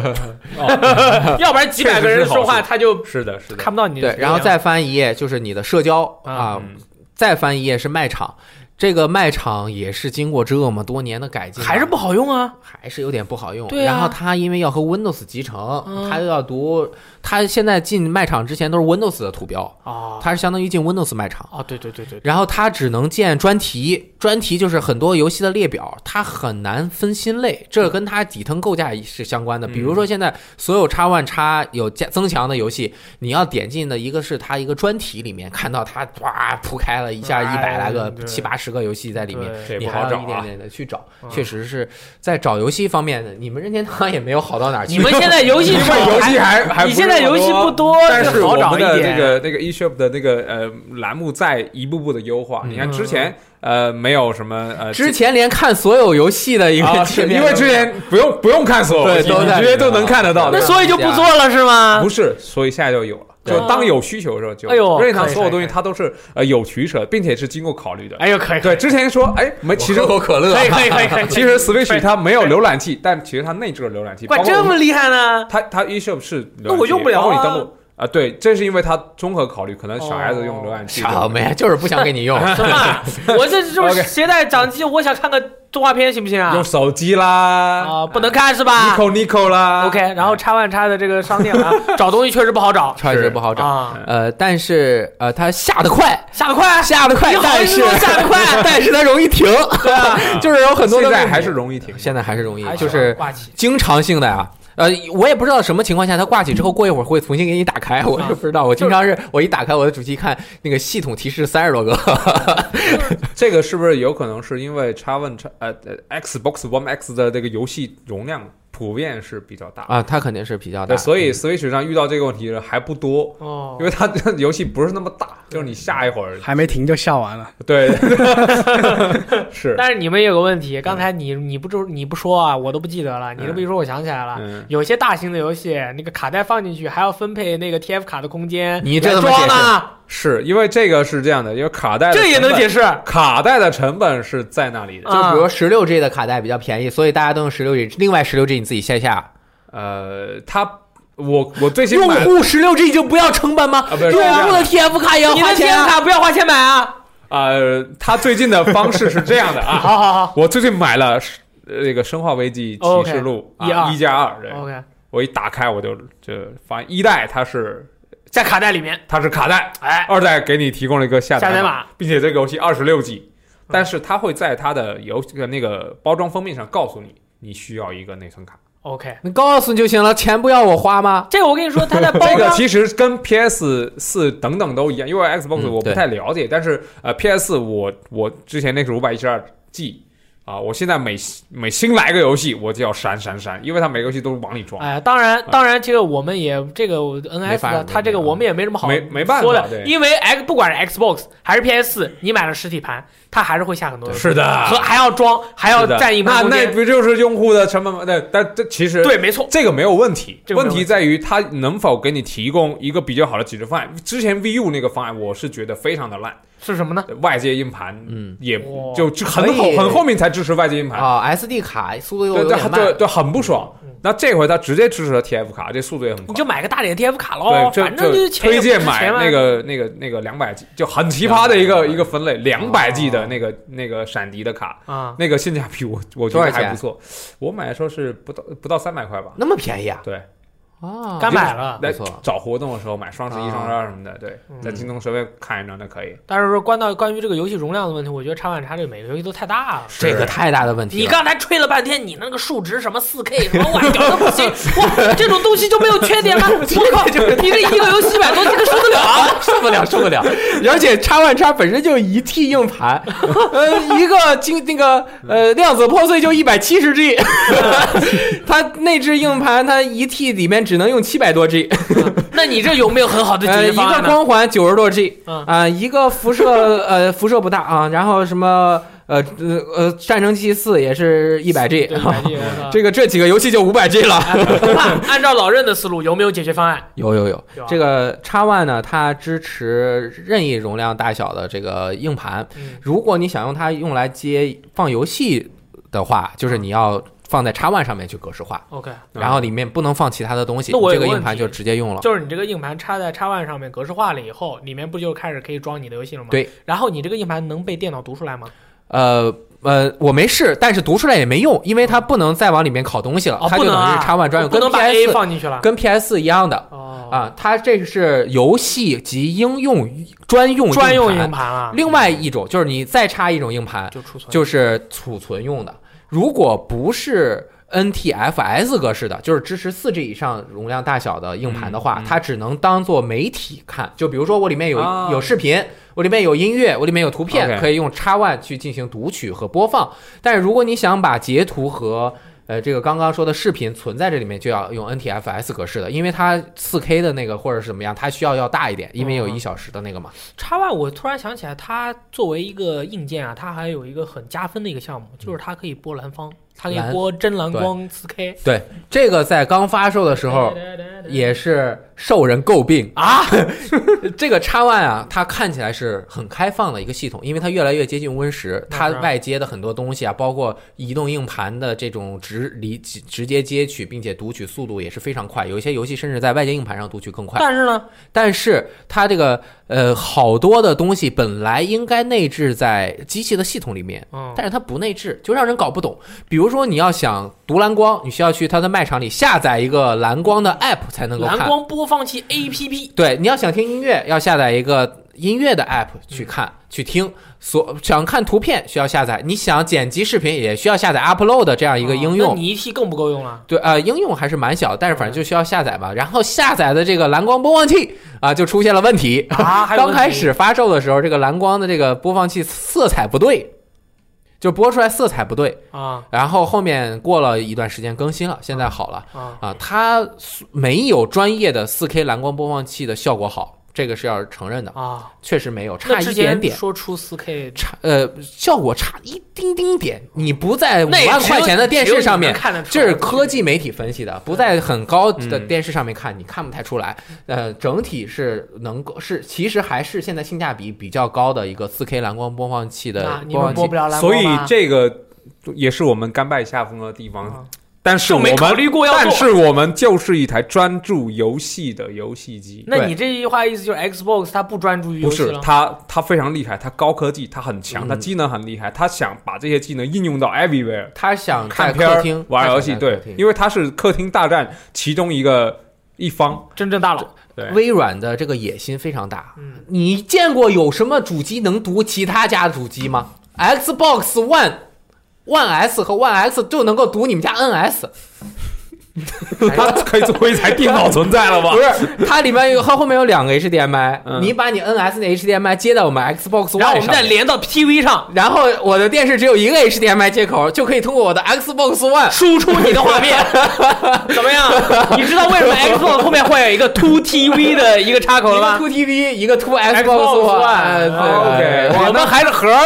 哦
要不然几百个人说话，他就是
的，是的，
看不到你的
对
时，间啊
然
了。
后再翻一页就是你的社交
啊
啊
嗯，
再翻一页是卖场，这个卖场也是经过这么多年的改进，
还是不好用啊。
还是有点不好用。
对啊
然后它因为要和 Windows 集成，
嗯
它又要读，它现在进卖场之前都是 Windows 的图标，
啊
它是相当于进 Windows 卖场。
啊，对对对对，对
然后它只能建专题，专题就是很多游戏的列表，它很难分心类，这跟它底层构架是相关的。比如说现在所有叉 One 叉有加增强的游戏，你要点进的一个是它一个专题里面，看到它哇铺开了一下
哎
一百来个
对
七八十个游戏在里面。
对
这
你
不
还
好
要
找
一点
啊。
点的去找，
嗯
确实是在找游戏方面的，你们任天堂也没有好到哪儿去。
你们现在游戏
因为游戏还还不
你
是
现在游戏
那么
不多，
但是
就
我
好找
们
一
的
点。
这个那个 eShop 的那个呃栏目在一步步的优化。你看
嗯
之前呃没有什么呃
之前连看所有游戏的一个
啊，
界
是
面都
因
没有，
为之前不用不用看所有
对
游戏，
都
你
在
直
里
接
面
都能看得到。
那
对吧
所以就不做了是吗
不？是，所以现在就有了。
对
就当有需求的时候就。
哎呦
任天堂
可以
所有东
可
西
以可以
它都是呃有取舍，并且是经过考虑的。
哎呦，可以，
对，之前说哎，没其实
我喝口可乐，
可以，可以，可以，可以。
其 实 Switch 它没有浏览器，但其实它内置了浏览器。
哇，
包括
这么厉害 呢？
它它 eShop 是浏览器
那我用不了啊
包括你登录啊，对，正是因为它综合考虑，可能小孩子用浏览器
什么呀？就是不想给你 用。
什么？啊我这就是
OK
携带掌机，我想看个动画片行不行啊
用？手机啦
啊，不能看是吧
，Nico Nico 啦
？OK，然后叉万叉的这个商店 啊，找东西确实不好找
确实不好找。
啊，
呃，但是呃，它下的快，
下得快，
下的快
你，好意
但
思
是
说下得快
但是它容易停，
哎
就是有很多的
啊现在
问题
还是容易停。
现在还啊是容易
还，行
就是
啊挂机。
经常性的呀、呃，我也不知道什么情况下它挂起之后，过一会儿会重新给你打开，我也不知道。我经常啊是我一打开我的主机看那个系统提示三十多个，
这个是不是有可能是因为叉 One 叉呃呃 Xbox One X 的这个游戏容量普遍是比较大，
啊，它肯定是比较大
对，。所以 Switch 上遇到这个问题的人还不多，
哦
因，为它 游戏不是那么大，就是你下一会儿
还没停就下完了。
对 是
但是你们也有个问题，刚才你你不就你不说啊，我都不记得
嗯
了。你这么一说，我想起来了。
嗯
有些大型的游戏，那个卡带放进去还要分配那个 TF 卡的空间，
你这怎么
装
解释
啊？
是因为这个是这样的，因为卡带的
这也能
成本
解释？啊
卡带的成本是在那里的，
就比如十六 G 的卡带比较便宜，所以大家都用十六 G，另外十六 G 你自己线下。
呃，它我我最新
用
买
户十六 G 就不要成本吗？
啊
用
不是这样
户的 TF 卡也要
你的
花
TF
钱啊。
卡不要花钱买啊！
呃，它最近的方式是这样的 啊，
好好好
我最近买了呃那个《生化危机启示录》
OK，
啊，
一二
一加二，对，
，OK，
我一打开我就就发现一代它是
在卡带里面，
它是卡带，
哎，
二代给你提供了一个下
下载
载
码，嗯
并且这个游戏二十六 G，但是它会在它的游戏那个包装封面上告诉你，你需要一个内存卡。
OK，
你告诉你就行了，钱不要我花吗？
这个我跟你说，它在 包
这个
装
其实跟 PS 四等等都一样，因为 Xbox
嗯
我不
对
太了解，但是呃 PS 四我我之前那是五百一十二 G 啊，我现在每每新来个游戏我就要删删删，因为它每个游戏都是往里装。
哎，当
嗯
然，当然，这个我们也这个 NS
法
的，它这个
没
我们也没什么好
没没办法
说的，
对
因为 X 不管是 Xbox 还是 PS，你买了实体盘，它还是会下很多游戏，
是的
和还要装，还要
是的
占一盘
那
空
那
间。
不就是用户的成本吗？对，但这其实
对，没错，
这个没有问题，
这个没
问
有问题
题在于它能否给你提供一个比较好的解决方案。之前 VU 那个方案我是觉得非常的烂，
是什么呢？
外接硬盘
嗯
也
哇
就就很后
可以
很后面才支持外接硬盘
啊、s d 卡速度又
对
有点
对对
慢。
对，很不爽
嗯。
那这回他直接支持了 TF 卡，这速度也很
你
快。
就买个大点 TF 卡喽，
对，
反正
就
就
就推荐买那
个
个那个那个两百 G，就很奇葩的一个
200
一个分类，两百 G 的那个那个闪迪的卡，
啊，
那个性价比我我觉
多少
得
钱
还不错。我买的时候是不到不到三百块吧，
那么便宜啊？
对，
啊，
干买了。
不
来
错
找活动的时候买双十一、
啊
双十二什么的，对，在京东随便看一张那可以。
但是说关到关于这个游戏容量的问题，我觉得叉万叉这每个游戏都太大了。
这个太大的问题了。
你刚才吹了半天，你那个数值什么四 K 什么，我屌的不行，哇，这种东 西就没有缺点吗？我靠，一个一个游戏一百多 G 的受得了？
受不了，受不了！ 而且叉 One 叉本身就一 T 硬盘， 呃，一个经那个呃量子破碎就一百七十 G，它内置硬盘它一 T 里面只能用七百多 G，
那你这有没有很好的
呃，
解决
一
方
个
案呢？
光环九十多 G，
嗯
啊，一个辐射呃辐射不大啊，然后什么呃呃呃战争机器四也是一百 G，
对，啊百 G，我操
这个这几个游戏就五百 G 了。
哎 不怕按照老任的思路，有没有解决方案？
有有有
有啊，
这个叉 One 呢，它支持任意容量大小的这个硬盘。
嗯
如果你想用它用来接放游戏的话，就是你要放在叉 One 上面去格式化，
，OK，
然后里面不能放其他的东西，
嗯那我
这
有个
个硬
问
盘
题
就直接用了。
就是你这个硬盘插在插万上面格式化了以后，里面不就开始可以装你的游戏了吗？
对。
然后你这个硬盘能被电脑读出来吗？
呃呃，我没试，但是读出来也没用，因为它不能再往里面拷东西了，
哦，
它
不
就
能
等
啊
于是叉 One 专用，
不
跟
能把 A
PS
放进去了。
跟 PS 一样的
哦，
啊。它这是游戏及应用专用
专用
硬
硬
盘。
盘啊，
另外一种就是你再插一种硬盘，
就储存
就是储存用的。如果不是 NTFS 格式的，就是支持4 G 以上容量大小的硬盘的话，
嗯嗯
它只能当做媒体看。就比如说我里面有、
啊
有视频，我里面有音乐，我里面有图片
OK
可以用 X One 去进行读取和播放。但是如果你想把截图和呃，这个刚刚说的视频存在这里面就要用 NTFS 格式的，因为它4 K 的那个或者是怎么样，它需要要大一点，因为有
嗯
一小时的那个嘛。
插万，我突然想
嗯
起来，它作为一个硬件啊，它还有一个很加分的一个项目，就是它可以播蓝方，它可以播真蓝光 4K。
这个在刚发售的时候也是受人诟病啊。 这个叉 One 啊，它看起来是很开放的一个系统，因为它越来越接近 Win 十，它
当然
外接的很多东西啊，包括移动硬盘的这种直离直直接接取，并且读取速度也是非常快，有一些游戏甚至在外接硬盘上读取更快。
但是呢，
但是它这个呃，好多的东西本来应该内置在机器的系统里面，
嗯，
但是它不内置，就让人搞不懂。比如说，你要想读蓝光，你需要去它的卖场里下载一个蓝光的 app 才能够看。
蓝光播放器 APP
对，你要想听音乐，要下载一个音乐的 app 去看、去听；所想看图片需要下载，你想剪辑视频也需要下载 upload 这样一个应
哦
用。
那你一 T 更不够用 了。
对，呃，应用还是蛮小，但是反正就需要下载
嗯
嘛。然后下载的这个蓝光播放器啊、就出现了问题。
啊，还有
刚
问题
开始发售的时候，这个蓝光的这个播放器色彩不对，就播出来色彩不对。
啊
然后后面过了一段时间更新了，现在好了
啊，
啊，它没有专业的 4K 蓝光播放器的效果好，这个是要承认的，
啊，
确实没有，
那
差
之
一
前
点点。
说出 4K，
差呃，效果差一丁丁点，你不哎在五
那也
万
只有
块钱的电视上
只有你能
面
看得出
这
来
是科技媒体分析的，不在很高的电视上面看，你看不太出来。
嗯
呃，整体是能够是，其实还是现在性价比比较高的一个4 K 蓝光播放器
那
的
啊你
播
们
放
播。
器
不了蓝光
所以
吧
这个也是我们甘拜下风的地方
啊。
但是
就
我
没
们
考虑过要做
但是我们就是一台专注游戏的游戏机。
那你这句话意思就是 Xbox 它不专注于游
不
戏
是
了？
它，它非常厉害，它高科技，它很强，
嗯
它技能很厉害，它想把这些技能应用到 everywhere，
他
嗯
想在
看片
客
儿
厅、
玩
他
游
想
戏，
在
对
客厅，
因为它是客厅大战其中一个一 方。
真正大佬，
对，
微软的这个野心非常大。
嗯，
你见过有什么主机能读其他家的主机吗？Xbox One、One S 和 One X 就能够读你们家 NS，
它可以作为一台电脑存在了吧
不？是？它里面有它后面有两个 HDMI，、
嗯
你把你 NS 的 HDMI 接到我们 Xbox One
然后我们
上
再
面
连到 TV 上，
然后我的电视只有一个 HDMI 接口，就可以通过我的 Xbox One。
输出你的画 面，怎么样？你知道为什么 Xbox 后面会有一个 Two TV 的一个插口
一
了吧？
个 Two TV，一个 Two Xbox
One，哦
One 哎对。
OK，哇
我们
那
还是盒儿，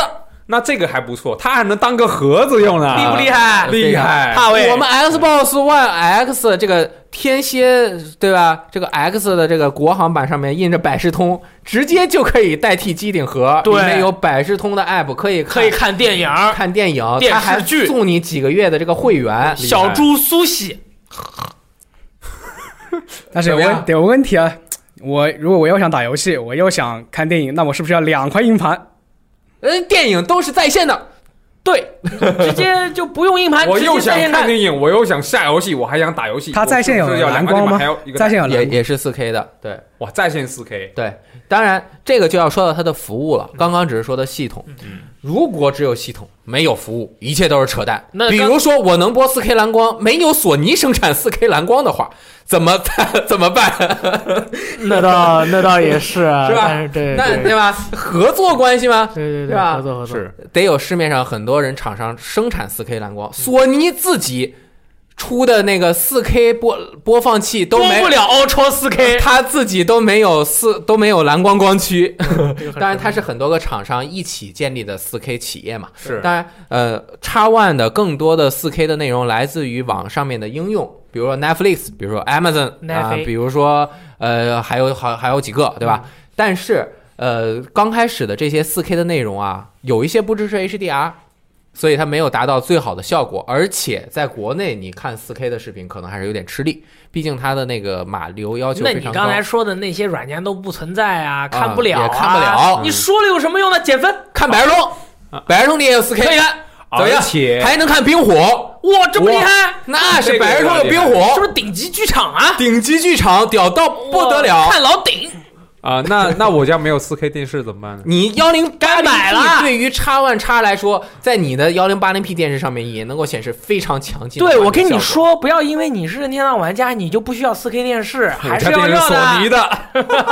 那这个还不错，它还能当个盒子用
啊
呢，
厉不厉害？
厉害，
大卫，
我们 Xbox One X 这个天蝎对吧？这个 X 的这个国行版上面印着百事通，直接就可以代替机顶盒，
对
里面有百事通的 app 可以看
可以看电影儿，
看电影，
电
它
视
还
剧
送你几个月的这个会员。
小猪苏 西
但是
怎
有
么样
问得有问题啊！我如果我又想打游戏，我又想看电影，那我是不是要两块硬盘？
嗯，电影都是在线的，对，
直接就不用硬盘，
我
直
又
接
想
在线
看
看。
电影，我又想下游戏，我还想打游戏。
它在线有
我是不是要
蓝
两个地
光
方
吗
还有一个
在线有
也
蓝光，
也是 4K 的，对。
哇，在线四 K，
对，当然这个就要说到它的服务
嗯
了。刚刚只是说的系统，如果只有系统没有服务，一切都是扯淡。
那
比如说我能播 4K 蓝光，没有索尼生产 4K 蓝光的话，怎么怎么办？
那倒那倒也是，啊
是吧
但是对
那对吧？合作关系吗？
对对
是
对，
吧
合作合作。
得有市面上很多人厂商生产 4K 蓝
嗯
光，索尼自己出的那个 4K 播播放器都
播
没
不。了 Ultra 4K，
他自己都没有四都没有蓝光光驱，当然它
他
是很多个厂商一起建立的 4K 企业嘛。
是
当然，呃，叉 One 的更多的 4K 的内容来自于网上面的应用，比如说 Netflix，比如说 Amazon 啊、
Netflix 嗯
比如说呃，还有好还有几个，对吧？但是呃，刚开始的这些 4K 的内容啊，有一些不支持 HDR。所以它没有达到最好的效果，而且在国内你看 4K 的视频可能还是有点吃力，毕竟它的那个码流要求
那
非
你
常高。
刚才说的那些软件都不存在啊，看不
啊也
了、啊，
看不了
你说了有什么用呢？减分，
看百日通，百日通里也有 4K，
啊可以看
怎么
而
样？
且
还能看冰火，
哇，这么厉害，
那是百日通的冰火，
是不是顶级剧场啊？
哦顶级剧场，屌到不得
哇
了！
看老顶，
啊，那那我家没有四 K 电视怎么办呢？
你幺零
该买了
对于叉 One 叉来说，在你的幺零八零 P 电视上面也能够显示非常强劲。
对，我跟你，说，不要因为你是任天堂玩家，你就不需要 4K 电 视，还
我
是
家
要
电视
热
索尼
的。
的，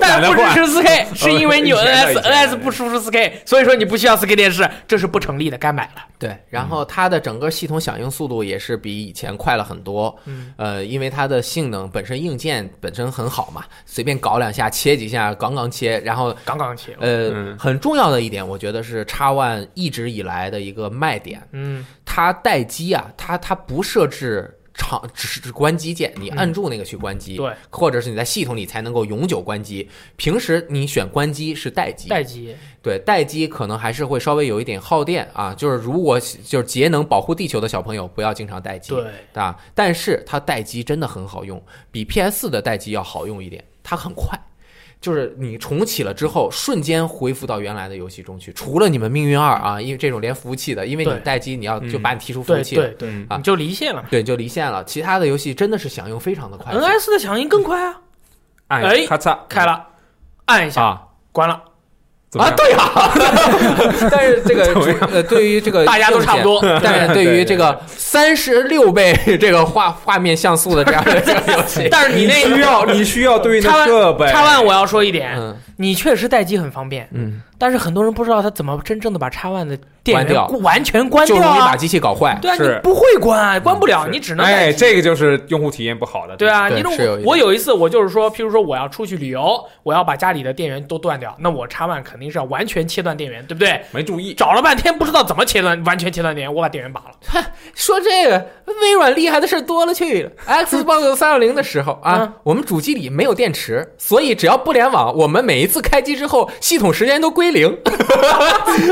但是不支持 4K，是
嗯
因为你有呃
以前
NS
的以前的
NS 不支持 4K，所以说你不需要 4K 电视，这是不成立的，该买了。
对，然后它的整个系统响应速度也是比以前快了很多。
嗯，
呃，因为它的性能本身硬件本身很好嘛，随便搞两下切几下，杠杠切，然后
杠杠起。
呃，
嗯
很重要的一点，我觉得是叉 One 一直以来的一个卖点，
嗯，
它待机啊，它它不设置长只是只关机键，你按住那个去关
嗯
机，
对，
或者是你在系统里才能够永久关机。平时你选关机是待机，
待机，
对待机可能还是会稍微有一点耗电啊。就是如果就是节能保护地球的小朋友，不要经常待机，
对，
啊，但是它待机真的很好用，比 PS 4的待机要好用一点，它很快。就是你重启了之后，瞬间恢复到原来的游戏中去。除了你们《命运二》啊，因为这种连服务器的，因为你
对
待机，你要
嗯
就把你踢出服务
对
器，
对对，嗯哎
嗯
啊
你就离线了嘛。
对，就离线了。其他的游戏真的是享用非常的快速。
NS 的响应更快啊，
按
哎
一下咔嚓
开了，按一下，
啊，
关了，
怎么
啊，
样？
对呀、 但是这个
怎么样
呃，对于这个
大家都差不 多，
硬件，但是对于这个三十六倍这个画画面像素的这样的这个游戏
但是你
你
那
需要你需要对应的
插完
设备，
叉 One 我要说一点，
嗯
你确实待机很方便，
嗯，
但是很多人不知道他怎么真正的把叉 One 的电
关掉
源完全关
就
掉
容易把
啊。
机器搞坏。
对啊，
是
你不会关啊，关不了，
是
你只能待
哎，
机
这个就是用户体验不好的。
对，啊，
对
你如
是有一点
我有一次我就是说，譬如说我要出去旅游，我要把家里的电源都断掉，那我插万肯定是要完全切断电源，对不对？
没注意。
找了半天不知道怎么切断，完全切断电源，我把电源拔了。
说这个微软厉害的事儿多了去了。Xbox 三六零的时候啊，
嗯
我们主机里没有电池，所以只要不联网，我们每一次开机之后，系统时间都归 零，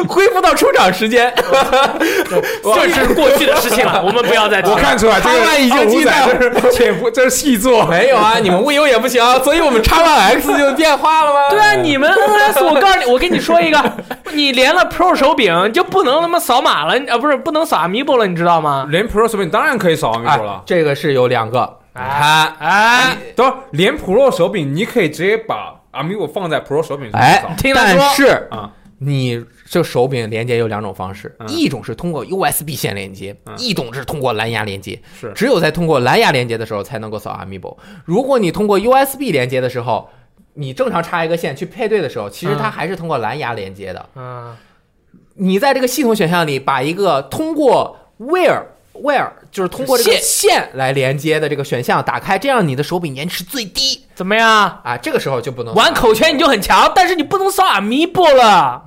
恢复到出厂时 间。
这是过去的事情 了，我们不要再提
我
了。
看出来，这
叉 One
个
已经
超级
无奈
仔 这是潜伏，这是细作。
没有啊，你们 Wii U 也不行，所以我们 X One X 就变化了吗？
对啊，你们 NS，我告诉你，我跟你说一个，你连了 Pro 手柄你就不能他妈扫码了，啊，不是不能扫 Amiibo 了，你知道吗？
连 Pro 手柄当然可以扫 Amiibo
哎
了，，
这个是有两个，
哎
啊，
哎，
当然连 Pro 手柄你可以直接把 Amiibo 放在 Pro 手柄上扫
哎，
听他说
但是
啊
你这手柄连接有两种方式，
嗯
一种是通过 USB 线连接，
嗯
一种是通过蓝牙连接。
是
只有在通过蓝牙连接的时候才能够扫 Amiibo。如果你通过 USB 连接的时候，你正常插一个线去配对的时候，其实它
嗯
还是通过蓝牙连接的。
嗯，
你在这个系统选项里把一个通过 where where 就是通过这个
线
线来连接的这个选项打开，这样你的手柄延迟最低
怎么样？
啊，这个时候就不能
玩口圈你就很强，但是你不能扫 Amiibo 了。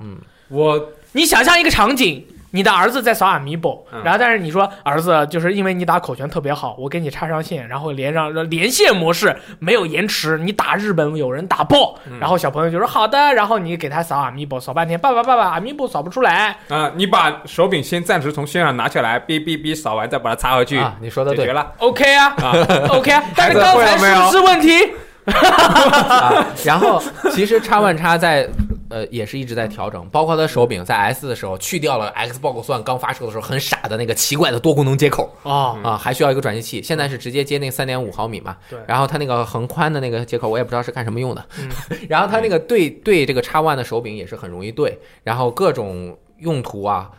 我
你想象一个场景，你的儿子在扫 Amiibo，、
嗯
然后但是你说儿子就是因为你打口拳特别好，我给你插上线，然后连上连线模式没有延迟，你打日本有人打爆，
嗯
然后小朋友就说好的，然后你给他扫 Amiibo，扫半天，爸爸爸爸 Amiibo 扫不出来，
啊，你把手柄先暂时从线上拿下来，哔哔哔扫完再把它插回去，
啊，你说的
解决
对
了。
OK 啊
啊
OK 啊，但是刚才是不是问题？
啊。然后其实叉 One 叉在 呃也是一直在调整，包括它手柄在 S 的时候去掉了 Xbox One 刚发售的时候很傻的那个奇怪的多功能接口
哦，
啊，还需要一个转接器，现在是直接接那三点五毫米嘛。
对嗯
然后它那个横宽的那个接口，我也不知道是干什么用的。 然后它那个对对这个叉 One 的手柄也是很容易对，然后各种用途啊。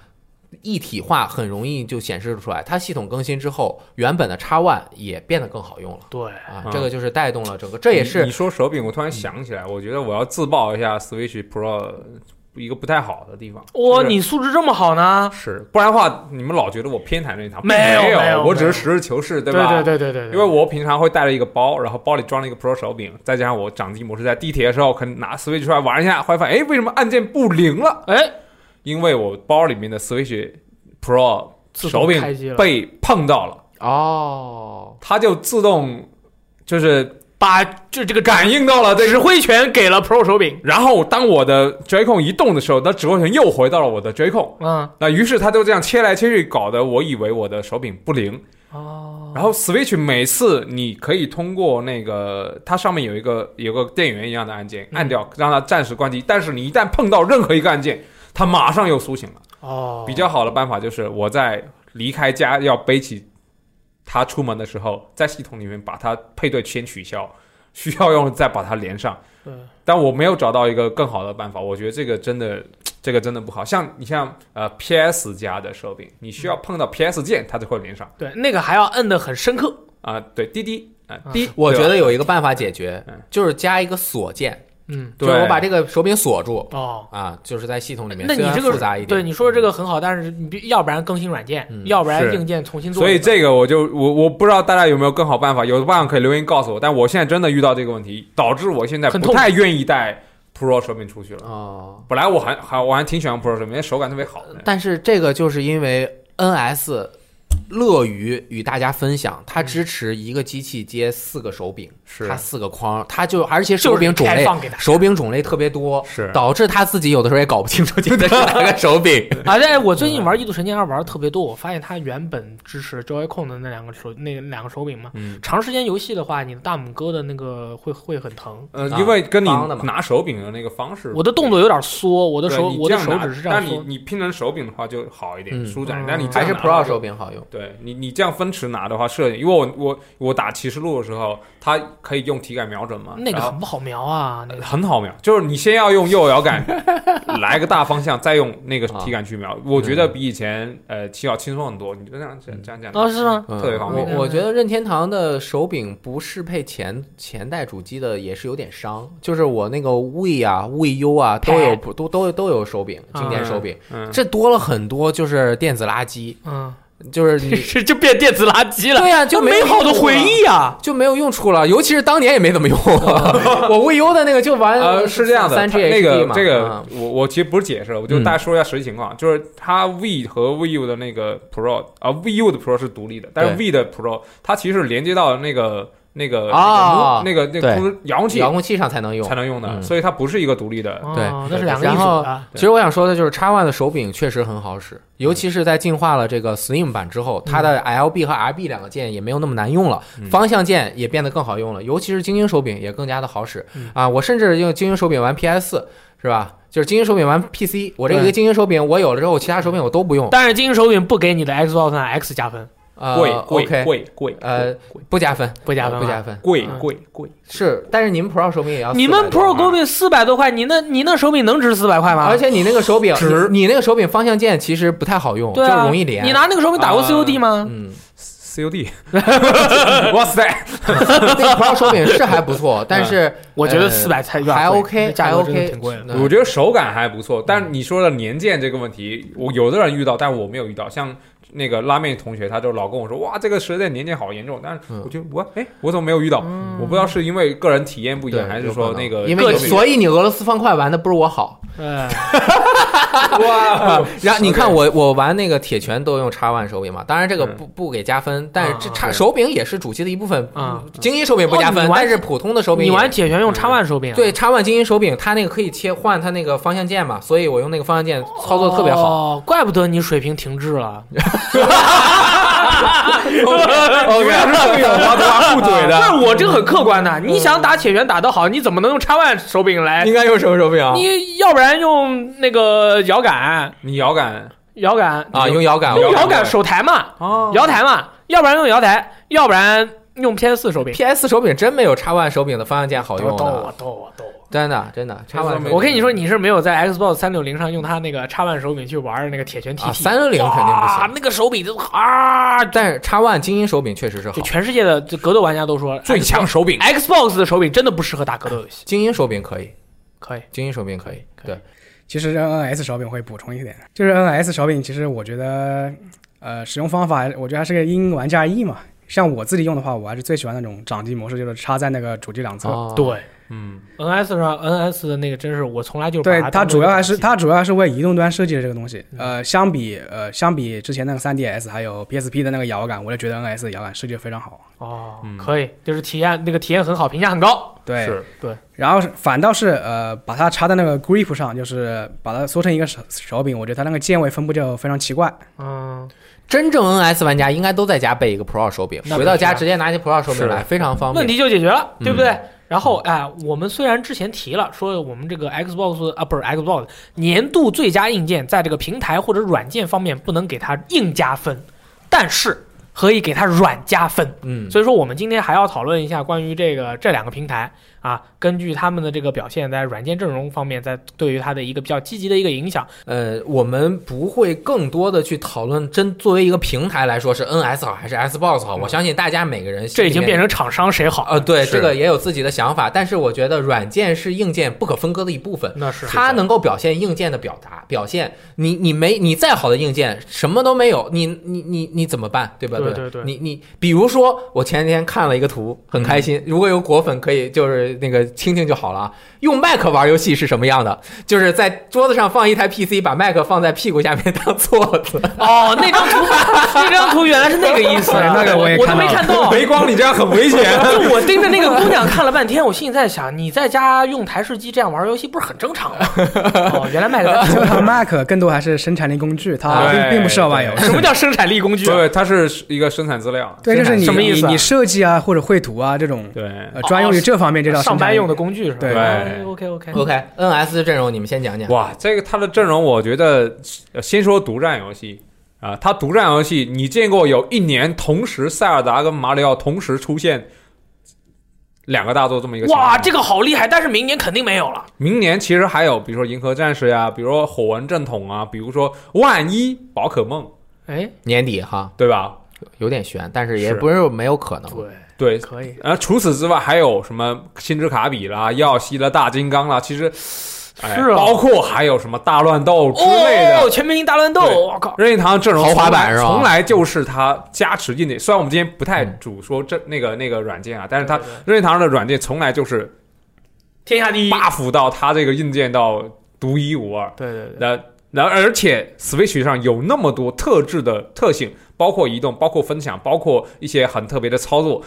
一体化很容易就显示出来，它系统更新之后，原本的叉 One 也变得更好用了
对，
啊！
嗯
这个就是带动了整个，这也
你
是
你说手柄，我突然想起来，我觉得我要自曝一下 Switch Pro 一个不太好的地方。
哇、
就是
你素质这么好呢？
是，不然的话你们老觉得我偏袒这一堂，
没有
有，
没有
我只
没有
是实事求是，对
对
吧？
对对对对对，
因为我平常会带着一个包，然后包里装了一个 Pro 手柄，再加上我掌机模式，在地铁的时候可能拿 Switch 出来玩一下，会发现哎，为什么按键不灵了？
哎，
因为我包里面的 Switch Pro
自
手
动
柄
开机了，
被碰到了，
哦，
它就自动就是
把就这个
感应到了这
指
个。
挥权给了 Pro 手柄，
然后当我的 Joy-Con 移动的时候，它指挥权又回到了我的 Joy-Con，
嗯，
那于是它就这样切来切去，搞得我以为我的手柄不灵。
哦，
然后 Switch 每次你可以通过那个它上面有一个有个电源一样的按键，
嗯
按掉让它暂时关机，但是你一旦碰到任何一个按键，它马上又苏醒了。
哦，
比较好的办法就是我在离开家要背起它出门的时候，在系统里面把它配对先取消，需要用再把它连上。
对。
但我没有找到一个更好的办法，我觉得这个真的，这个真的不好。像你像呃 PS 家的手柄，你需要碰到
嗯
PS 键，它才会连上
对，那个还要摁得很深刻。
啊、对，滴滴啊
啊，
滴，
我
对吧
觉得有一个办法解决
嗯，
就是加一个锁键，
嗯，
就是我
对
把这个手柄锁住
哦，
啊，就是在系统里面。
那你
虽然
这个
啊复杂一点，
对你说的这个很好，但是你必要不然更新软件，
嗯
要不然
是
硬件重新做。
所以这个我就我我不知道大家有没有更好办法，有的办法可以留言告诉我。但我现在真的遇到这个问题，导致我现在
很
不
痛苦
太愿意带 Pro 手柄出去了。
哦，
呃
本来我还还我还挺喜欢 Pro 手柄，因为手感特别好的。
但是这个就是因为 NS 乐于与大家分享，它支持一个机器接四个手柄，
是
它四个框，它就而且手
就是
柄种
开
类
放给大家
手柄种类特别多，
是
导致他自己有的时候也搞不清楚今天是哪个手 柄。
啊，但是我最近玩《异度神剑二》玩的特别多，我发现它原本支持 Joy-Con 的那两个手那两个手柄嘛，
嗯
长时间游戏的话，你的大拇哥的那个会会很疼。
呃，
啊
因为跟你
方的嘛
拿手柄的那个方式，
我的动作有点缩，我
我
的手我的手指是这样
但你啊
缩。
你拼成手柄的话就好一点，
嗯
舒展
嗯。
但你这
还
样
是
拿的话
Pro
就
手柄好用，
对你，你这样分池拿的话，射，因为我我我打骑士路的时候，它可以用体感瞄准嘛，
那个
然后
很不好瞄啊，那个
很好瞄，就是你先要用右摇 杆来个大方向，再用那
啊
个体感去瞄，我觉
嗯
得比以前呃起要轻松很多。你就这样这样这样这样，
啊是吗？
嗯
特别方便
我我觉得任天堂的手柄不适配前前代主机的也是有点伤，就是我那个 V 啊、V U 啊都有都都都有手柄，经典手柄。
嗯，
这多了很多，就是电子垃圾，
嗯，
就是你
这就变电子垃圾了。
对呀、就
美
有
好的
用处
回
了
忆啊！
就没有用处了，尤其是当年也没怎 么用。我 V U 的那个就玩
呃，是这样的，
三
它
G
那个
嘛，
这个
嗯，
我我其实不是解释了，我就
嗯
大概说一下实际情况，就是它 V 和 VU 的那个 Pro 啊，VU 的 Pro 是独立的，但是 V 的 Pro 它其实是连接到那个那个
啊
那个那
对
个空遥控器
遥控器上才能用
才。能用的，
嗯
所以它不是一个独立的。
哦
对
那是两个
然
艺术
后
啊。
其实我想说的就是，X One 的手柄确实很好使，尤其是在进化了这个 Slim 版之后，它的 LB 和 RB 两个键也没有那么难用了，
嗯
方向键也变得更好用了，尤其是精英手柄也更加的好使
嗯
啊！我甚至用精英手柄玩 PS 四，是吧？就是精英手柄玩 PC，我这一个
对
精英手柄我有了之后，其他手柄我都不用。
但是金手柄不给你的 Xbox One X 加分，
呃
贵贵
，OK，
贵贵，
呃
贵
不加分，
不加分啊
不加分。
贵
嗯
贵贵，
是，但是你们 Pro 手柄也要400多，啊
你们 Pro
多
手柄四百多块，你那你那手柄能值四百块吗？
而且你那个手柄，
值
你你那个手柄方向键其实不太好用，
对啊，
就容易连。
你拿那个手柄打过
啊
COD 吗？
嗯，
COD，哇塞，
那个 Pro 手柄是还不 错，但是
我觉
呃
得四百
啊
才有点
还
啊贵
OK，
那价格
还
真的
OK
挺贵的。
嗯
我觉得手感还不错，但你说的年键这个问题，我有的人遇到，但我没有遇到。像那个拉面同学，他就老跟我说，哇，这个实在年键好严重，但是
嗯
我觉得我哎，我怎么没有遇到？我不知道是因为个人体验不一
对，
样，还是
有
说
可能
那个
因为
个
你
体
所以你俄罗斯方块玩的不如我好。
嗯，
哇，
然后你看我我玩那个铁拳都用叉 One 手柄嘛，当然这个不不给加分，但是这
啊
叉
嗯对
手柄也是主机的一部分
啊，
精英手柄不加
哦
分
你，玩
但是普通的手柄
你
也
玩铁拳用叉 One 手柄啊？
对叉 One 精英手柄，它那个可以切换它那个方向键嘛，所以我用那个方向键操作特别好。
哦，怪不得你水平停滞 了。
你们俩是有滑抓裤腿
但
的，
是我这个很客观
嗯
的，你想打铁拳打得好，你怎么能用叉 One 手柄来？
该用什么手柄啊
你要不然用那个摇杆，
你摇杆
摇杆
啊，用摇杆，
用
摇
摇
杆
杆手台嘛，
哦
摇台嘛，要不然用摇台，要不然用 PS 四手柄。
PS 手柄真没有叉 One 手柄的方向键好
逗
用
逗我
的，
逗我逗我！
真的真的叉 One
没
我跟你说，你是没有在 Xbox 三六零上用它那个叉 One 手柄去玩那个铁拳 TT，
啊三六零肯定不
哇
行，
那个手柄就啊，
但是叉 One 精英手柄确实是好
就，全世界的就格斗玩家都说
最强手柄，
Xbox 的手柄真的不适合打格斗游戏。
精英手柄可以，
可以，
精英手柄可以，对，
其实 NS 手柄会补充一点，就是 NS 手柄，其实我觉得，呃，使用方法，我觉得还是个因玩家意嘛。像我自己用的话，我还是最喜欢那种掌机模式，就是插在那个主机两侧。
哦，
对
嗯，
NS 上 NS 的那个真是我从来就
对
把，
它
当做
主
一个嗯
要还是
游戏
它主要还是为移动端设计的这个东西。呃，相比呃相比之前那个 3DS 还有 PSP 的那个摇杆，我就觉得 NS 的摇杆设计的非常好。
哦
嗯，
可以，就是体验那个体验很好，评价很高。
对，
是
然后是反倒是呃，把它插在那个 grip 上，就是把它缩成一个手手柄，我觉得它那个键位分布就非常奇怪。
嗯，
真正 NS 玩家应该都在家备一个 Pro 手柄，
那
回到
必须
家
啊
直接拿起 Pro 手柄
是
来，非常方
问题
便。
就解决了，
嗯
对不对？然后，哎，我们虽然之前提了说我们这个 Xbox 啊，不是 Xbox 年度最佳硬件，在这个平台或者软件方面不能给它硬加分，但是可以给它软加分。
嗯，
所以说，我们今天还要讨论一下关于这个这两个平台啊，根据他们的这个表现，在软件阵容方面，在对于它的一个比较积极的一个影响。
呃，我们不会更多的去讨论真作为一个平台来说是 NS 好还是 Xbox 好，我相信大家每个人心
嗯这
里
已经
面
变成厂商谁好，
呃，对
是
这个也有自己的想法，但是我觉得软件是硬件不可分割的一部分。
那是
它能够表现硬件的表达，表现你你没你再好的硬件什么都没有，你你你你怎么办，对吧？
对
对
对对
你你比如说，我前天看了一个图，很开心。如果有果粉可以就是那个听听就好了啊。用 Mac 玩游戏是什么样的？就是在桌子上放一台 PC，把 Mac 放在屁股下面当座子。
哦，那张图， 那张图原来是那个意思啊，
对那个我
我
也
都没看
看
到。
没光你这样很危险。
就我盯着那个姑娘看了半天，我心里在想，你在家用台式机这样玩游戏不是很正常吗？哦，原来麦克在
所以 它 Mac 更多还是生产力工具，它
对
并并不是玩游
对
戏。
什么叫生产力工具？啊
对，它是一个生产资料。
对，就是你
什么意思啊
你你设计啊或者绘图啊这种，
对，
呃，专用于这方面这叫
上班用
的。
的工具是吧？
对
对
OK OK OK，
OK，NS 阵容你们先讲讲。
哇，这个它的阵容，我觉得呃先说独占游戏啊，它独占游戏，你见过有一年同时塞尔达跟马里奥同时出现两个大作这么一个情况吗？
哇，这个好厉害，但是明年肯定没有了。
明年其实还有，比如说银河战士呀、比如说火纹正统啊，比如说万一宝可梦，
哎，
年底哈，
对吧？
有点悬，但是也
是
不是没有可
哦
能。
对，
可以。
然后除此之外还有什么星之卡比啦、耀西啦、大金刚啦，其实，哎，
是啊
包括还有什么大乱斗之类的。
哦，全明星大乱斗，
对
我靠！
任天堂阵容
啊豪华
从来
版是吧
从来就是它加持硬件。虽然我们今天不太
嗯
主说这那个那个软件啊，但是它
对对对
任天堂的软件从来就是
天下第一。
buff 到它这个硬件到独一无二。
对对对，
那然而且 Switch 上有那么多特制的特性，包括移动，包括分享，包括一些很特别的操作，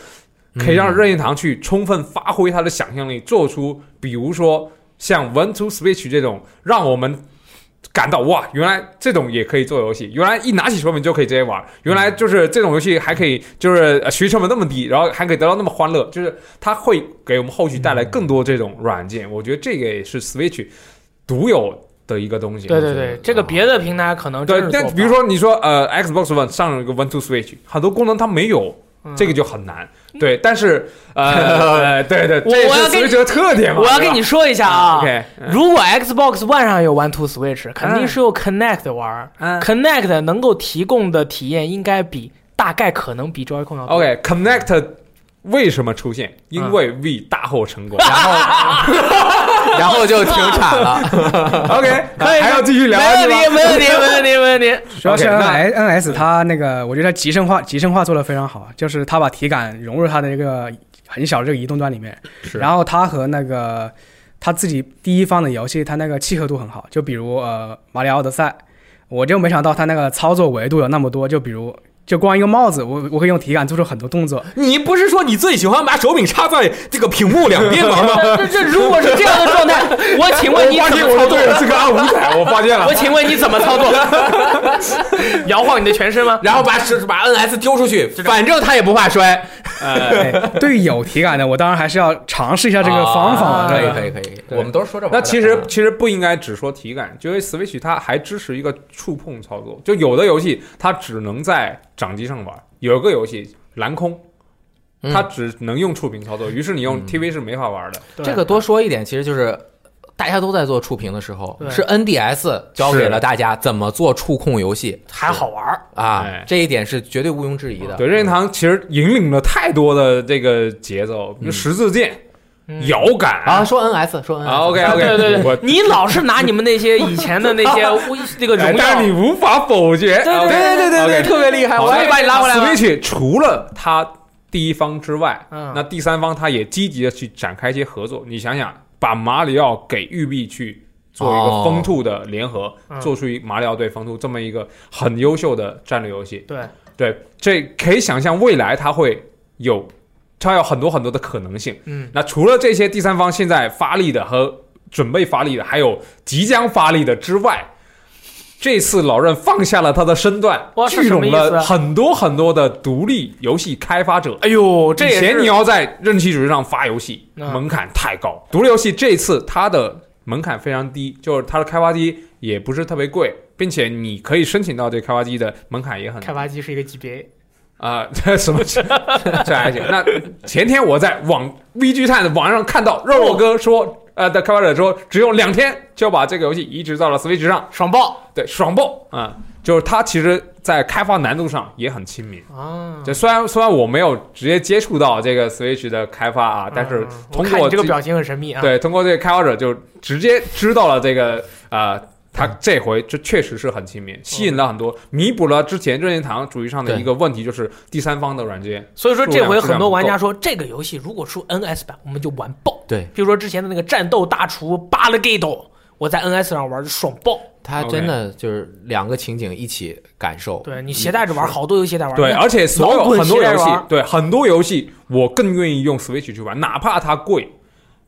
可以
嗯
让任天堂去充分发挥它的想象力，做出比如说像 One to Switch 这种让我们。感到哇，原来这种也可以做游戏，原来一拿起手柄就可以直接玩，原来就是这种游戏还可以，就是呃学成本那么低，然后还可以得到那么欢乐，就是它会给我们后续带来更多这种软件，我觉得这个也是 Switch 独有的一个东西。
对
我
对
觉得
对，这个别的平台可能真
对
是，做
但
不
比如
到
说你说呃，Xbox One 上了一个 One to Switch，很多功能它没有，
嗯
这个就很难。对，但是 呃，对对，
我
这也
我要
是
跟你
Switch 的特点嘛。
我要
对吧
跟你说一下啊
OK，嗯
如果 Xbox One 上有 One to Switch，肯定是用 Connect 玩、
嗯
c o n n e c t 能够提供的体验应该比大概可能比 Joy-Con 要多。
OK，Connect 为什么出
嗯
现？因为 V 大获 成功。
然后，然后就停产了。
OK，
可以
还要继续聊
没问
是吧
题，没问题，没问题，没问 题。
主要是
OK，
N
那
S N S 它那个，我觉得集成化集成化做的非常好，啊就是它把体感融入它的一个很小的这个移动端里面，
是
然后它和那个它自己第一方的游戏，它那个契合度很好。就比如呃《马里奥奥德赛》，我就没想到它那个操作维度有那么多，就比如。就光一个帽子，我我可以用体感做出很多动作。
你不是说你最喜欢把手柄插在这个屏幕两 边玩吗？
这这这如果是这样的状态，我请问你
我发
怎
现
么
我
操
的
作
队？友 是个二五仔，我发现了
我。请问你怎么操作？ 摇晃你的全身吗？
然后把手把 NS 丢出去，反正他也不怕摔。
对，对于有体感的，我当然还是要尝试一下这个方法嘛。
啊
可
对
以
吧
可以可以，
对
我们都是说这玩意
那
儿的。
其实其实不应该只说体感，因为 Switch 它还支持一个触碰操作，就有的游戏它只能在掌机上玩，有一个游戏蓝空。
嗯
它只能用触屏操作，于是你用 TV 是没法玩的。
对
这个多说一点，其实就是大家都在做触屏的时候，
对
是 NDS 教给了大家怎么做触控游戏
还好玩儿。
啊
哎，
这一点是绝对毋庸置疑的。
对，任天堂其实引领了太多的这个节奏，比如十字键、
嗯
摇杆哎
啊，说 NS 说 NS
啊，OK
啊
OK，
对对
我
对，你老是拿你们那些以前的那些那个
哎
荣
但是你
耀，
无法否决。啊
对对对对对对
OK
特别厉害，
好
我
所
也
以
把你拉回来了。
Switch 除了它第一方之外，
嗯
那第三方它也积极的去展开一些合作。你想想，把马里奥给育碧去做一
哦
个风兔的联合，
嗯
做出一马里奥对风兔这么一个很优秀的战略游戏。
对，
对，这可以想象未来它会有，它有很多很多的可能性。
嗯，
那除了这些第三方现在发力的和准备发力的，还有即将发力的之外，这次老任放下了他的身段
哇，是
聚
什么
拢
意思啊
了很多很多的独立游戏开发者。
哎呦，这
以
也
前你
是
要在任期主义上发游戏，
嗯
门槛太高。独立游戏这次它的门槛非常低，就是它的开发机也不是特别贵，并且你可以申请到这开发机的门槛也很低
开发机是一个 GBA，
啊、 这什么这还行？那前天我在网 VG 探的网上看到肉肉哥说，呃的开发者说，只用两天就把这个游戏移植到了 Switch 上，
爽爆
对，爽爆啊、就是它其实在开发难度上也很亲民。
啊！
就虽然虽然我没有直接接触到这个 Switch 的开发啊，但是
嗯我
通
看
过
你这个
自
表情很神秘啊，
对通过这个开发者就直接知道了这个呃它这回这确实是很亲民，吸引了很多，弥补了之前任天堂主义上的
对
一个问题，就是第三方的软件。
所以说这
数
回
量
很多玩家说，这个游戏如果出 NS 版，我们就玩爆。
对，
比如说之前的那个战斗大厨巴勒盖斗，我在 NS 上玩爽爆。
它真的就是两个情景一起感受。
对你携带着玩，好多游戏携带玩。嗯
对，
那
而且所有
老滚
很多
携带
游戏
玩，
对很多游戏，我更愿意用 Switch 去玩，哪怕它贵。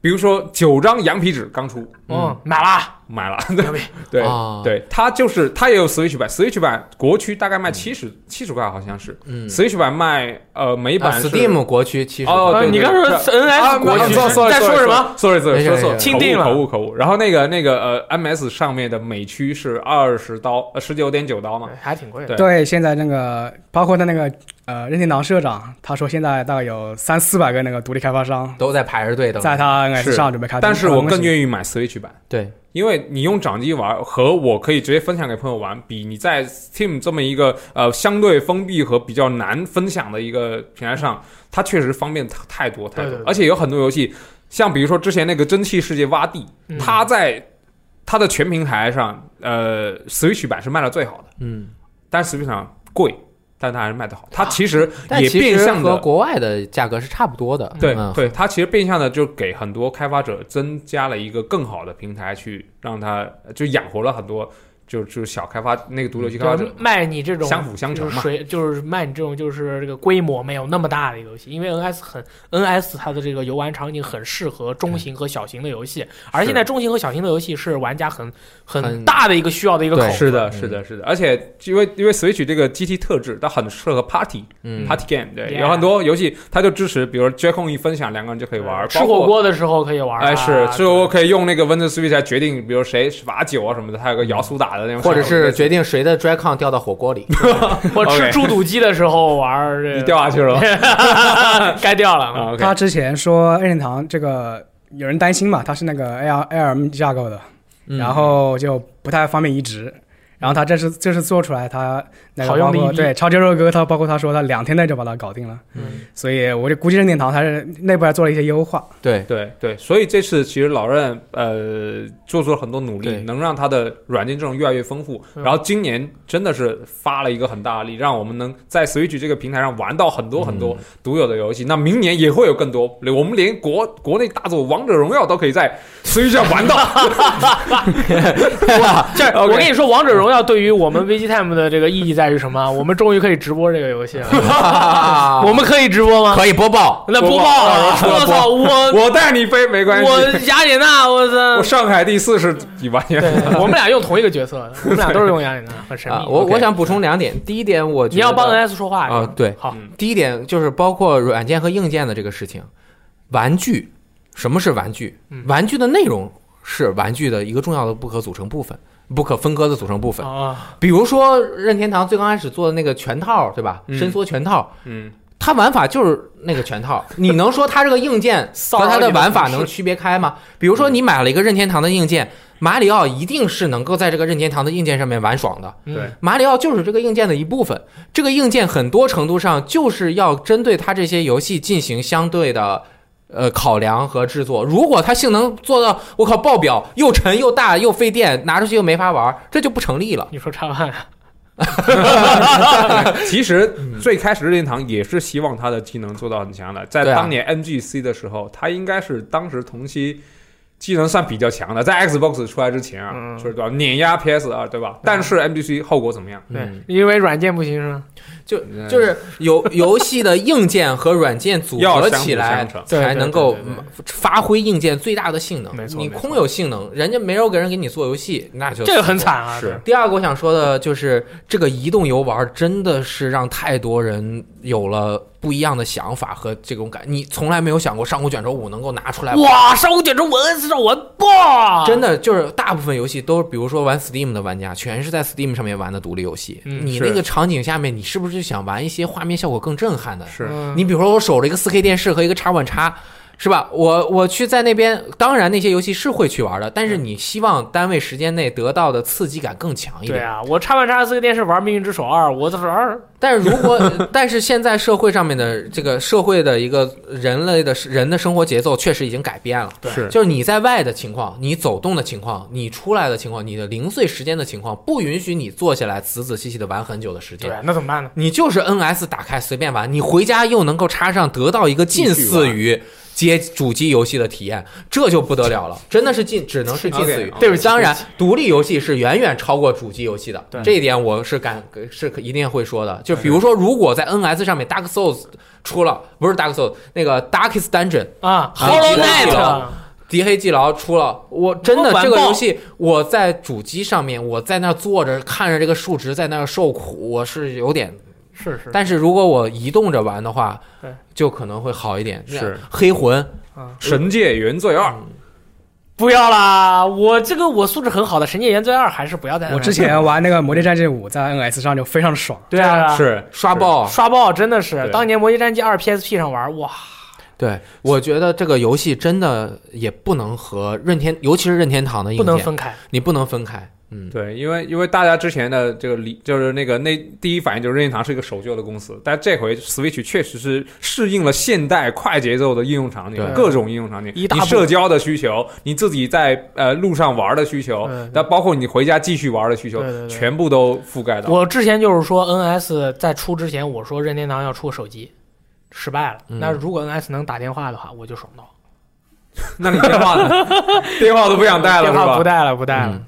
比如说九张羊皮纸刚出，
嗯，买了，
买了，
牛逼！
对、
啊
对，它就是它也有 Switch 版，Switch 版国区大概卖七十七十块，好像是、
嗯
Switch 版卖呃每
啊
版是、
Steam 国区其实
哦对
啊你刚说是 NS
啊
国
啊
区
，sorry，sorry，
在说
sorry，
什么？
？sorry sorry，
没事
说
没事
错了，
钦定了
口误口误。然后那个那个呃，MS 上面的美区是二十刀，呃，十九点九刀嘛。
还挺贵的。
对
对，现在那个包括他那个呃任天堂社长，他说现在大概有三四百个那个独立开发商
都在排着队的。
在他 NS
是
上准备开发，
但是我更
意
愿意买 Switch 版，
对，
因为你用掌机玩和我可以直接分享给朋友玩，比你在 Steam 这么一个呃相对封闭和比较难分享的一个平台上，它确实方便太太多太
对对，
多
对
而且有很多游戏，像比如说之前那个《蒸汽世界洼地》，
嗯
它在它的全平台上，呃，Switch 版是卖的最好的，
嗯，
但实际上贵，但它还是卖的好。它其实
但
也
其
变
实
相
和
的，
国外的价格是差不多的。
对
嗯
对，它其实变相的就给很多开发者增加了一个更好的平台，去让它就养活了很多就就小开发那个独立游戏开发
对
者，
卖你这种
相辅相
嗯就
成
是
嘛。
水，就是卖你这种就是这个规模没有那么大的游戏，因为 NS 很 NS 它的这个游玩场景很适合中型和小型的游戏，而现在中型和小型的游戏是玩家很很
很
大的一个需要的一个口
对
味。
是的，
嗯
是的，是的，而且因为因为 Switch 这个机器特质，它很适合 party
嗯，
party game，对，
Yeah
有很多游戏它就支持，比如说 Jack 一分享，两个人就可以玩，
吃
啊包括
火锅的时候可以玩啊。
哎，是，
对
最后可以用那个 Windows Switch 来决定，比如谁罚酒啊什么的，它
嗯
有个摇苏打的那种，
或者是决定谁的 Dracon 掉到火锅里。
或吃
OK
猪肚鸡的时候玩儿这
你
个，
掉下去了
该掉了。
啊，OK，
他之前说任天堂这个呃有人担心嘛，它是那个 AR ARM 架构的，
嗯
然后就不太方便移植。然后他这次这次做出来，他那
好
个
用
包
的
括
一滴
对超级肉哥，他包括他说他两天内就把它搞定了，
嗯，
所以我就估计任天堂它是内部还做了一些优化。
对
对对，所以这次其实老任呃做出了很多努力
对，
能让他的软件阵容越来越丰富。
嗯
然后今年真的是发了一个很大的力，让我们能在 Switch 这个平台上玩到很多很
嗯
多独有的游戏。那明年也会有更多，我们连国国内大作《王者荣耀》都可以在 Switch 上 玩到。
这儿
OK
我跟你说，《王者荣耀》对于我们 VGTime 的这个意义在于什么？啊我们终于可以直播这个游戏了。 我们可以直播吗？
可以播 报。
那播
播
报
报
啊！
到时候
我
播
操，我
我带你飞没关系，
我雅典娜，我
我
操！
上海第四十几万元。
嗯对，我们俩用同一个角色，我们俩都是用雅典娜，很神
啊，
秘。
我
OK
我想补充两点。第一点，我觉
你要帮
得
NS 说话
啊，对，
好，
第一点就是包括软件和硬件的这个事情。玩具，什么是玩具
嗯？
玩具的内容是玩具的一个重要的不可组成部分，不可分割的组成部分。
啊，
比如说任天堂最刚开始做的那个拳套，对吧？
嗯
伸缩拳套，
嗯，
它玩法就是那个拳套，你能说它这个硬件和它的玩法能区别开吗？比如说你买了一个任天堂的硬件，马里奥一定是能够在这个任天堂的硬件上面玩爽的。
嗯
对
马里奥就是这个硬件的一部分，这个硬件很多程度上就是要针对它这些游戏进行相对的。呃，考量和制作，如果它性能做到我靠爆表，又沉又大又费电，拿出去又没法玩，这就不成立了。
你说叉 Y 啊
其实最开始任天堂也是希望它的技能做到很强的，在
对啊
当年 NGC 的时候，它应该是当时同期技能算比较强的，在 Xbox 出来之前啊，
嗯
就是对吧，碾压 PS 二，对吧？但是 NGC 后果怎么样？
对
嗯，
因为软件不行是吗？
就
嗯
就是游游戏的硬件和软件组合起
要
来
相辅相，成
才能够
对对对对
发挥硬件最大的性能
没。错
你
没
空
错
有性能，人家没有给人给你做游戏，那就
这个
死
很
了。
惨啊！
嗯是
第二个我想说的就是，这个移动游玩真的是让太多人有了不一样的想法和这种感。你从来没有想过《上古卷轴五》能够拿出来
对，哇，上古卷轴文是玩爆，啊
真的就是大部分游戏都是，比如说玩 Steam 的玩家，全是在 Steam 上面玩的独立游戏。
嗯
你
是
那个场景下面，你是不是就想玩一些画面效果更震撼的？
是
嗯
你比如说，我守着一个4 K 电视和一个叉 One 叉，是吧？我我去在那边，当然那些游戏是会去玩的，但是
嗯
你希望单位时间内得到的刺激感更强一
对
点。
啊，我插板插四个电视玩《命运之手二》，我哎这是二，
但是如 果，但是现在社会上面的这个社会的一个人类的人的生活节奏确实已经改变了。
对
是
就是你在外的情况，你走动的情况，你出来的情况，你的零碎时间的情况，不允许你坐下来仔仔细细的玩很久的时
对
间。，
那怎么办呢？
你就是 NS 打开随便玩，你回家又能够插上，得到一个近似于接主机游戏的体验，这就不得 了了，真的是近，只能是近似于
OK，OK。
对不起
当然，独立游戏是远远超过主机游戏的
对，
这一点我是敢是可一定会说的。就比如说，如果在 NS 上面 Dark Souls 出了，不是 Dark Souls，那个 Darkest Dungeon
啊
Hollow Knight
啊
迪黑技牢出了，我真的
我完爆
这个游戏，我在主机上面，我在那儿坐着看着这个数值在那儿受苦，我是有点。
是是，
但是如果我移动着玩的话
对，
就可能会好一点。
是
黑魂，
《神界原罪
嗯
啊
二》
不要啦！我这个我素质很好的《神界原罪二》还是不要再玩了。
我之前玩那个《魔界战记五》在 NS 上就非常爽，
对啊，
是
刷爆。
刷爆真的是
对
当年《魔界战记二》PSP 上玩，哇，
对，我觉得这个游戏真的也不能和任天，尤其是任天堂的硬
不
件，
能分开。
你不能分开。嗯，
对，因为因为大家之前的这个理就是那个那第一反应就是任天堂是一个守旧的公司，但这回 Switch 确实是适应了现代快节奏的应用场景，
对
各种应用场景，
一大
你
部
社交的需求，你自己在呃路上玩的需求
嗯，
那包括你回家继续玩的需求
对对，对
全部都覆盖到。
我之前就是说 NS 在出之前，我说任天堂要出个手机，失败了。
嗯
那如果 NS 能打电话的话，我就爽到。
那你 电话呢？电话都不想带了
电
是
话不
吧？
带了，嗯不带了。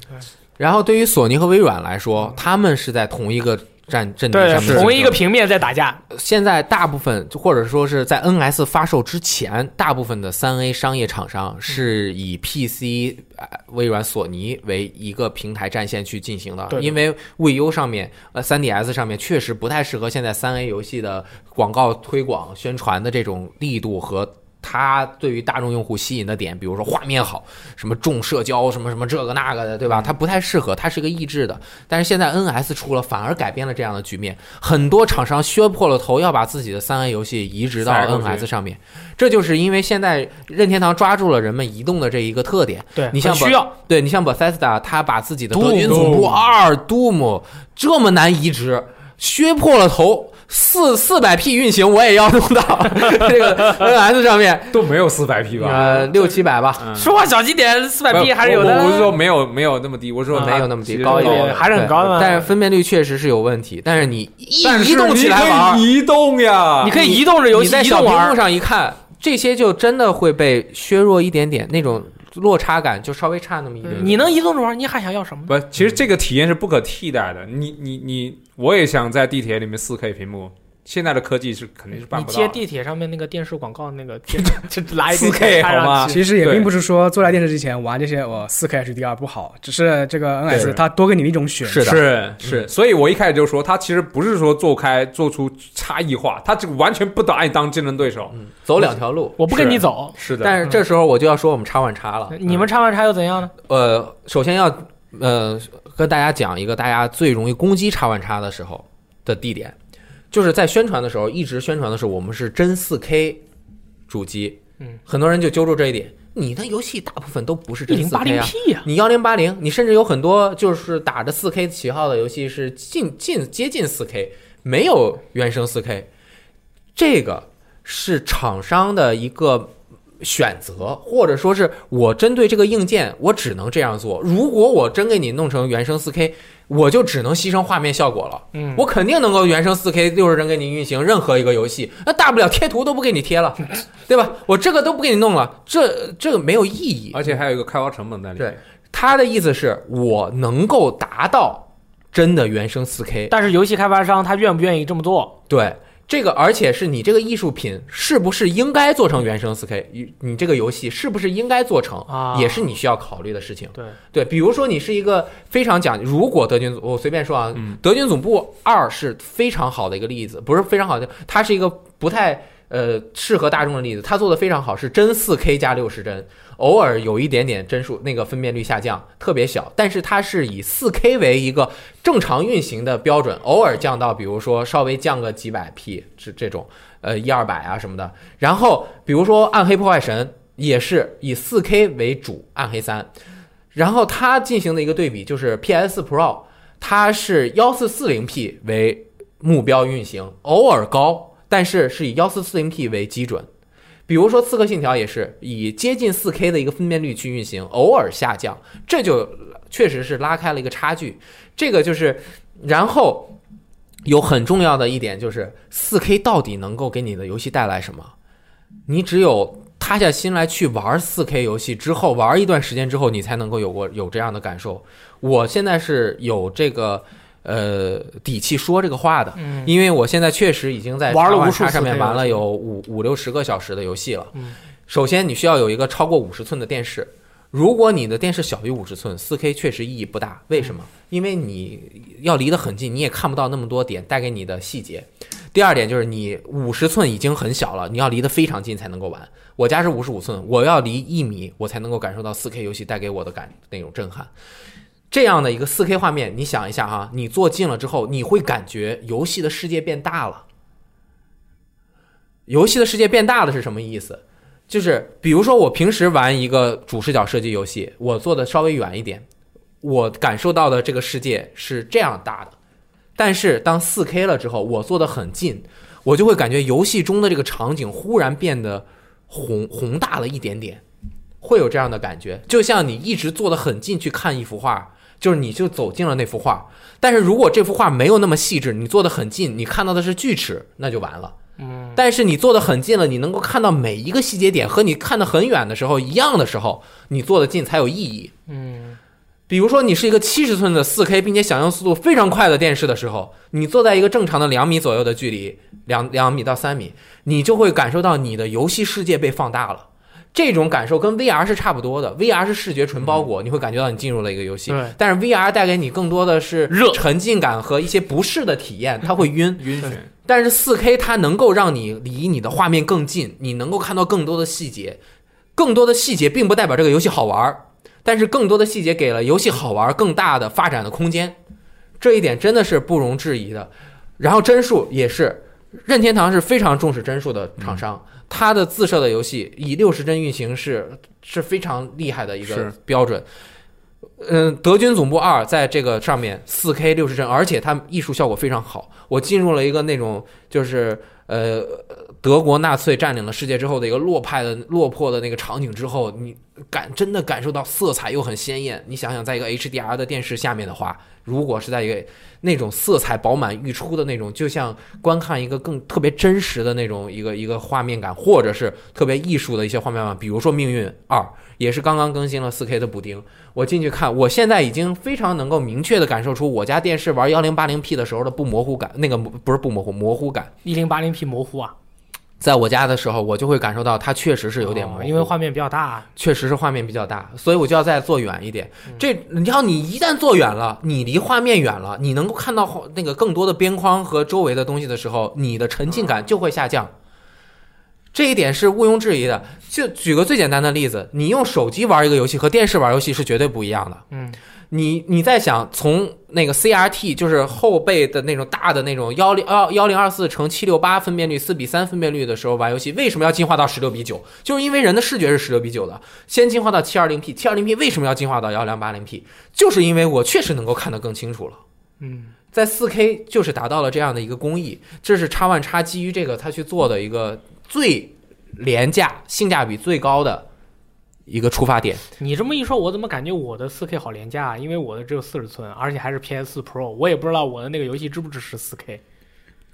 然后对于索尼和微软来说，他们是在同一个战阵地上面
对，
竞争，
同一个平面在打架，
现在大部分或者说是在 NS 发售之前，大部分的三 A 商业厂商是以 PC、呃微软、索尼为一个平台战线去进行的，
对的
因为 VU 上面、呃 3DS 上面确实不太适合现在三 A 游戏的广告推广宣传的这种力度和。它对于大众用户吸引的点，比如说画面好，什么重社交，什么什么这个那个的，对吧？它不太适合，它是个益智的。但是现在 NS 出了，反而改变了这样的局面。很多厂商削破了头要把自己的三 A 游戏移植到
塞过去
NS 上面，这就是因为现在任天堂抓住了人们移动的这一个特点。
对，
你像
很需
本
要
对你像 Bethesda，他把自己的
Doom
德军总部二 Doom 这么难移植，削破了头，四四百 P 运行我也要弄到 这个 NS 上面，
都没有四百 P 吧？
呃，六七百吧。
嗯
啊说话小心点，四百 P 还是有
我
的。
我是说没有没有那么低，我是说
啊
它
没有那么低
其实
高一点
的
还是很高的嘛
但是分辨率确实是有问题，但是你一
但是
移动起来
你可以
玩，
移动呀，
你可以移动着游
你
戏
在
移
小
动
屏幕
玩，
上一看，这些就真的会被削弱一点点，那种落差感就稍微差那么一点
嗯
点。
你能移动着玩，你还想要什么？
不，其实这个体验是不可替代的。你你你，我也想在地铁里面四 K 屏幕，现在的科技是肯定是办
你
不
接
到的。
地铁上面那个电视广告那个，就就来一
4K
插上
好吗
去
其实也
对
并不是说坐在电视之前玩这些我4 K HDR 不好，只是这个
对
NS 它多给你一种选择。
是的
是是，所以我一开始就说，他其实不是说做开做出差异化，他这个完全不把你当竞争对手。
走两条路。
我不跟
是
你走，
是的，
但嗯是这时候我就要说我们插万插了，
你们插完插又怎样呢？
呃，首先要呃跟大家讲一个大家最容易攻击插万插的时候的地点，就是在宣传的时候一直宣传的是我们是真四 K 主机，
嗯，
很多人就揪住这一点，你的游戏大部分都不是
一
真
零
四
八
K
零
啊。
P 呀，
你幺零八零，你甚至有很多就是打着四 K 旗号的游戏是近近接近四 K，没有原生四 K，这个是厂商的一个选择，或者说是我针对这个硬件，我只能这样做。如果我真给你弄成原生四 K，我就只能牺牲画面效果了。
嗯，
我肯定能够原生四 K 六十帧给你运行任何一个游戏，那大不了贴图都不给你贴了，对吧？我这个都不给你弄了，这这个没有意义。
而且还有一个开发成本在里面。
对，他的意思是我能够达到真的原生4 K，
但是游戏开发商他愿不愿意这么做？
对这个，而且是你这个艺术品是不是应该做成原生4 K，你你这个游戏是不是应该做成，
啊
也是你需要考虑的事情。
对，
对，比如说你是一个非常讲，如果德军总我随便说啊，
嗯
德军总部二是非常好的一个例子，不是非常好的，它是一个不太。呃适合大众的例子，它做的非常好，是真四 K 加六十帧，偶尔有一点点帧数那个分辨率下降，特别小，但是它是以四 K 为一个正常运行的标准，偶尔降到比如说稍微降个几百 P 这这种，呃一二百啊什么的。然后比如说《暗黑破坏神》也是以四 K 为主，《暗黑三》，然后它进行的一个对比就是 PS Pro。它是幺四四零 P 为目标运行，偶尔高，但是是以幺四四零 P 为基准。比如说《刺客信条》也是以接近四 K 的一个分辨率去运行，偶尔下降，这就确实是拉开了一个差距。这个就是，然后有很重要的一点就是，四 K 到底能够给你的游戏带来什么？你只有塌下心来去玩四 K 游戏之后，玩一段时间之后，你才能够有过有这样的感受。我现在是有这个呃底气说这个话的，
嗯，
因为我现在确实已经在
玩了无数
叉 Y 叉上面
4K 游戏
玩了有五五六十个小时的游戏了。
嗯
首先你需要有一个超过五十寸的电视，如果你的电视小于五十寸，四 K 确实意义不大。为什么？
嗯
因为你要离得很近，你也看不到那么多点带给你的细节。第二点就是你五十寸已经很小了，你要离得非常近才能够玩。我家是五十五寸，我要离一米，我才能够感受到四 K 游戏带给我的感那种震撼。这样的一个四 K 画面，你想一下哈、你坐近了之后，你会感觉游戏的世界变大了。游戏的世界变大了是什么意思？就是比如说我平时玩一个主视角射击游戏，我坐的稍微远一点，我感受到的这个世界是这样大的。但是当四 K 了之后，我坐的很近，我就会感觉游戏中的这个场景忽然变得宏宏大了一点点，会有这样的感觉。就像你一直坐得很近去看一幅画，就是你就走进了那幅画。但是如果这幅画没有那么细致，你坐得很近，你看到的是锯齿，那就完了。嗯，但是你坐得很近了，你能够看到每一个细节点和你看得很远的时候一样的时候，你坐得近才有意义。
嗯，
比如说你是一个七十寸的四 K，并且响应速度非常快的电视的时候，你坐在一个正常的两米左右的距离，两两米到三米，你就会感受到你的游戏世界被放大了。这种感受跟 VR 是差不多的，VR 是视觉纯包裹，你会感觉到你进入了一个游戏
对，
但是 VR 带给你更多的是
热
沉浸感和一些不适的体验，它会晕。
晕眩，
但是4 K 它能够让你离你的画面更近，你能够看到更多的细节，更多的细节并不代表这个游戏好玩儿，但是更多的细节给了游戏好玩儿更大的发展的空间，这一点真的是不容置疑的。然后帧数也是，任天堂是非常重视帧数的厂商，它的自设的游戏以六十帧运行是是非常厉害的一个
是
标准。嗯，德军总部二在这个上面四 K 六十帧，而且它艺术效果非常好。我进入了一个那种就是呃德国纳粹占领了世界之后的一个落派的落魄的那个场景之后，你感真的感受到色彩又很鲜艳。你想想，在一个 HDR 的电视下面的话，如果是在一个那种色彩饱满欲出的那种，就像观看一个更特别真实的那种一个一个画面感，或者是特别艺术的一些画面感，比如说《命运二》也是刚刚更新了 4K 的补丁。我进去看，我现在已经非常能够明确的感受出我家电视玩 1080P 的时候的不模糊感，那个不是不模糊，模糊感。
一零八零 P 模糊啊，
在我家的时候，我就会感受到它确实是有点模糊，
哦因为画面比较大，
确实是画面比较大，所以我就要再坐远一点。这你要你一旦坐远了，你离画面远了，你能够看到后那个更多的边框和周围的东西的时候，你的沉浸感就会下降。这一点是毋庸置疑的。就举个最简单的例子，你用手机玩一个游戏和电视玩游戏是绝对不一样的。
嗯，
你你在想从那个 CRT 就是后背的那种大的那种幺零幺幺零二四乘七六八分辨率四比三分辨率的时候玩游戏，为什么要进化到十六比九？就是因为人的视觉是十六比九的，先进化到七二零 P，七二零 P 为什么要进化到幺零八零 P？就是因为我确实能够看得更清楚了。
嗯，
在四 K 就是达到了这样的一个工艺，这是叉万叉基于这个它去做的一个最廉价、性价比最高的一个出发点。
你这么一说，我怎么感觉我的四 K 好廉价啊？因为我的只有四十寸，而且还是 PS 四 Pro，我也不知道我的那个游戏支不支持四 K。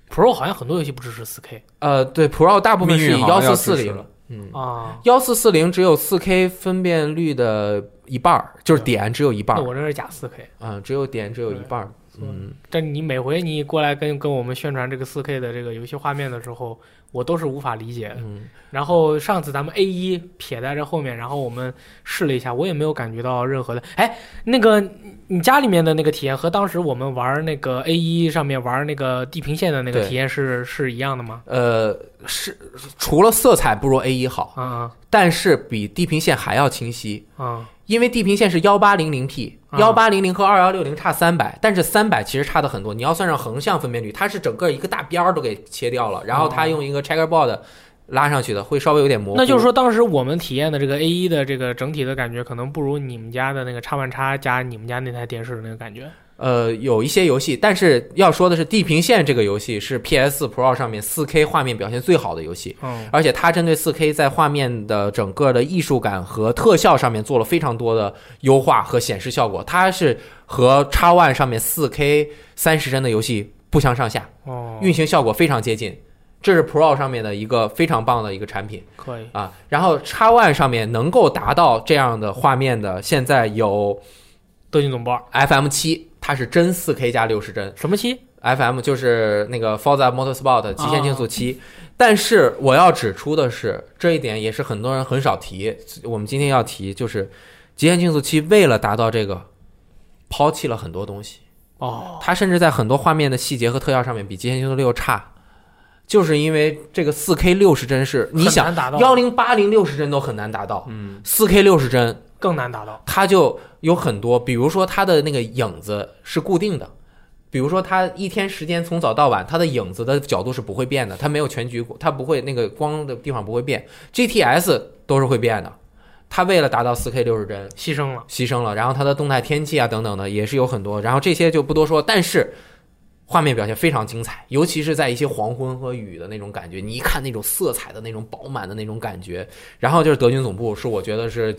Pro 好像很多游戏不支持四 K
呃，对，Pro 大部分是
命
以
运好
幺
像要
四四
支持
零
了。
嗯，
啊，
幺四四零只有四 K 分
嗯
辨率的一半儿，就是点只有一半
那
儿，
我这是假四 K。
嗯，只有点只有一半儿。嗯，
但你每回你过来跟跟我们宣传这个 4K 的这个游戏画面的时候，我都是无法理解的。
嗯
然后上次咱们 A 一撇在这后面，然后我们试了一下，我也没有感觉到任何的。哎，那个你家里面的那个体验和当时我们玩那个 A 一上面玩那个地平线的那个
对
体验是是一样的吗？
呃，是除了色彩不如 A 一好，
啊
但是比地平线还要清晰，
啊啊！
因为地平线是幺八零零 P，
啊
幺八零零和二幺六零差三百，但是三百其实差的很多。你要算上横向分辨率，它是整个一个大边儿都给切掉了，然后它用一个 checkerboard 拉上去的，会稍微有点模糊。
那就是说，当时我们体验的这个 A 一的这个整体的感觉，可能不如你们家的那个叉万叉加你们家那台电视的那个感觉。
呃，有一些游戏，但是要说的是，《地平线》这个游戏是 PS Pro 上面 4K 画面表现最好的游戏，
嗯
而且它针对 4K 在画面的整个的艺术感和特效上面做了非常多的优化和显示效果，它是和 X One 上面 4K 三十帧的游戏不相上下，
哦，
运行效果非常接近。这是 Pro 上面的一个非常棒的一个产品
可以。
啊，然后 X One 上面能够达到这样的画面的，现在有
德军总部
FM 七，它是真 4K 加六十帧。
什么期？
FM 就是那个 Forza Motorsport 极限竞速
哦
七、但是我要指出的是，这一点也是很多人很少提。我们今天要提，就是极限竞速七为了达到这个，抛弃了很多东西。
哦，
它甚至在很多画面的细节和特效上面比极限竞速六差，就是因为这个 4K 六十帧是你想
很难达到
幺零八零六十帧都很难达到，
嗯，
4K 六十帧
更难达到。
它就有很多，比如说它的那个影子是固定的，比如说它一天时间从早到晚，它的影子的角度是不会变的，它没有全局，它不会那个光的地方不会变。GTS 都是会变的，它为了达到 4K 六十帧
牺牲了，
牺牲了，然后它的动态天气啊等等的也是有很多，然后这些就不多说，但是。画面表现非常精彩，尤其是在一些黄昏和雨的那种感觉，你一看那种色彩的那种饱满的那种感觉，然后就是德军总部是我觉得是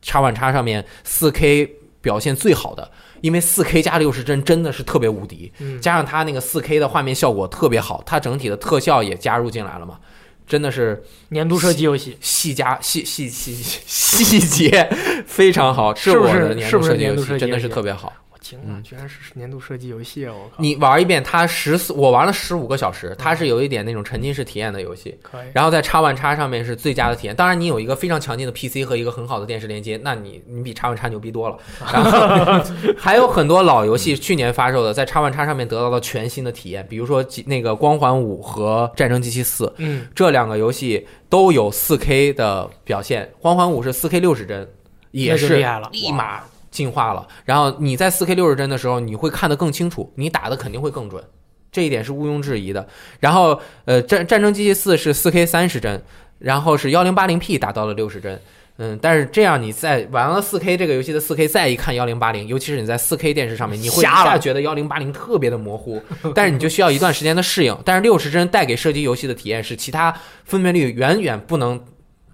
叉万叉上面4 K 表现最好的，因为4 K 加六十帧真的是特别无敌，
嗯，
加上它那个4 K 的画面效果特别好，它整体的特效也加入进来了嘛，真的是
年度射击游戏
细加细细细细节非常好，
是不
我
是
的年
是
度
不是
设计
年
游
度设
戏
计
真的
游
是
戏
特别好。
我惊了，
嗯
居然是年度射击游戏啊！我靠，
你玩一遍，它十四，我玩了十五个小时，它
嗯
是有一点那种沉浸式体验的游戏。
可以
然后在叉万叉上面是最佳的体验。当然，你有一个非常强劲的 PC 和一个很好的电视连接，那你你比叉万叉牛逼 多了。然后还有很多老游戏去年发售的，在叉万叉上面得到了全新的体验，比如说几那个《光环五》和《战争机器四》
嗯，
这两个游戏都有 4K 的表现，《光环五》是 4K 六十帧，也
那就是厉害了
立马进化了。然后你在 4K 六十帧的时候，你会看得更清楚，你打的肯定会更准，这一点是毋庸置疑的。然后，呃，战战争机器四是 4K 三十帧，然后是 1080P 达到了六十帧。嗯，但是这样你在玩了 4K 这个游戏的 4K 再一看1080，尤其是你在 4K 电视上面，你会一
瞎
下
了
觉得1080特别的模糊，但是你就需要一段时间的适
嗯
应。但是六十帧带给射击游戏的体验是其他分辨率远远不能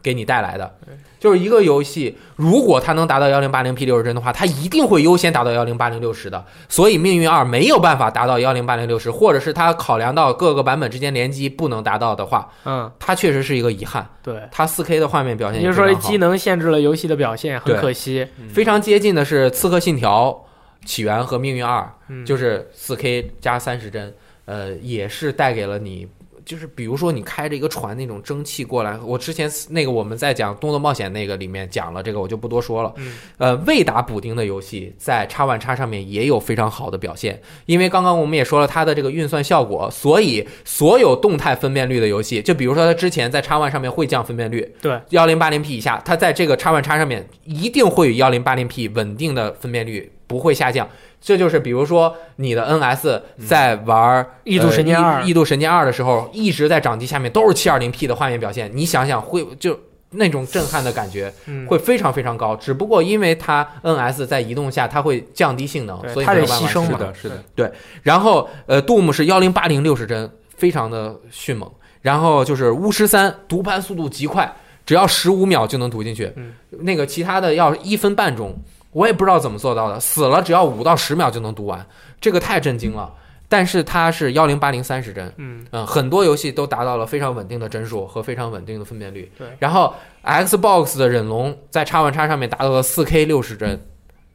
给你带来的。
哎
就是一个游戏，如果它能达到幺零八零 P 六十帧的话，它一定会优先达到幺零八零六十的。所以《命运二》没有办法达到幺零八零六十，或者是它考量到各个版本之间联机不能达到的话，
嗯，
它确实是一个遗憾。
对，
它四 K 的画面表现
也就
也
是
非
说
常好
机能限制了游戏的表现，很
对
可惜。
非常接近的是《刺客信条：起源》和《命运二》，
嗯，
就是四 K 加三十帧，呃，也是带给了你，就是比如说你开着一个船那种蒸汽过来，我之前那个我们在讲《动作冒险》那个里面讲了这个，我就不多说了。
嗯，
呃，未打补丁的游戏在叉万叉上面也有非常好的表现，因为刚刚我们也说了它的这个运算效果，所以所有动态分辨率的游戏，就比如说它之前在叉万上面会降分辨率，
对，
幺零八零 P 以下，它在这个叉万叉上面一定会有幺零八零 P 稳定的分辨率，不会下降。这就是比如说你的 NS 在玩《
嗯异度神剑二
呃异异度神剑二》的时候，一直在掌机下面都是七二零 P 的画面表现，你想想会就那种震撼的感觉
嗯
会非常非常高。只不过因为它 NS 在移动下，它会降低性能
对，
所以
它
没有
得
办法
牺牲
适
是
嘛
应
的，是的，
然后呃，Doom 是幺零八零六十帧，非常的迅猛。然后就是巫师三读盘速度极快，只要十五秒就能读进去。
嗯
那个其他的要一分半钟，我也不知道怎么做到的，死了只要五到十秒就能读完，这个太震惊了。但是它是幺零八零三十帧，
嗯，
嗯，很多游戏都达到了非常稳定的帧数和非常稳定的分辨率。
对
然后 Xbox 的忍龙在叉万叉上面达到了四 K 六十帧，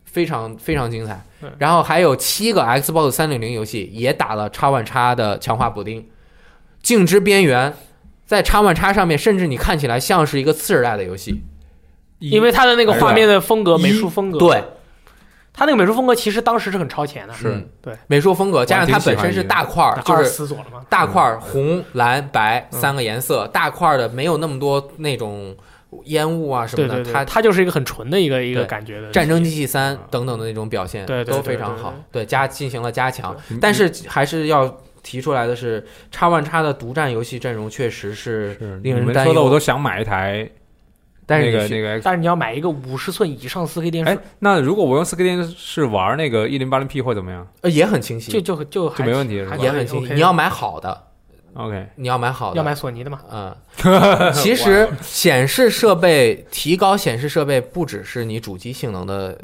非常非常精彩
嗯对。
然后还有七个 Xbox 三六零游戏也打了叉万叉的强化补丁，《镜之边缘》在叉万叉上面，甚至你看起来像是一个次世代的游戏。
因为它的那个画面的风格、
一
美术风格，
对，
它那个美术风格其实当时是很超前的，
嗯
对
美术风格，加上它本身是大块儿，就
阿尔
是
斯佐了嘛，
大块儿红、蓝、白
嗯
三个颜色，大块儿的没有那么多那种烟雾啊什
对
么
对
的，
对，
它
它就是一个很纯的一个一个
对
感觉的啊
战争机器三等等的那种表现，
对对对
都非常好
对对。
对加进行了加强，
嗯
但是还是要提出来的是，叉 One 叉的独占游戏阵容确实是
是
令人
你们
担
说的我
忧。
都想买一台
但是
那个
你去
那个 X。
但是你要买一个五十寸以上四 K 电
哎
视，，
那如果我用四 K 电视玩那个一零八零 P 会怎么样
呃也很清
就
晰，
就就还
没问题是吧
还
也很清晰。
OK
你要买好的，
？OK，
你要买好的，
要买索尼的嘛？
嗯，其实显示设备提高显示设备不只是你主机性能的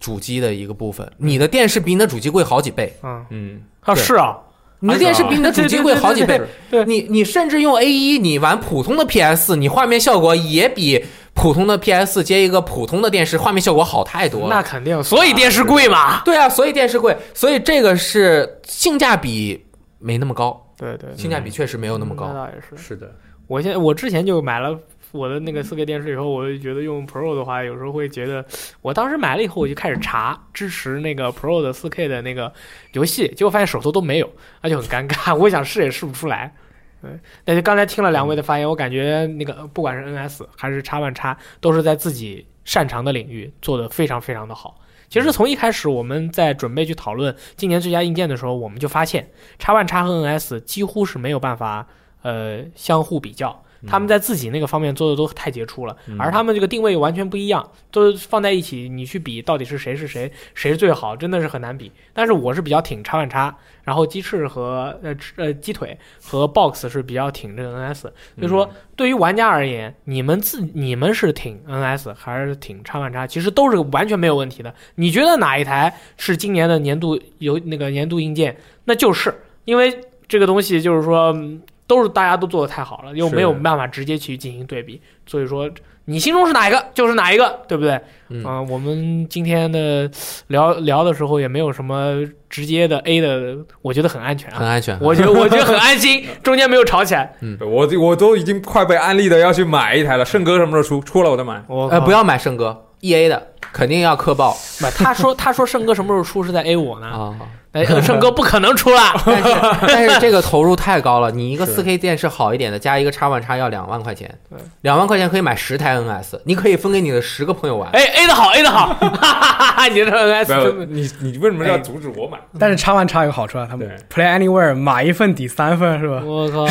主机的一个部分，你的电视比你的主机贵好几倍，
嗯
嗯，
啊
对
是啊，
你的电视比你的主机贵好几倍
对。对
你你甚至用 A 一，你玩普通的 PS，你画面效果也比普通的 PS 接一个普通的电视画面效果好太多
那
了。
肯定，所以电视贵嘛。
对啊，所以电视贵，所以这个是性价比没那么高，
对对，嗯
性价比确实没有那么
那
高。
倒也是。
是的，
我现在我之前就买了我的那个四 K 电视以后，我就觉得用 Pro 的话，有时候会觉得，我当时买了以后，我就开始查支持那个 Pro 的四 K 的那个游戏，结果发现手头都没有，那就很尴尬。 我想试也试不出来。对，那就刚才听了两位的发言，我感觉那个不管是 NS 还是 X One X，都是在自己擅长的领域做得非常非常的好。其实从一开始我们在准备去讨论今年最佳硬件的时候，我们就发现 X One X 和 NS 几乎是没有办法呃相互比较。他们在自己那个方面做的都太杰出了，嗯
嗯
而他们这个定位完全不一样，都放在一起，你去比到底是谁是谁，谁是最好，真的是很难比。但是我是比较挺叉万叉，然后鸡翅和呃吃呃鸡腿和 box 是比较挺这嗯个 NS，所以说对于玩家而言，你们自你们是挺 NS 还是挺叉万叉，其实都是完全没有问题的。你觉得哪一台是今年的年度有那个年度硬件，那就是因为这个东西就是说。嗯都是大家都做的太好了，又
是
没有办法直接去进行对比，所以说你心中是哪一个就是哪一个，对不对？
嗯
啊我们今天的聊聊的时候也没有什么直接的 A 的，我觉得很安全啊
很，安全，
我觉得我觉得很安心，中间没有吵起来。
我我都已经快被安利的要去买一台了。圣哥什么时候出？出了我再买。
我
呃，不
要
要买圣哥 E A 的，肯定要磕爆
不，他说他说盛哥什么时候出是在 A 我呢？
啊！
哎，盛哥不可能出啊了。
但是但是这个投入太高了，你一个
是
四 K 电视好一点的，加一个叉万叉要两万块钱
对，
两万块钱可以买十台 N S，你可以分给你的十个朋友玩。
哎，A 的好，A 的好， 哈哈哈！你这 NS
不要
真的
你你为什
哎
么要阻止我买？
但是叉万叉有个好处啊，他们
对
Play Anywhere 买一份抵三份是吧？
我靠！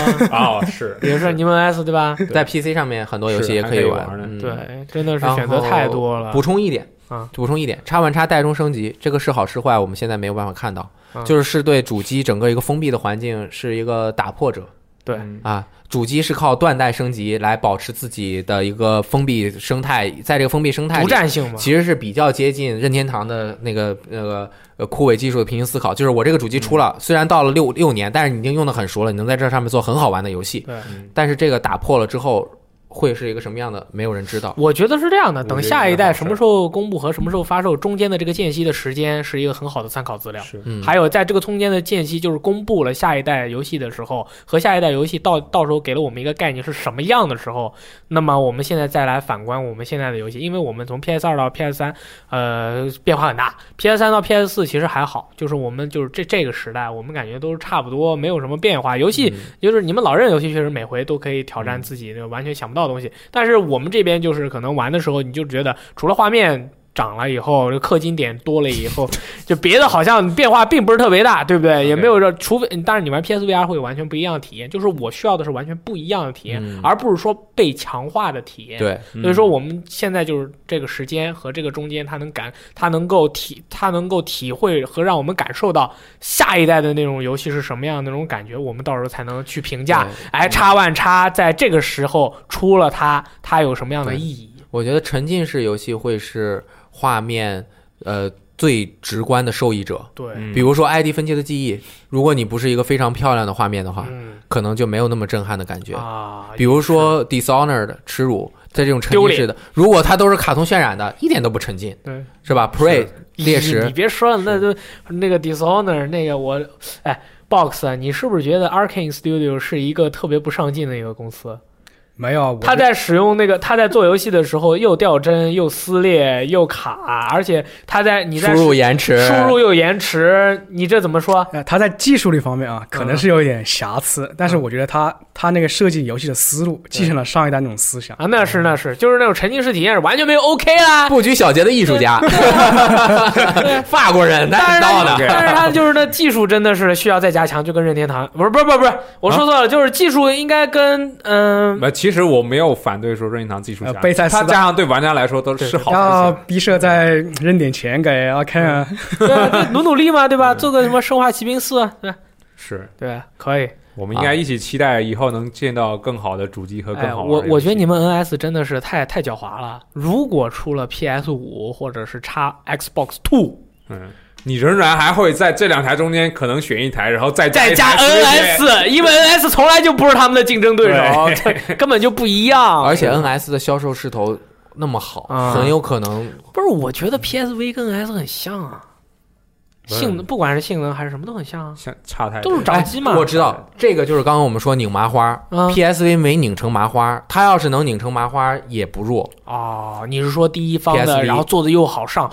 啊，是
也是你们 S 对吧？
在 PC 上面很多游戏
是
也
还
可
可以
玩
玩呢，
嗯
对，真的是
然
选择
后
太多了
补。充一点
啊，
补充一点，叉万叉代中升级，这个是好是坏，我们现在没有办法看到
啊，
就是是对主机整个一个封闭的环境是一个打破者
对
嗯
啊。主机是靠断代升级来保持自己的一个封闭生态，在这个封闭生态
独
里，
占性嘛，
其实是比较接近任天堂的那个那个呃枯萎技术的平行思考，就是我这个主机出
嗯
了，虽然到了六六年，但是你已经用的很熟了，你能在这上面做很好玩的游戏，
对。
嗯
但是这个打破了之后会是一个什么样的，没有人知道。
我觉得是这样的，
我觉得
等下一代
是
什么时候公布和什么时候发售中间的这个间隙的时间是一个很好的参考资料。
是
嗯，
还有在这个中间的间隙，就是公布了下一代游戏的时候，和下一代游戏到到时候给了我们一个概念是什么样的时候，那么我们现在再来反观我们现在的游戏，因为我们从 PS 二到 PS 三，呃，变化很大。PS 三到 PS 四其实还好，就是我们就是这这个时代，我们感觉都是差不多，没有什么变化。游戏就是你们老任游戏确实每回都可以挑战自己那个完全想不到的东西，但是我们这边就是可能玩的时候，你就觉得除了画面涨了以后，这氪金点多了以后，就别的好像变化并不是特别大，对不对？也没有这，除非当然你玩 PSVR 会有完全不一样的体验，就是我需要的是完全不一啊样的体验，
嗯
而不是说被强化的体验。
对，
所以说，我们现在就是这个时间和这个中间，它能感，它能够体，它能够体会和让我们感受到下一代的那种游戏是什么样的那种感觉，我们到时候才能去评价
对。嗯
哎，叉万叉在这个时候出了它，它有什么样的
对
意义？
我觉得沉浸式游戏会是画面呃最直观的受益者。
对，
嗯
比如说《ID 分切的记忆》，如果你不是一个非常漂亮的画面的话，
嗯
可能就没有那么震撼的感觉。
啊，
比如说《Dishonored》耻辱，在这种沉
丢
浸
脸
式的，如果它都是卡通渲染的，一点都不沉浸，
对，
是吧？Prey 猎
你
食
你别说了，那都那个 Dishonor 那个我，哎，Box 啊，你是不是觉得 Arkane Studio 是一个特别不上进的一个公司？
没有，我
他在使用那个他在做游戏的时候又掉帧又撕裂又卡，而且他在你
输
在
入延迟，
输入又延迟，你这怎么说？
呃，他在技术力方面啊，可能
嗯
是有一点瑕疵，但是我觉得他他那个设计游戏的思路继承了上一代那种思想。
啊，那
嗯
是那是，就是那种沉浸式体验是完全没有 OK 啦。
布局小节的艺术家，法国人，他
但
知
是
道
他，
的。
但是他就是那技术真的是需要再加强，就跟任天堂不是不是不是不是，我说错了，
啊
就是技术应该跟嗯、
呃，其实我没有反对说任天堂技术
呃
强，
贝塞斯
它
大
加上对玩家来说都是好
要
事
逼社再扔点钱给阿 Ken 啊，
对啊就努努力嘛，对吧？做个什么生化奇兵四啊，对吧
情。是
对，可以。
我们应该一起期待以后能见到更好的主机
呃
和更
哎，
好玩的
我
游戏
我觉得你们 NS 真的是太太狡猾了。如果出了 PS 五或者是叉 Xbox Two，
嗯，你仍然还会在这两台中间可能选一台，然后再
再
一
加
哎
台 Switch
NS，因为 NS 从来就不是他们的竞 争对手，这根本就不一样。
而且 NS 的销售势头那么好，
啊
很有可能
不是，我觉得 PSV 跟 NS 很像啊，
不是
性能不管是性能还是什么都很像啊，
像差太多
都是掌机嘛。
嗯哎我知道这个就是刚刚我们说拧麻花、
嗯
p s v 没拧成麻花，它要是能拧成麻花也不弱。
哦，你是说第一方的，
PSV
然后做的又好上。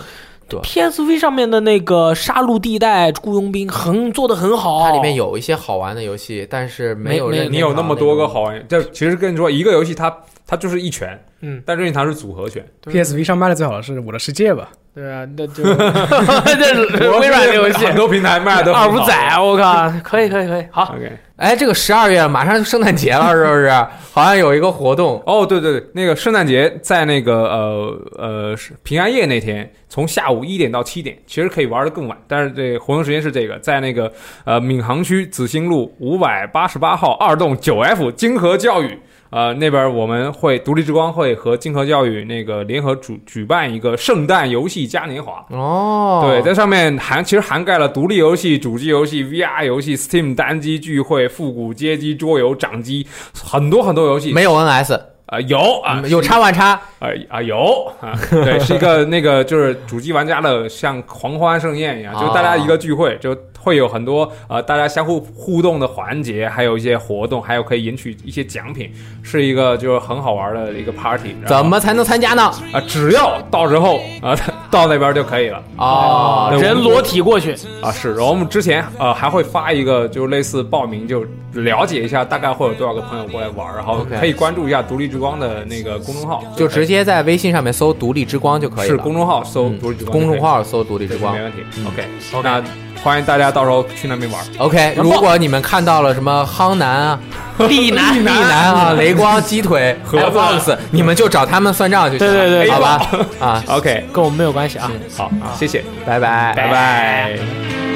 对
PSV 上面的那个杀戮地带雇佣兵很做的很好，
它里面有一些好玩的游戏，但是没有
哦没
任
没
你有那么多个好玩，这其实跟你说一个游戏它它就是一拳，
嗯，
但任天堂是组合 拳，
对
PSV 上卖的最好的是《我的世界》吧？
对啊，那 就这微软的游戏
很多平台卖的
二五仔，啊我靠，可以可以可以，好，
OK，
哎，这个十二月马上就圣诞节了，是不 是？好像有一个活动，
哦，对对对，那个圣诞节在那个呃呃是平安夜那天，从下午一点到七点，其实可以玩的更晚，但是这活动时间是这个，在那个呃闵行区紫星路五百八十八号二栋九 F 金河教育。呃，那边我们会独立之光会和金河教育那个联合主举办一个圣诞游戏嘉年华，
哦，
对，在上面涵其实涵盖了独立游戏、主机游戏、VR 游戏、Steam 单机聚会、复古街机、桌游、掌机，很多很多游戏。
没有 NS，、
啊、有啊，
嗯有叉万叉，
啊啊有啊，对，是一 个那个就是主机玩家的像狂欢盛宴一样，就大家一个聚会，就会有很多呃大家相互互动的环节，还有一些活动，还有可以赢取一些奖品，是一个就是很好玩的一个 party 然后。
怎么才能参加呢？
啊、只要到时候啊、到那边就可以了。
哦，
对
人
我
裸体过 去，
啊，是，然后我们之前呃还会发一个，就是类似报名，就了解一下大概会有多少个朋友过来玩儿，然后
OK
可以关注一下独立之光的那个公众号，
就
直
直接在微信上面搜“独立之光”就可以
是
了。
公众号搜
嗯
独立之光就可以、
公众号搜“独立之光嗯
没问题。OK，那欢迎大家到时候去那边玩儿。”。
OK，如果你们看到了什么夯男啊、
地男
地男啊、雷 光、鸡腿、
盒子
Xbox，你们就找他们算账就行了，
对对对
好 吧？啊，
哎 OK，
跟我们没有关系啊。
好，谢谢，
拜拜，
拜拜